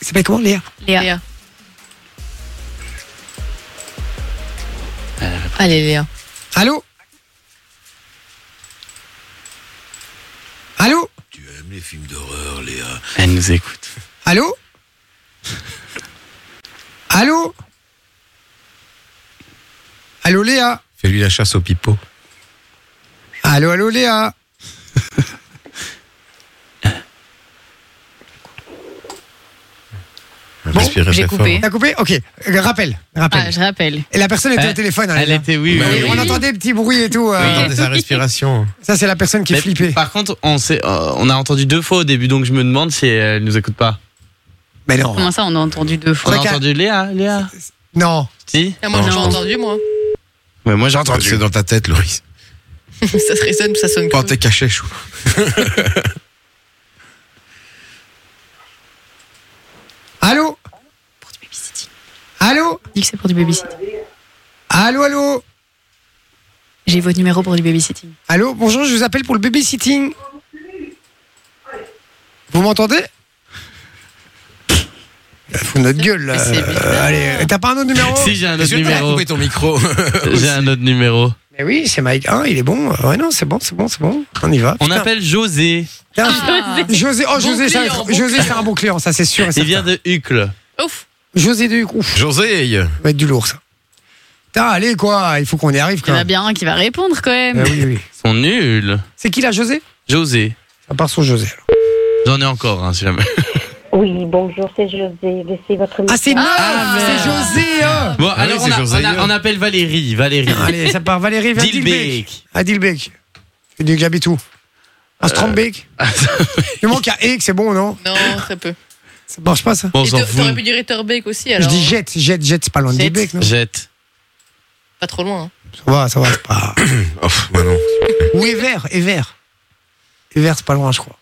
Speaker 3: Ça s'appelle comment Léa
Speaker 6: Léa.
Speaker 7: Léa.
Speaker 6: Euh,
Speaker 7: Allez Léa.
Speaker 3: Allô Allô
Speaker 5: Tu aimes les films d'horreur, Léa.
Speaker 4: Elle nous écoute.
Speaker 3: Allô Allô Allô Léa
Speaker 5: Fais-lui la chasse au pipeau.
Speaker 3: Allô, allô Léa
Speaker 6: Bon,
Speaker 5: Respirez
Speaker 6: j'ai
Speaker 5: très fort.
Speaker 6: coupé.
Speaker 3: T'as coupé Ok, euh, rappel, rappel.
Speaker 6: Ah, je rappelle.
Speaker 3: Et la personne était
Speaker 4: Euh,
Speaker 3: au téléphone. hein,
Speaker 4: Elle
Speaker 3: les gars.
Speaker 4: était, oui,
Speaker 5: Bah
Speaker 4: oui,
Speaker 5: oui,
Speaker 4: oui.
Speaker 3: On entendait des petits bruits et tout. euh,
Speaker 5: On entendait sa respiration.
Speaker 3: Ça, c'est la personne qui est
Speaker 4: Mais
Speaker 3: flippée.
Speaker 4: Par contre, on, s'est- euh, on a entendu deux fois au début, donc je me demande si elle nous écoute pas.
Speaker 3: Mais non.
Speaker 6: Oh. Comment ça, on a entendu deux
Speaker 4: On
Speaker 6: fois
Speaker 4: a
Speaker 3: Ouais, car-
Speaker 4: entendu Léa, Léa
Speaker 3: Non.
Speaker 4: Si
Speaker 7: Ah, moi
Speaker 5: Non,
Speaker 7: j'ai
Speaker 5: je pense-
Speaker 7: entendu moi.
Speaker 4: Ouais, Moi j'ai
Speaker 5: C'est
Speaker 4: entendu.
Speaker 5: dans ta tête, Loris.
Speaker 7: ça se résonne ou ça sonne
Speaker 5: Quand
Speaker 7: creux.
Speaker 5: t'es caché, chou.
Speaker 3: Allô
Speaker 6: pour du babysitting.
Speaker 3: Allô
Speaker 6: Dis que c'est pour du babysitting.
Speaker 3: Allô, allô
Speaker 6: J'ai votre numéro pour du babysitting.
Speaker 3: Allô, bonjour, je vous appelle pour le babysitting. Vous m'entendez Ils font notre gueule là.
Speaker 7: Mais c'est bizarre.
Speaker 3: Euh, allez, t'as pas un autre numéro
Speaker 4: Si j'ai un
Speaker 5: Est-ce
Speaker 4: autre
Speaker 5: que t'as
Speaker 4: numéro.
Speaker 5: coupé ton micro
Speaker 4: J'ai un autre numéro.
Speaker 3: Mais oui, c'est Mike 1, il est bon. Ouais, non, c'est bon, c'est bon, c'est bon. On y va.
Speaker 4: On
Speaker 3: Putain,
Speaker 4: appelle José.
Speaker 3: putain,
Speaker 6: Ah.
Speaker 3: José, oh,
Speaker 7: Bon
Speaker 3: José, ça
Speaker 7: client,
Speaker 3: va être-
Speaker 7: bon
Speaker 3: José, c'est un bon client, ça c'est sûr. et
Speaker 4: Il
Speaker 3: certain.
Speaker 4: vient de Hucle.
Speaker 7: Ouf.
Speaker 3: José de ouf,
Speaker 5: José,
Speaker 3: ça va être du lourd ça. Putain, allez quoi, il faut qu'on y arrive
Speaker 6: Il y
Speaker 3: quand
Speaker 6: en a
Speaker 3: même.
Speaker 6: bien un qui va répondre quand même.
Speaker 3: Eh oui, oui.
Speaker 4: Ils sont nuls.
Speaker 3: C'est qui là, José
Speaker 4: José.
Speaker 3: À part son José. alors.
Speaker 4: J'en ai encore, hein, si jamais.
Speaker 9: Oui, bonjour, c'est José. Laissez votre
Speaker 3: Ah, c'est neuf,
Speaker 6: Ah, merde.
Speaker 3: c'est José. hein.
Speaker 4: Bon,
Speaker 5: Ah
Speaker 4: alors
Speaker 5: oui,
Speaker 4: on,
Speaker 5: c'est
Speaker 4: a-
Speaker 5: José.
Speaker 4: on a- on appelle Valérie. Valérie.
Speaker 3: Ah, Allez, ça part. Valérie, viens
Speaker 4: Dilbeek.
Speaker 3: Adilbeck. Tu dis que j'habite où À Strombeek Il manque un E, que c'est bon, non
Speaker 7: Non, très peu.
Speaker 3: Ça marche pas, ça
Speaker 4: Bon, on
Speaker 7: Et
Speaker 4: s'en
Speaker 7: t'a- T'aurais
Speaker 4: fout.
Speaker 7: pu dire Etterbeek aussi
Speaker 3: Je
Speaker 7: alors.
Speaker 3: dis jette, jette, jette, c'est pas loin de
Speaker 7: Jette.
Speaker 3: Dilbeek, non
Speaker 4: Jette.
Speaker 7: Pas trop loin. hein.
Speaker 3: Ça va, ça va, c'est pas.
Speaker 5: Oh, bah non.
Speaker 3: Ou Ever, Ever. Ever, c'est pas loin, je crois.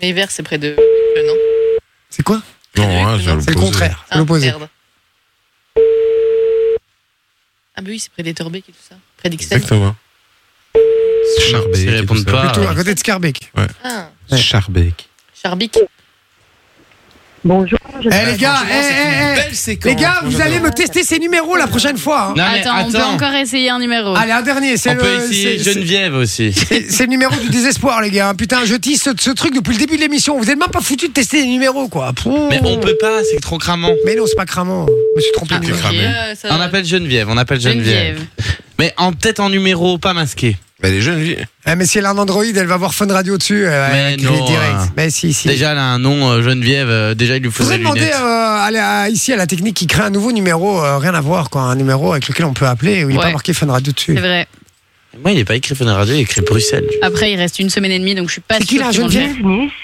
Speaker 7: Mais hiver c'est près de. Euh, Non.
Speaker 3: C'est quoi
Speaker 5: Non, hein, je vais
Speaker 3: C'est le
Speaker 5: poser.
Speaker 3: contraire, c'est
Speaker 7: Ah,
Speaker 3: l'opposé.
Speaker 7: merde. Ah bah oui, c'est près d'Etterbeek et tout ça. Près d'Ixelles.
Speaker 5: Exactement. Charbec.
Speaker 4: S'ils
Speaker 5: et
Speaker 4: répondent
Speaker 5: tout ça.
Speaker 4: pas.
Speaker 3: Plutôt à côté de Scarbeck.
Speaker 7: Ah,
Speaker 3: Ouais.
Speaker 5: Charbec.
Speaker 7: Charbic.
Speaker 9: Bonjour, je
Speaker 3: Eh les gars, eh, eh, eh,
Speaker 5: Belle séquence.
Speaker 3: les gars,
Speaker 5: Moi,
Speaker 3: vous
Speaker 5: j'adore.
Speaker 3: allez me tester ces numéros la prochaine fois. hein.
Speaker 4: Non, mais
Speaker 6: attends, on peut encore essayer un numéro.
Speaker 3: Allez, un dernier, c'est
Speaker 4: On
Speaker 3: le.
Speaker 4: peut essayer
Speaker 3: c'est- c'est-
Speaker 4: Geneviève aussi.
Speaker 3: C'est c'est le numéro du désespoir, les gars. Putain, je tisse ce, ce truc depuis le début de l'émission. Vous êtes même pas foutu de tester les numéros, quoi. Pouh.
Speaker 4: Mais on peut pas, c'est trop cramant.
Speaker 3: Mais non, c'est pas cramant. Je me suis trompé.
Speaker 6: Ah,
Speaker 3: de
Speaker 6: ok.
Speaker 3: numéro.
Speaker 5: cramé.
Speaker 7: Ah, ça
Speaker 4: On
Speaker 7: va.
Speaker 4: appelle Geneviève, on appelle Geneviève.
Speaker 6: Geneviève.
Speaker 4: Mais en peut-être en numéro pas masqué.
Speaker 5: Bah, les jeunes, vi-
Speaker 3: Eh, mais si elle a un Android, elle va voir Fun Radio dessus. euh,
Speaker 4: Mais
Speaker 3: avec
Speaker 4: non,
Speaker 3: les directs.
Speaker 4: hein.
Speaker 3: Mais si, si.
Speaker 4: Déjà, elle a un nom, euh, Geneviève, euh, déjà, il lui faut
Speaker 3: Faudrait
Speaker 4: des
Speaker 3: demander
Speaker 4: lunettes.
Speaker 3: euh, à la- ici à la technique qui crée un nouveau numéro, euh, rien à voir, quoi. Un numéro avec lequel on peut appeler et où il n'est
Speaker 6: Ouais.
Speaker 3: pas marqué Fun Radio
Speaker 6: C'est
Speaker 3: dessus.
Speaker 6: vrai.
Speaker 4: Moi, il n'est pas écrit Fun Radio, il est écrit Bruxelles.
Speaker 6: Après, il reste une semaine et demie, donc je suis pas
Speaker 3: C'est
Speaker 6: sûre
Speaker 3: qui, là,
Speaker 6: qu'ils vont le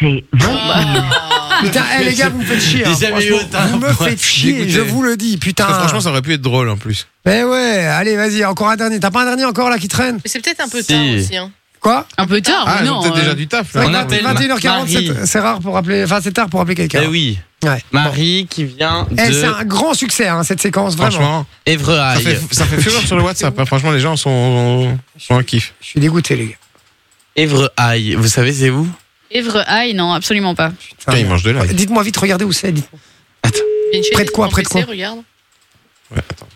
Speaker 3: Geneviève
Speaker 6: faire.
Speaker 7: Ah.
Speaker 3: Putain, eh, les gars, vous me faites chier. hein.
Speaker 4: J'ai jamais eu
Speaker 3: Franchement,
Speaker 4: autant
Speaker 3: vous me
Speaker 4: de
Speaker 3: faites
Speaker 4: points.
Speaker 3: chier,
Speaker 5: Dégoûté.
Speaker 3: je vous le dis, putain.
Speaker 5: Parce que franchement, ça aurait pu être drôle en plus.
Speaker 3: Ben Mais ouais, allez, vas-y, encore un dernier. T'as pas un dernier encore là qui traîne
Speaker 7: Mais c'est peut-être un peu
Speaker 4: Si.
Speaker 7: tard aussi. Hein.
Speaker 3: Quoi
Speaker 6: Un peu tard,
Speaker 5: Ah,
Speaker 6: mais
Speaker 5: ils ont
Speaker 6: non.
Speaker 5: peut-être
Speaker 6: euh,
Speaker 5: déjà du taf. là.
Speaker 4: On
Speaker 3: Ouais,
Speaker 4: appelle
Speaker 3: 21h47,
Speaker 4: Marie.
Speaker 3: c'est rare pour appeler. Enfin, c'est tard pour appeler quelqu'un.
Speaker 4: Eh oui.
Speaker 3: Ouais.
Speaker 4: Marie qui vient
Speaker 3: Eh, c'est
Speaker 4: de
Speaker 3: un grand succès hein, cette séquence, vraiment.
Speaker 5: Franchement, ça
Speaker 4: Évreuil.
Speaker 5: fait, ça fait fureur sur le WhatsApp. hein. Franchement, les gens sont, sont en kiff.
Speaker 3: Je suis dégoûté, les gars.
Speaker 4: Évreuil, vous savez c'est où
Speaker 6: Evre High, non, absolument pas.
Speaker 3: Ah,
Speaker 5: Putain, ils mangent de l'ail.
Speaker 3: Dites-moi vite, regardez où c'est. dites-moi. Près de quoi, près de quoi
Speaker 7: Regarde.
Speaker 5: Ouais, attends.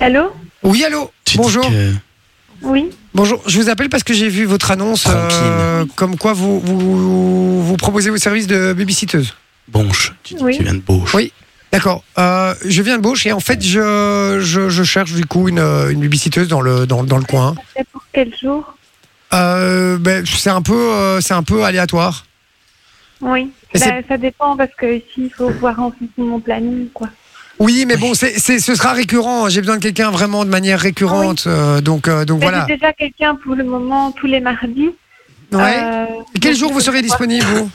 Speaker 12: Allô
Speaker 3: Oui, allô.
Speaker 4: Tu dis
Speaker 3: Bonjour.
Speaker 4: que-
Speaker 12: Oui
Speaker 3: Bonjour. Je vous appelle parce que j'ai vu votre annonce euh, comme quoi vous, vous vous proposez vos services de babysitteuse.
Speaker 4: Bonche, tu dis
Speaker 12: Oui.
Speaker 4: que tu viens de Beauche.
Speaker 3: Oui. D'accord. Euh, je viens de Beauche et en fait, je, je, je cherche du coup une, euh, une babysitteuse dans le, dans, dans le coin.
Speaker 12: C'est pour quel jour
Speaker 3: Euh, ben, c'est un peu euh, c'est un peu aléatoire.
Speaker 12: Oui.
Speaker 3: Et
Speaker 12: Bah, ça dépend parce que ici, il faut voir en fonction de mon planning, quoi.
Speaker 3: Oui, mais bon, c'est, c'est- ce sera récurrent. J'ai besoin de quelqu'un vraiment de manière récurrente. euh, donc euh, donc
Speaker 12: Mais
Speaker 3: voilà.
Speaker 12: J'ai déjà quelqu'un pour le moment, tous les mardis.
Speaker 3: Ouais.
Speaker 12: Euh,
Speaker 3: Et quel
Speaker 12: donc,
Speaker 3: jour vous
Speaker 12: je
Speaker 3: serez
Speaker 12: vais voir.
Speaker 3: disponible vous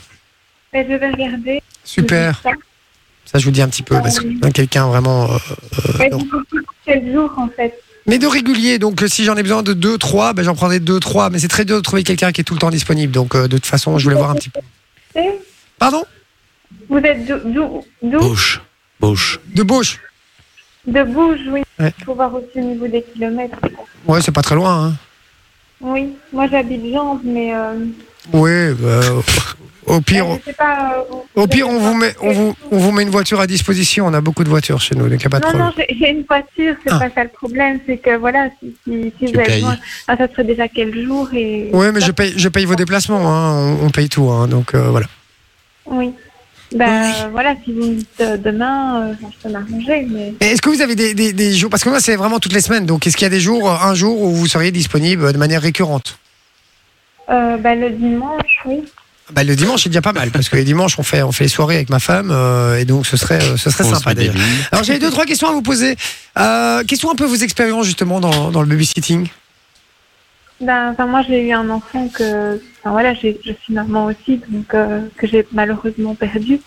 Speaker 12: Mais Je vais regarder.
Speaker 3: Super.
Speaker 12: Je sais
Speaker 3: Ça, je vous dis un petit peu parce que j'ai besoin de quelqu'un vraiment. euh,
Speaker 12: pas. Mais
Speaker 3: non.
Speaker 12: Ben, je sais pas Quel jour, en fait
Speaker 3: Mais de régulier, donc euh, si j'en ai besoin de 2 3, ben j'en prendrai 2 3, mais c'est très dur de trouver quelqu'un qui est tout le temps disponible. Donc euh, de toute façon, je voulais voir un petit peu.
Speaker 12: C'est-
Speaker 3: Pardon
Speaker 12: Vous êtes d'où- d'où d'où
Speaker 4: Beauche. Beauche.
Speaker 3: De Beauche.
Speaker 12: De Bouge, oui.
Speaker 3: Ouais.
Speaker 12: Pour voir aussi au niveau des kilomètres.
Speaker 3: Ouais, c'est pas très loin hein.
Speaker 12: Oui, moi j'habite Jambes, mais euh,
Speaker 3: Ouais, bah, au pire
Speaker 12: je sais pas. euh,
Speaker 3: au pire on vous met on vous on vous met une voiture à disposition, on a beaucoup de voitures chez nous, donc il y a pas de
Speaker 12: Non, non,
Speaker 3: problème.
Speaker 12: j'ai j'ai une voiture, c'est
Speaker 3: Ah.
Speaker 12: pas ça le problème, c'est que voilà, si, si, si
Speaker 4: Tu
Speaker 12: vous avez
Speaker 4: payes.
Speaker 12: besoin, ah, ça serait déjà quel jour et.
Speaker 3: Ouais, mais je paye je paye vos déplacements hein, on, on paye tout hein, donc euh, voilà.
Speaker 12: Oui. Ben voilà, si vous me dites euh, demain, euh, je peux m'arranger, mais.
Speaker 3: Mais est-ce que vous avez des, des, des jours parce que moi c'est vraiment toutes les semaines, donc est-ce qu'il y a des jours euh, un jour où vous seriez disponible euh, de manière récurrente
Speaker 12: Euh, ben, le dimanche, oui.
Speaker 3: bah, le dimanche c'est déjà pas mal parce que les dimanches on fait on fait les soirées avec ma femme euh, et donc ce serait euh, ce serait
Speaker 4: On se
Speaker 3: sympa
Speaker 4: met des
Speaker 3: d'ailleurs.
Speaker 4: billes.
Speaker 3: Alors j'avais deux trois questions à vous poser. Euh, question un peu vos expériences justement dans, dans le babysitting.
Speaker 12: Ben, enfin, moi j'ai eu un enfant que. Enfin voilà, j'ai- je suis maman aussi, donc euh, que j'ai malheureusement perdu.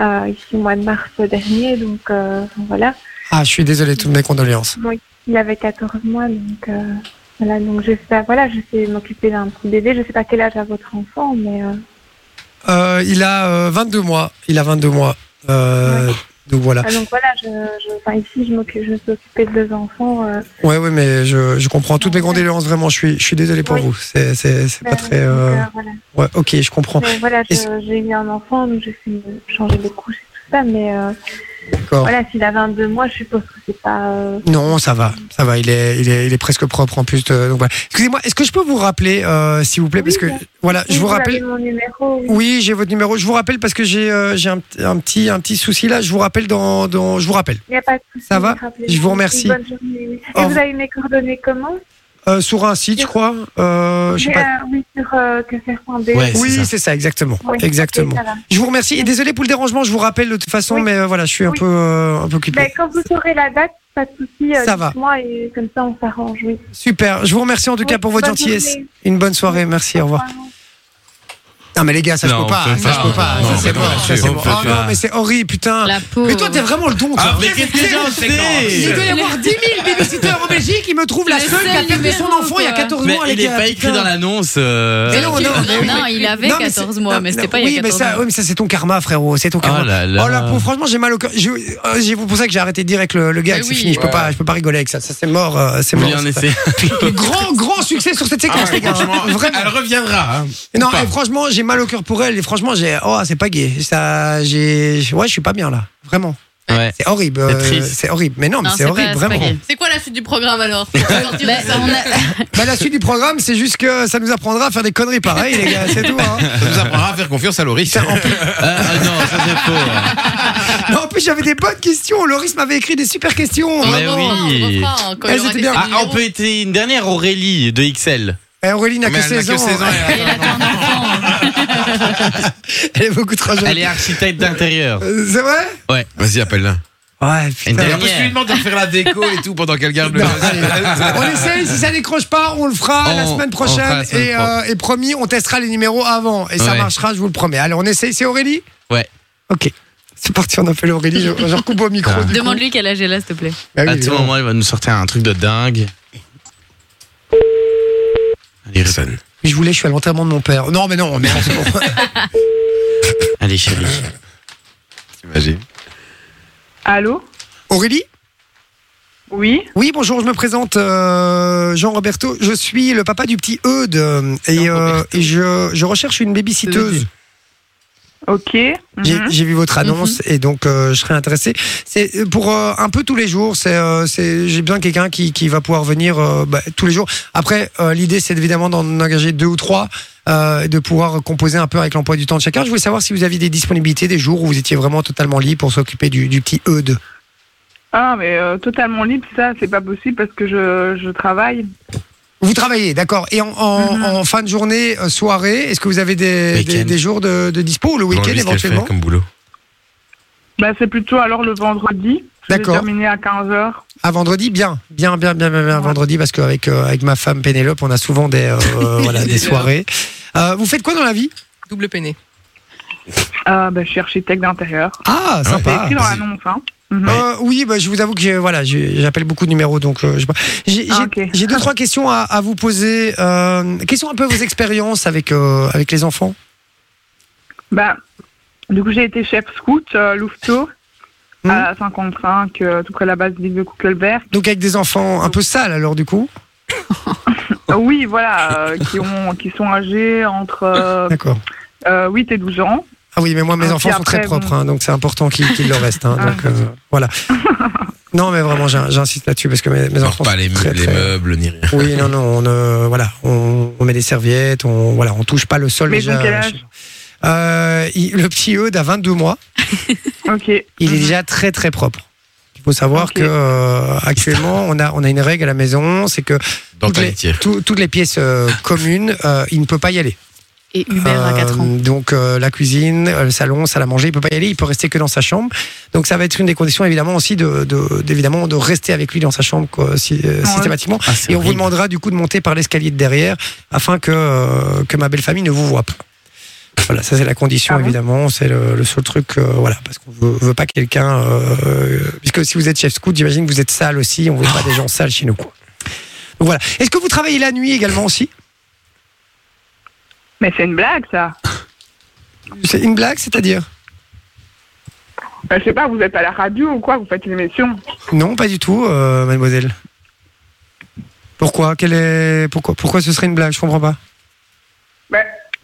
Speaker 12: Euh, ici au mois de mars dernier, donc euh, voilà.
Speaker 3: Ah je suis désolé, toutes mes condoléances.
Speaker 12: Il avait 14 mois, donc euh, voilà, donc je sais pas, voilà, je sais m'occuper d'un petit bébé. Je sais pas quel âge a votre enfant, mais euh,
Speaker 3: Euh, il a euh, 22 mois. Il a 22 mois. Euh, Donc voilà.
Speaker 12: ah, donc voilà, je, je, enfin, ici je m'occupe, je suis occupée de deux enfants. euh,
Speaker 3: Ouais, ouais, mais je, je comprends toutes mes condoléances vraiment. Je suis, je suis désolé pour
Speaker 12: Oui.
Speaker 3: vous. C'est, c'est, c'est pas
Speaker 12: euh,
Speaker 3: très.
Speaker 12: donc,
Speaker 3: euh,
Speaker 12: euh, voilà,
Speaker 3: Ouais, ok, je comprends.
Speaker 12: Mais voilà,
Speaker 3: Et
Speaker 12: je- j'ai eu un enfant, donc j'ai fait me changer de couche et tout ça, mais euh,
Speaker 3: D'accord.
Speaker 12: voilà, s'il a 22 mois, je suppose que c'est pas. euh,
Speaker 3: Non, ça va, ça va. Il est, il est, il est presque propre en plus. de- donc voilà. Excusez-moi, est-ce que je peux vous rappeler, euh, s'il vous plaît, parce que
Speaker 12: Oui,
Speaker 3: voilà, je
Speaker 12: oui,
Speaker 3: vous
Speaker 12: avez
Speaker 3: rappelle.
Speaker 12: mon numéro. oui.
Speaker 3: Oui, j'ai votre numéro. Je vous rappelle parce que j'ai, euh, j'ai un, p- un petit, un petit souci là. Je vous rappelle dans, dans je vous rappelle.
Speaker 12: Il n'y a pas de souci,
Speaker 3: Ça va
Speaker 12: rappelez-moi.
Speaker 3: Je vous remercie.
Speaker 12: Une bonne journée, oui.
Speaker 3: Au
Speaker 12: Et vous
Speaker 3: revoir.
Speaker 12: avez mes coordonnées comment
Speaker 3: Euh, sur un site, je crois. Euh, je sais pas.
Speaker 12: Euh, Oui, sur euh, que faire.be.
Speaker 4: Ouais,
Speaker 3: Oui,
Speaker 4: c'est ça.
Speaker 3: c'est ça, exactement,
Speaker 12: Oui,
Speaker 3: exactement.
Speaker 12: ok, ça va.
Speaker 3: Je vous remercie et désolé pour le dérangement, je vous rappelle de toute façon,
Speaker 12: Oui.
Speaker 3: mais euh, voilà, je suis un
Speaker 12: Oui.
Speaker 3: peu euh, un peu occupé.
Speaker 12: Ben, quand vous aurez la date, pas de souci.
Speaker 3: Ça va.
Speaker 12: Moi et comme ça on s'arrange. Oui.
Speaker 3: Super, je vous remercie en tout
Speaker 12: Oui,
Speaker 3: cas pour votre
Speaker 12: bonne
Speaker 3: gentillesse.
Speaker 12: journée.
Speaker 3: Une bonne soirée, merci, au revoir. Non mais les gars, ça je
Speaker 4: Non,
Speaker 3: peux pas,
Speaker 4: on fait
Speaker 3: ça
Speaker 4: pas.
Speaker 3: je peux pas,
Speaker 4: Non,
Speaker 3: ça
Speaker 4: mais
Speaker 3: c'est
Speaker 4: non,
Speaker 3: mort, ça
Speaker 4: monsieur,
Speaker 3: c'est
Speaker 4: on
Speaker 3: mort.
Speaker 4: fait
Speaker 3: Oh non
Speaker 4: pas.
Speaker 3: mais c'est horrible, putain.
Speaker 6: La peau.
Speaker 3: Mais toi t'es vraiment le don. toi.
Speaker 5: Ah, mais qu'est-ce que j'en sais,
Speaker 3: Il doit y avoir 10 000 babysitters en Belgique, il me trouve la
Speaker 6: Le
Speaker 3: seule qui a
Speaker 6: seul
Speaker 3: perdu son
Speaker 6: numéro,
Speaker 3: enfant il y a
Speaker 6: quoi.
Speaker 3: 14
Speaker 4: Mais
Speaker 3: mois.
Speaker 4: il
Speaker 3: les
Speaker 4: n'est
Speaker 3: gars,
Speaker 4: pas écrit
Speaker 3: putain.
Speaker 4: dans l'annonce. euh,
Speaker 3: Mais non, non, Ah, mais oui.
Speaker 6: Non, il avait
Speaker 3: Non, mais
Speaker 6: 14
Speaker 3: c'est-
Speaker 6: mois,
Speaker 3: non,
Speaker 6: mais c'était
Speaker 3: non,
Speaker 6: pas
Speaker 3: oui,
Speaker 6: il y a
Speaker 3: mais
Speaker 6: 14
Speaker 3: ça,
Speaker 6: mois.
Speaker 3: Oui, mais ça, c'est ton karma, frérot. C'est ton karma.
Speaker 4: Oh là là.
Speaker 3: Oh la pauvre, franchement, j'ai mal au cœur. Je- euh, j'ai- Pour ça que j'ai arrêté direct le, le gars.
Speaker 6: Mais
Speaker 3: C'est
Speaker 6: oui.
Speaker 3: fini. Je peux pas, je peux pas rigoler avec ça. Ça, c'est mort. euh, c'est
Speaker 4: Vous
Speaker 3: mort.
Speaker 4: voulez un
Speaker 3: c'est
Speaker 4: essai
Speaker 3: ça. grand, grand succès sur cette
Speaker 4: Ah
Speaker 3: séquence, les gars. hein. Vraiment.
Speaker 5: Elle reviendra. hein.
Speaker 3: Ah. Non,
Speaker 5: Ou pas.
Speaker 3: et franchement, j'ai mal au cœur pour elle. Et franchement, j'ai, oh, c'est pas gay. Ça, j'ai, ouais, je suis pas bien là. Vraiment.
Speaker 4: Ouais.
Speaker 3: C'est horrible.
Speaker 4: C'est
Speaker 3: euh,
Speaker 4: triste.
Speaker 3: C'est horrible. Mais non, mais
Speaker 6: Non,
Speaker 3: c'est
Speaker 6: c'est
Speaker 3: horrible,
Speaker 6: pas- c'est pas
Speaker 3: vraiment.
Speaker 6: gay.
Speaker 7: C'est quoi la suite du programme alors Faut sortir
Speaker 6: Ben,
Speaker 7: de ça.
Speaker 6: on a-
Speaker 3: Bah, la suite du programme, c'est juste que ça nous apprendra à faire des conneries pareilles, les gars. C'est tout, hein.
Speaker 5: Ça nous apprendra à faire confiance à Loris.
Speaker 4: Ah, non, ça c'est faux.
Speaker 3: Non, en plus, j'avais des bonnes questions. Loris m'avait écrit des super questions.
Speaker 4: Mais
Speaker 7: Vraiment,
Speaker 4: oui.
Speaker 7: on refera, hein, quand
Speaker 3: Elles
Speaker 7: il aura
Speaker 3: étaient bien.
Speaker 4: Ah,
Speaker 7: fini.
Speaker 4: on peut être une dernière Aurélie de XL.
Speaker 3: Eh, Aurélie n'a
Speaker 5: Mais
Speaker 3: que
Speaker 5: elle n'a
Speaker 3: 16 ans.
Speaker 5: et elle a-
Speaker 3: Elle est beaucoup trop jeune.
Speaker 4: Elle est architecte d'intérieur.
Speaker 3: Euh, C'est vrai
Speaker 5: Vas-y, appelle-la.
Speaker 3: Ouais,
Speaker 4: Une
Speaker 3: putain.
Speaker 5: Et
Speaker 4: dernière.
Speaker 5: en plus, tu lui demandes de faire la déco et tout pendant qu'elle garde le.
Speaker 3: Non, allez, on essaye, si ça décroche pas, on le fera la
Speaker 4: On-
Speaker 3: semaine
Speaker 4: on fera
Speaker 3: prochaine.
Speaker 4: la semaine
Speaker 3: et, euh, et promis, on testera les numéros avant. Et ça
Speaker 4: Ouais.
Speaker 3: marchera, je vous le promets. Allez, on essaye, c'est Aurélie
Speaker 4: Ouais.
Speaker 3: Ok. C'est parti, on appelle Aurélie. Je, je recoupe au micro. du coup.
Speaker 6: Demande-lui quel âge elle a, s'il te plaît.
Speaker 3: Ah oui,
Speaker 4: À tout
Speaker 3: évidemment.
Speaker 4: moment, elle va nous sortir un truc de dingue. Allez, sonne.
Speaker 3: Puis Je voulais, je suis à l'enterrement de mon père. Non, mais non, mais non, c'est bon.
Speaker 4: Allez, chérie.
Speaker 5: T'imagines
Speaker 9: Allô
Speaker 3: Aurélie
Speaker 9: Oui
Speaker 3: Oui, bonjour, je me présente, euh, Jean-Roberto. Je suis le papa du petit Eudes euh, et, euh, et je, je recherche une babysitteuse.
Speaker 9: Ok. mhm.
Speaker 3: J'ai j'ai vu votre annonce et donc euh, je serais intéressé. C'est euh, pour euh, un peu tous les jours. C'est euh, c'est- j'ai besoin de quelqu'un qui, qui va pouvoir venir euh, bah, tous les jours. Après, euh, l'idée c'est évidemment d'en engager deux ou trois, euh, et de pouvoir composer un peu avec l'emploi du temps de chacun. Je voulais savoir si vous aviez des disponibilités, des jours où vous étiez vraiment totalement libre pour s'occuper du, du petit Eudes.
Speaker 9: Ah, mais euh, totalement libre, ça, c'est pas possible parce que je, je travaille.
Speaker 3: Vous travaillez, d'accord. Et en, en-
Speaker 9: Mhm.
Speaker 3: en fin de journée, euh, soirée, est-ce que vous avez des, des,
Speaker 4: Week-end.
Speaker 3: des jours de, de dispo le week-end éventuellement
Speaker 5: comme boulot
Speaker 9: Bah, c'est plutôt alors le vendredi. Je vais
Speaker 3: D'accord.
Speaker 9: terminer à 15h.
Speaker 3: À Ah, vendredi, bien, bien, bien, bien, bien, bien,
Speaker 9: Ouais.
Speaker 3: vendredi, parce qu'avec euh, avec ma femme Pénélope, on a souvent des, euh, voilà, des
Speaker 7: Des
Speaker 3: soirées. Euh, vous faites quoi dans la vie
Speaker 7: Double peiné.
Speaker 9: Euh, bah, je suis architecte d'intérieur.
Speaker 3: Ah, sympa.
Speaker 9: C'est écrit dans l'annonce, hein. Mhm.
Speaker 3: Euh, oui, bah, je vous avoue que j'ai- voilà, j'ai- j'appelle beaucoup de numéros, donc euh, je sais pas. j'ai
Speaker 9: Ah,
Speaker 3: j'ai-
Speaker 9: ok.
Speaker 3: j'ai deux trois questions à, à vous poser. Euh, quelles sont un peu vos expériences avec euh, avec les enfants
Speaker 9: Bah, du coup, j'ai été chef scout euh, Louveteau
Speaker 3: Mhm.
Speaker 9: à la 55, euh, tout près de la base de l'île de Kuckelberg.
Speaker 3: Donc avec des enfants un peu sales, alors du coup. Oh.
Speaker 9: Euh, oui, voilà, euh, qui, ont, qui sont âgés entre euh,
Speaker 3: D'accord.
Speaker 9: euh, 8 et 12 ans.
Speaker 3: Ah oui, mais moi mes
Speaker 9: Ah,
Speaker 3: enfants
Speaker 9: puis
Speaker 3: sont très
Speaker 9: après,
Speaker 3: propres,
Speaker 9: bon.
Speaker 3: hein, donc c'est important qu'ils qu'ils le restent. hein,
Speaker 9: Ah.
Speaker 3: donc euh, voilà. Non, mais vraiment, j'in- j'insiste là-dessus parce que mes, mes enfants.
Speaker 5: Pas
Speaker 3: sont
Speaker 5: les, meubles,
Speaker 3: très,
Speaker 5: les
Speaker 3: très-
Speaker 5: meubles ni rien.
Speaker 3: Oui, non, non, on, euh, voilà, on, on met des serviettes, on, voilà, on touche pas le sol.
Speaker 9: Mais
Speaker 3: déjà,
Speaker 9: donc, quel âge
Speaker 3: Euh, il- Le petit Eudes a 22 mois,
Speaker 9: Ok.
Speaker 3: il est
Speaker 9: Mhm.
Speaker 3: déjà très très propre. Il faut savoir
Speaker 9: Ok.
Speaker 3: que euh, actuellement, on a, on a une règle à la maison, c'est que
Speaker 5: Dans
Speaker 3: toutes
Speaker 5: ta
Speaker 3: les,
Speaker 5: litière.
Speaker 3: tout- toutes les pièces euh, communes, euh, il ne peut pas y aller.
Speaker 6: Et Hubert à 4 ans.
Speaker 3: Euh, Donc euh, la cuisine, euh, le salon, salle à manger, il peut pas y aller, il peut rester que dans sa chambre. Donc ça va être une des conditions évidemment aussi de, de- d'évidemment de rester avec lui dans sa chambre quoi, si- euh, systématiquement.
Speaker 4: Ah, c'est
Speaker 3: Et on vous
Speaker 4: horrible.
Speaker 3: demandera du coup de monter par l'escalier de derrière afin que euh, que ma belle famille ne vous voit pas. Voilà, ça c'est la condition
Speaker 9: Ah bon
Speaker 3: évidemment, c'est le, le seul truc, euh, voilà, parce qu'on veut, veut pas quelqu'un, euh, puisque si vous êtes chef scout, j'imagine que vous êtes sale aussi, on veut pas des gens sales chez nous. Quoi. Donc voilà. Est-ce que vous travaillez la nuit également aussi
Speaker 9: Mais c'est une blague, ça.
Speaker 3: C'est une blague, c'est-à-dire
Speaker 9: Bah, je sais pas, vous êtes à la radio ou quoi Vous faites une émission
Speaker 3: Non, pas du tout, euh, mademoiselle. Pourquoi Quelle est... pourquoi, pourquoi ce serait une blague Je comprends pas.
Speaker 9: Bah,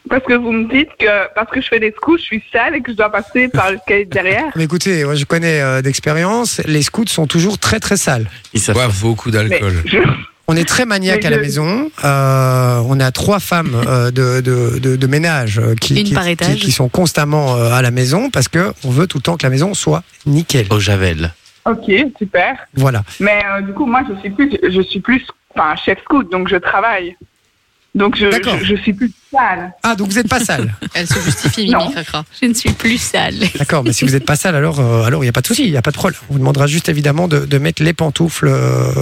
Speaker 9: Parce que vous me dites que parce que je fais des scouts, je suis sale et que je dois passer par l'escalier de derrière.
Speaker 3: Mais écoutez, moi, je connais euh, d'expérience, les scouts sont toujours très très sales.
Speaker 4: Ils savent
Speaker 5: Boivent beaucoup
Speaker 9: Mais
Speaker 5: d'alcool.
Speaker 9: je-
Speaker 3: On est très maniaque
Speaker 9: Mais
Speaker 3: à la
Speaker 9: je-
Speaker 3: maison. euh, on a trois femmes euh, de, de, de, de ménage euh, qui,
Speaker 6: Une
Speaker 3: qui,
Speaker 6: par
Speaker 3: qui-
Speaker 6: étage.
Speaker 3: qui sont constamment euh, à la maison parce que on veut tout le temps que la maison soit nickel.
Speaker 4: au Javel.
Speaker 9: Ok, super.
Speaker 3: Voilà.
Speaker 9: Mais euh, du coup, moi, je suis plus, je suis plus, enfin, chef scout, donc je travaille. Donc je,
Speaker 3: D'accord.
Speaker 9: je, je suis plus sale.
Speaker 3: Ah, donc vous n'êtes pas sale.
Speaker 7: Elle se justifie,
Speaker 9: Non.
Speaker 7: Mimi Cracra.
Speaker 6: Je ne suis plus sale.
Speaker 3: D'accord, mais si vous n'êtes pas sale, alors euh, alors il n'y a pas de souci, il n'y a pas de problème. On vous demandera juste évidemment de, de mettre les pantoufles euh,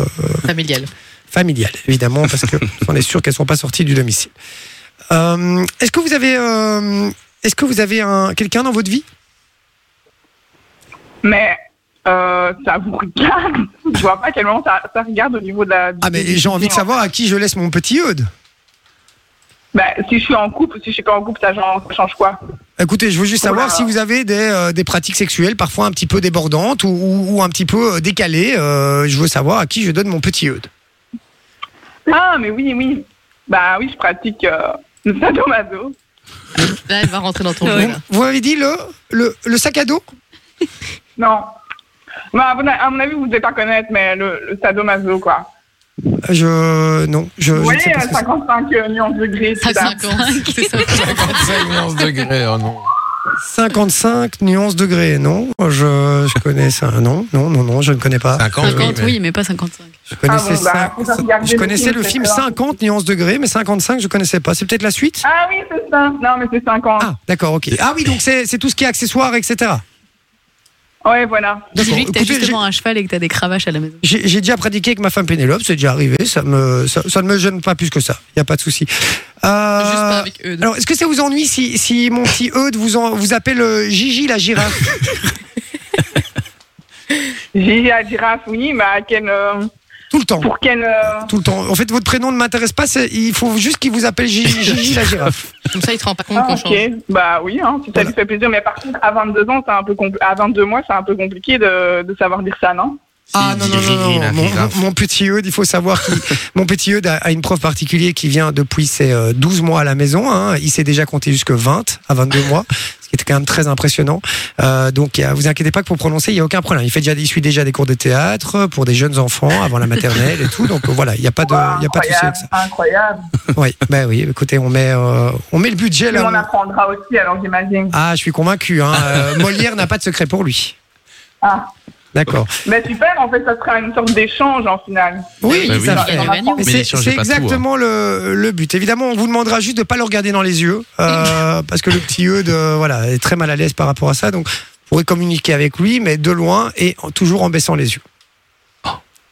Speaker 7: Familiale.
Speaker 3: familiale, évidemment, parce que on est sûr qu'elles sont pas sorties du domicile. Euh, est-ce que vous avez, euh, est-ce que vous avez un, quelqu'un dans votre vie
Speaker 9: Mais Eh, euh, ça vous regarde. je vois pas à quel moment ça, ça regarde au niveau de la.
Speaker 3: Ah mais j'ai envie de savoir à qui je laisse mon petit Eudes.
Speaker 9: Bah, si je suis en couple, si je suis pas en couple, ça change, ça change quoi
Speaker 3: Écoutez, je veux juste savoir
Speaker 9: Oula.
Speaker 3: si vous avez des, euh, des pratiques sexuelles parfois un petit peu débordantes ou, ou- ou un petit peu euh, décalées. Euh, je veux savoir à qui je donne mon petit Eudes.
Speaker 9: Ah, mais oui, oui. Bah oui, je pratique euh, le sadomaso.
Speaker 7: Là, elle va rentrer dans ton
Speaker 6: Ouais.
Speaker 7: jeu.
Speaker 3: Vous,
Speaker 7: là.
Speaker 3: vous m'avez dit le, le, le sac à dos
Speaker 9: Non. Bah, à mon- à mon avis, vous devez pas connaître, mais le, le sadomaso, quoi.
Speaker 3: Je non, je, je ne
Speaker 9: Vous voyez,
Speaker 3: sais pas.
Speaker 9: euh,
Speaker 3: ce que c'est.
Speaker 9: 55 nuances de gris, tout ça.
Speaker 7: 55. Ah, C'est ça.
Speaker 5: 55 nuances degrés, oh non.
Speaker 3: 55 nuances degrés, non Je, je connais ça, non, non, non, non, je ne connais pas. Euh,
Speaker 5: 50,
Speaker 6: 50,
Speaker 5: oui, mais-
Speaker 6: oui, mais pas 55.
Speaker 3: Je connaissais,
Speaker 9: Ah bon, bah,
Speaker 3: ça-
Speaker 9: faut faire regarder
Speaker 3: je
Speaker 9: le
Speaker 3: connaissais
Speaker 9: film,
Speaker 3: le
Speaker 9: c'est
Speaker 3: film
Speaker 9: ça.
Speaker 3: 50 nuances degrés, mais 55, je connaissais pas. C'est peut-être la suite
Speaker 9: Ah oui, c'est ça. Non, mais c'est 50.
Speaker 3: Ah, d'accord, ok. Ah oui, donc c'est c'est tout ce qui est accessoires, etc.
Speaker 9: Ouais, voilà.
Speaker 3: D'accord.
Speaker 6: Dis-lui que t'as
Speaker 3: Écoutez,
Speaker 6: justement un cheval et que t'as des cravaches à la maison.
Speaker 3: J'ai j'ai déjà pratiqué avec ma femme Pénélope, c'est déjà arrivé, ça, me, ça, ça ne me gêne pas plus que ça, il n'y a pas de souci. Euh,
Speaker 7: Juste pas avec eux.
Speaker 3: alors, est-ce que ça vous ennuie si, si mon petit E Eudes vous, en- vous appelle euh, Gigi la girafe
Speaker 9: J'ai la girafe, oui, mais à quel. euh,
Speaker 3: Tout le temps.
Speaker 9: Pour qu'elle. euh,
Speaker 3: Tout le temps. En fait, votre prénom ne m'intéresse pas. c'est- Il faut juste qu'il vous appelle Gigi, Gigi la girafe.
Speaker 7: Comme ça, il te rend pas compte
Speaker 9: Ah,
Speaker 7: qu'on
Speaker 9: ok.
Speaker 7: change.
Speaker 9: Bah oui, hein, si ça lui fait plaisir. Mais par contre, à 22 ans, c'est un peu compli- à 22 mois, c'est un peu compliqué de, de savoir dire ça, non
Speaker 3: Ah non, non, non, non.
Speaker 4: la
Speaker 3: Mon,
Speaker 4: girafe.
Speaker 3: mon- mon petit Eudes, il faut savoir que mon petit Eudes a, a une preuve particulière qui vient depuis ses euh, 12 mois à la maison. hein. Il s'est déjà compté jusque 20 à 22 mois, ce qui était quand même très impressionnant. Euh, donc, euh, vous inquiétez pas que pour prononcer, il n'y a aucun problème. Il, fait déjà, il suit déjà des cours de théâtre pour des jeunes enfants avant la maternelle et tout. Donc, euh, voilà, il n'y a pas de, il y a pas de souci avec
Speaker 9: Incroyable,
Speaker 3: ça.
Speaker 9: incroyable.
Speaker 3: Oui, ben oui, écoutez, on met, euh, on met le budget
Speaker 9: Puis
Speaker 3: là.
Speaker 9: on apprendra aussi, alors j'imagine.
Speaker 3: Ah, je suis convaincu. Hein. Euh, Molière n'a pas de secret pour lui.
Speaker 9: Ah.
Speaker 3: D'accord.
Speaker 9: Mais super, en fait, ça sera une sorte d'échange en final.
Speaker 3: Oui,
Speaker 4: Bah oui,
Speaker 3: ça
Speaker 4: il
Speaker 3: fait.
Speaker 9: y a
Speaker 7: gagnant.
Speaker 3: Mais
Speaker 4: Mais
Speaker 3: c'est-
Speaker 4: l'échange
Speaker 3: c'est
Speaker 4: est pas tout, hein.
Speaker 3: exactement le, le but. Évidemment, on vous demandera juste de pas le regarder dans les yeux, euh, parce que le petit Eudes euh, voilà, est très mal à l'aise par rapport à ça. Donc, vous pourrez communiquer avec lui, mais de loin et en- toujours en baissant les yeux.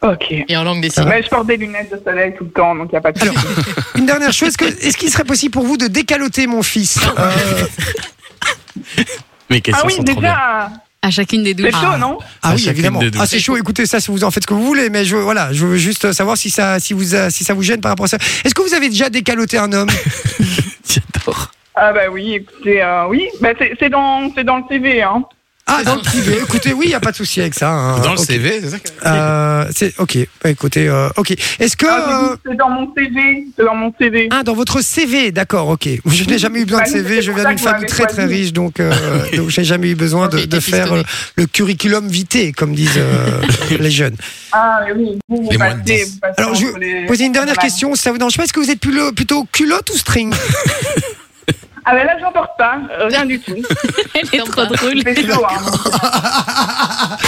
Speaker 9: Ok.
Speaker 7: Et en langue des signes.
Speaker 9: Mais je porte des lunettes de soleil tout le temps, donc il n'y a pas de
Speaker 3: Alors,
Speaker 9: souci.
Speaker 3: une dernière chose, est-ce que- est-ce qu'il serait possible pour vous de décaloter mon fils Euh,
Speaker 4: Mes
Speaker 9: Ah
Speaker 4: questions
Speaker 9: oui,
Speaker 4: sont trop bien.
Speaker 9: déjà,
Speaker 6: À chacune des douches.
Speaker 9: c'est chaud, non
Speaker 3: Ah
Speaker 4: À
Speaker 3: oui,
Speaker 4: chacune
Speaker 3: évidemment.
Speaker 4: des deux.
Speaker 3: Ah, c'est chaud. Écoutez ça, si vous en faites ce que vous voulez, mais je, voilà, je veux juste savoir si ça, si vous, a- si ça vous gêne par rapport à ça. Est-ce que vous avez déjà décaloté un homme
Speaker 4: J'adore.
Speaker 9: Ah bah oui, écoutez, euh, oui. Bah, c'est c'est dans, c'est dans le CV, hein.
Speaker 3: Ah, dans le privé. Écoutez, oui, il n'y a pas de souci avec ça. hein.
Speaker 5: Dans le
Speaker 3: Ok.
Speaker 5: CV, c'est ça que-
Speaker 3: Euh, c'est ok. Bah, écoutez, euh, ok. Est-ce que
Speaker 9: Ah, j'ai
Speaker 3: euh,
Speaker 9: dit, c'est dans mon CV, c'est dans mon CV.
Speaker 3: ah, dans votre CV, d'accord, ok. Je n'ai jamais eu besoin de
Speaker 9: Bah, c'est
Speaker 3: CV.
Speaker 9: pour
Speaker 3: Je
Speaker 9: ça
Speaker 3: viens d'une
Speaker 9: que vous
Speaker 3: famille
Speaker 9: m'avez
Speaker 3: très très
Speaker 9: choisi.
Speaker 3: riche, donc euh, donc j'ai jamais eu besoin de,
Speaker 7: J'ai été
Speaker 3: de faire euh,
Speaker 7: pistonnée.
Speaker 3: le curriculum vitae, comme disent euh, les jeunes.
Speaker 9: Ah mais oui, vous, vous
Speaker 5: Les moins de
Speaker 9: passez,
Speaker 5: 10.
Speaker 9: vous passez
Speaker 3: Alors, je
Speaker 9: entre les-
Speaker 3: poser une dernière
Speaker 9: Voilà.
Speaker 3: question. Ça vous dérange pas Est-ce que vous êtes plutôt, plutôt culotte ou string
Speaker 9: Ah ben là, j'en porte pas, euh, rien du tout.
Speaker 6: Elle est trop drôle.
Speaker 9: Il fait chaud, hein.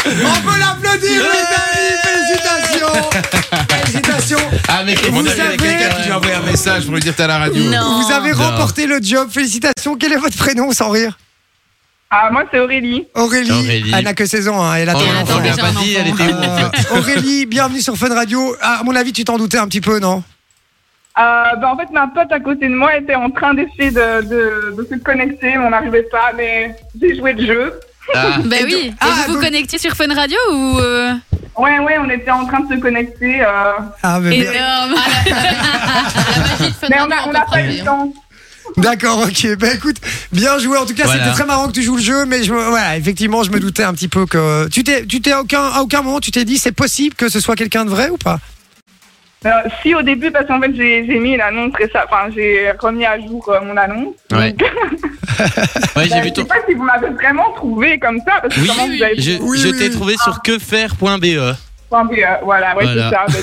Speaker 3: On peut l'applaudir, les amis. Félicitations, félicitations.
Speaker 4: Ah, mais
Speaker 3: Et
Speaker 4: comment
Speaker 5: Mon
Speaker 3: vous
Speaker 5: avis, il y a
Speaker 3: avez-
Speaker 5: quelqu'un qui lui a envoyé un message pour lui dire t'es à la radio.
Speaker 6: Non.
Speaker 3: Vous avez
Speaker 4: Non.
Speaker 3: remporté le job. Félicitations. Quel est votre prénom, sans rire
Speaker 9: Ah, moi, c'est Aurélie.
Speaker 3: Aurélie.
Speaker 4: Aurélie.
Speaker 3: Elle n'a que 16 ans. hein, Elle attend
Speaker 4: Oh,
Speaker 6: elle
Speaker 3: un
Speaker 6: attend
Speaker 4: on
Speaker 3: enfant.
Speaker 4: lui a
Speaker 6: déjà
Speaker 4: pas
Speaker 6: un
Speaker 4: dit, elle
Speaker 6: enfant.
Speaker 4: était où en
Speaker 3: Euh,
Speaker 4: fait
Speaker 3: Aurélie, bienvenue sur Fun Radio. Ah, À mon avis, tu t'en doutais un petit peu, non
Speaker 9: Euh, ben, en fait, ma pote à côté de moi était en train d'essayer de, de, de se connecter, mais on n'arrivait pas, mais j'ai joué le jeu.
Speaker 4: Ah,
Speaker 6: Bah
Speaker 3: Et
Speaker 6: oui.
Speaker 3: donc-
Speaker 6: Et
Speaker 3: Ah,
Speaker 6: vous vous
Speaker 3: donc-
Speaker 6: connectiez sur Fun Radio ou. euh,
Speaker 9: Ouais, ouais, on était en train de se connecter, euh,
Speaker 3: Ah, mais bien.
Speaker 6: Énorme.
Speaker 9: mais on n'a on a pas
Speaker 6: hein.
Speaker 9: eu le temps.
Speaker 3: D'accord, ok. Bah écoute, bien joué. En tout cas,
Speaker 4: Voilà.
Speaker 3: c'était très marrant que tu joues le jeu, mais je, voilà, effectivement, je me doutais un petit peu que tu t'es, tu t'es à aucun, à aucun moment, tu t'es dit, c'est possible que ce soit quelqu'un de vrai ou pas
Speaker 9: Alors, Euh, si au début, parce qu'en fait, j'ai j'ai mis l'annonce et ça, enfin, j'ai remis à jour euh, mon annonce.
Speaker 4: Ouais.
Speaker 9: Donc,
Speaker 4: ouais,
Speaker 9: ben,
Speaker 4: j'ai vu
Speaker 9: je sais
Speaker 4: ton.
Speaker 9: pas si vous m'avez vraiment trouvé comme ça, parce que
Speaker 4: Oui,
Speaker 9: comment vous avez Ah,
Speaker 4: je,
Speaker 3: Oui,
Speaker 4: je
Speaker 3: oui,
Speaker 4: t'ai
Speaker 3: oui.
Speaker 4: trouvé sur quefaire.be
Speaker 9: Enfin, mais, euh, voilà, ouais,
Speaker 4: E. Voilà.
Speaker 3: bah,
Speaker 9: c'est ça.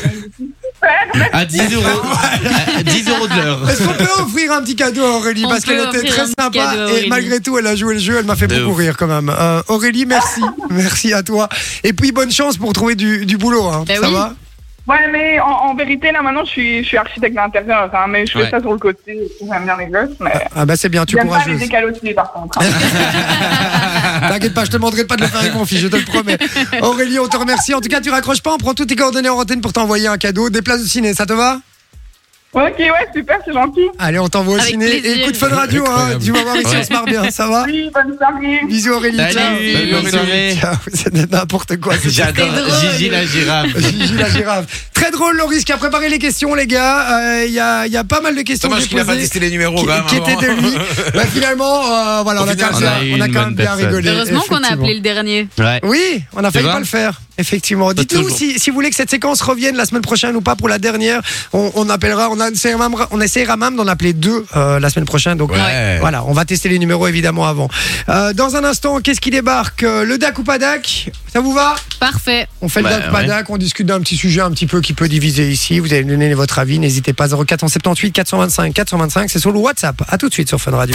Speaker 9: Ben, donc, super.
Speaker 4: à 10 euros. À 10 euros de l'heure.
Speaker 3: Est-ce qu'on peut offrir un petit cadeau à Aurélie
Speaker 6: On
Speaker 3: Parce qu'elle
Speaker 6: peut
Speaker 3: était
Speaker 6: offrir
Speaker 3: très
Speaker 6: un petit
Speaker 3: sympa
Speaker 6: cadeau à
Speaker 3: et
Speaker 6: Aurélie.
Speaker 3: malgré tout, elle a joué le jeu, elle m'a fait
Speaker 4: De
Speaker 3: beaucoup
Speaker 4: ouf.
Speaker 3: rire quand même. Euh, Aurélie, merci. merci à toi. Et puis, bonne chance pour trouver du, du boulot. Hein.
Speaker 6: Bah
Speaker 3: ça
Speaker 6: oui.
Speaker 3: va
Speaker 9: Ouais, mais en, en vérité, là, maintenant, je suis, je suis architecte d'intérieur, hein, mais je fais
Speaker 4: Ouais.
Speaker 9: ça sur le côté, j'aime bien les gosses, mais
Speaker 3: Ah bah c'est bien, tu es
Speaker 9: j'aime pas les
Speaker 3: courageuse.
Speaker 9: décalotiers, par contre. hein.
Speaker 3: T'inquiète pas, je te demanderai pas de le faire avec mon fils, je te le promets. Aurélie, on te remercie. En tout cas, tu raccroches pas, on prend toutes tes coordonnées en antenne pour t'envoyer un cadeau, des places de ciné, ça te va
Speaker 9: ok, ouais, super, c'est gentil.
Speaker 3: Allez, on t'envoie au
Speaker 6: Avec
Speaker 3: ciné.
Speaker 6: plaisir.
Speaker 3: Et écoute Fun Radio, hein,
Speaker 5: Incroyable.
Speaker 3: tu vas voir ici, on se marre bien, ça va
Speaker 9: Oui, bonne soirée.
Speaker 3: Bisous Aurélie, ciao.
Speaker 4: Salut, bonne
Speaker 5: Salut,
Speaker 4: soirée.
Speaker 3: Ciao, C'était n'importe quoi. c'est-
Speaker 4: J'adore
Speaker 6: drôle.
Speaker 4: Gigi la girafe.
Speaker 3: Gigi la girafe. Très drôle, Loris, qui a préparé les questions, les gars. Euh, Il y, a, il y a pas mal de questions que
Speaker 5: Dommage
Speaker 3: j'ai
Speaker 5: qu'il a pas
Speaker 3: posées
Speaker 5: testé les numéros,
Speaker 3: qui,
Speaker 5: quand même, hein,
Speaker 3: qui étaient
Speaker 5: avant.
Speaker 3: de lui. Bah, finalement, euh, voilà,
Speaker 5: Au
Speaker 3: on a
Speaker 5: final,
Speaker 3: quand
Speaker 4: on
Speaker 3: même,
Speaker 4: a eu
Speaker 3: on a
Speaker 4: une
Speaker 3: quand même
Speaker 4: bonne
Speaker 3: bien
Speaker 4: personne.
Speaker 3: rigolé.
Speaker 6: Heureusement qu'on a
Speaker 3: effectivement.
Speaker 6: appelé le dernier.
Speaker 4: Ouais.
Speaker 3: Oui, on a failli
Speaker 4: vois
Speaker 3: pas le faire, effectivement. Dites-nous
Speaker 4: toujours.
Speaker 3: si, si vous voulez que cette séquence revienne la semaine prochaine ou pas pour la dernière. On, on appellera, on, essaiera même, on essaiera même d'en appeler deux euh, la semaine prochaine. Donc
Speaker 5: Ouais.
Speaker 3: voilà, on va tester les numéros évidemment avant. Euh, dans un instant, qu'est-ce qui débarque Euh, Le DAC ou pas DAC Ça vous va
Speaker 6: Parfait.
Speaker 3: on fait le
Speaker 4: Bah,
Speaker 3: DAC, pas
Speaker 4: ouais.
Speaker 3: DAC, on discute d'un petit sujet un petit peu qui peut diviser ici. Vous allez me donner votre avis, n'hésitez pas. 0478 425 425, c'est sur le WhatsApp. À tout de suite sur Fun Radio.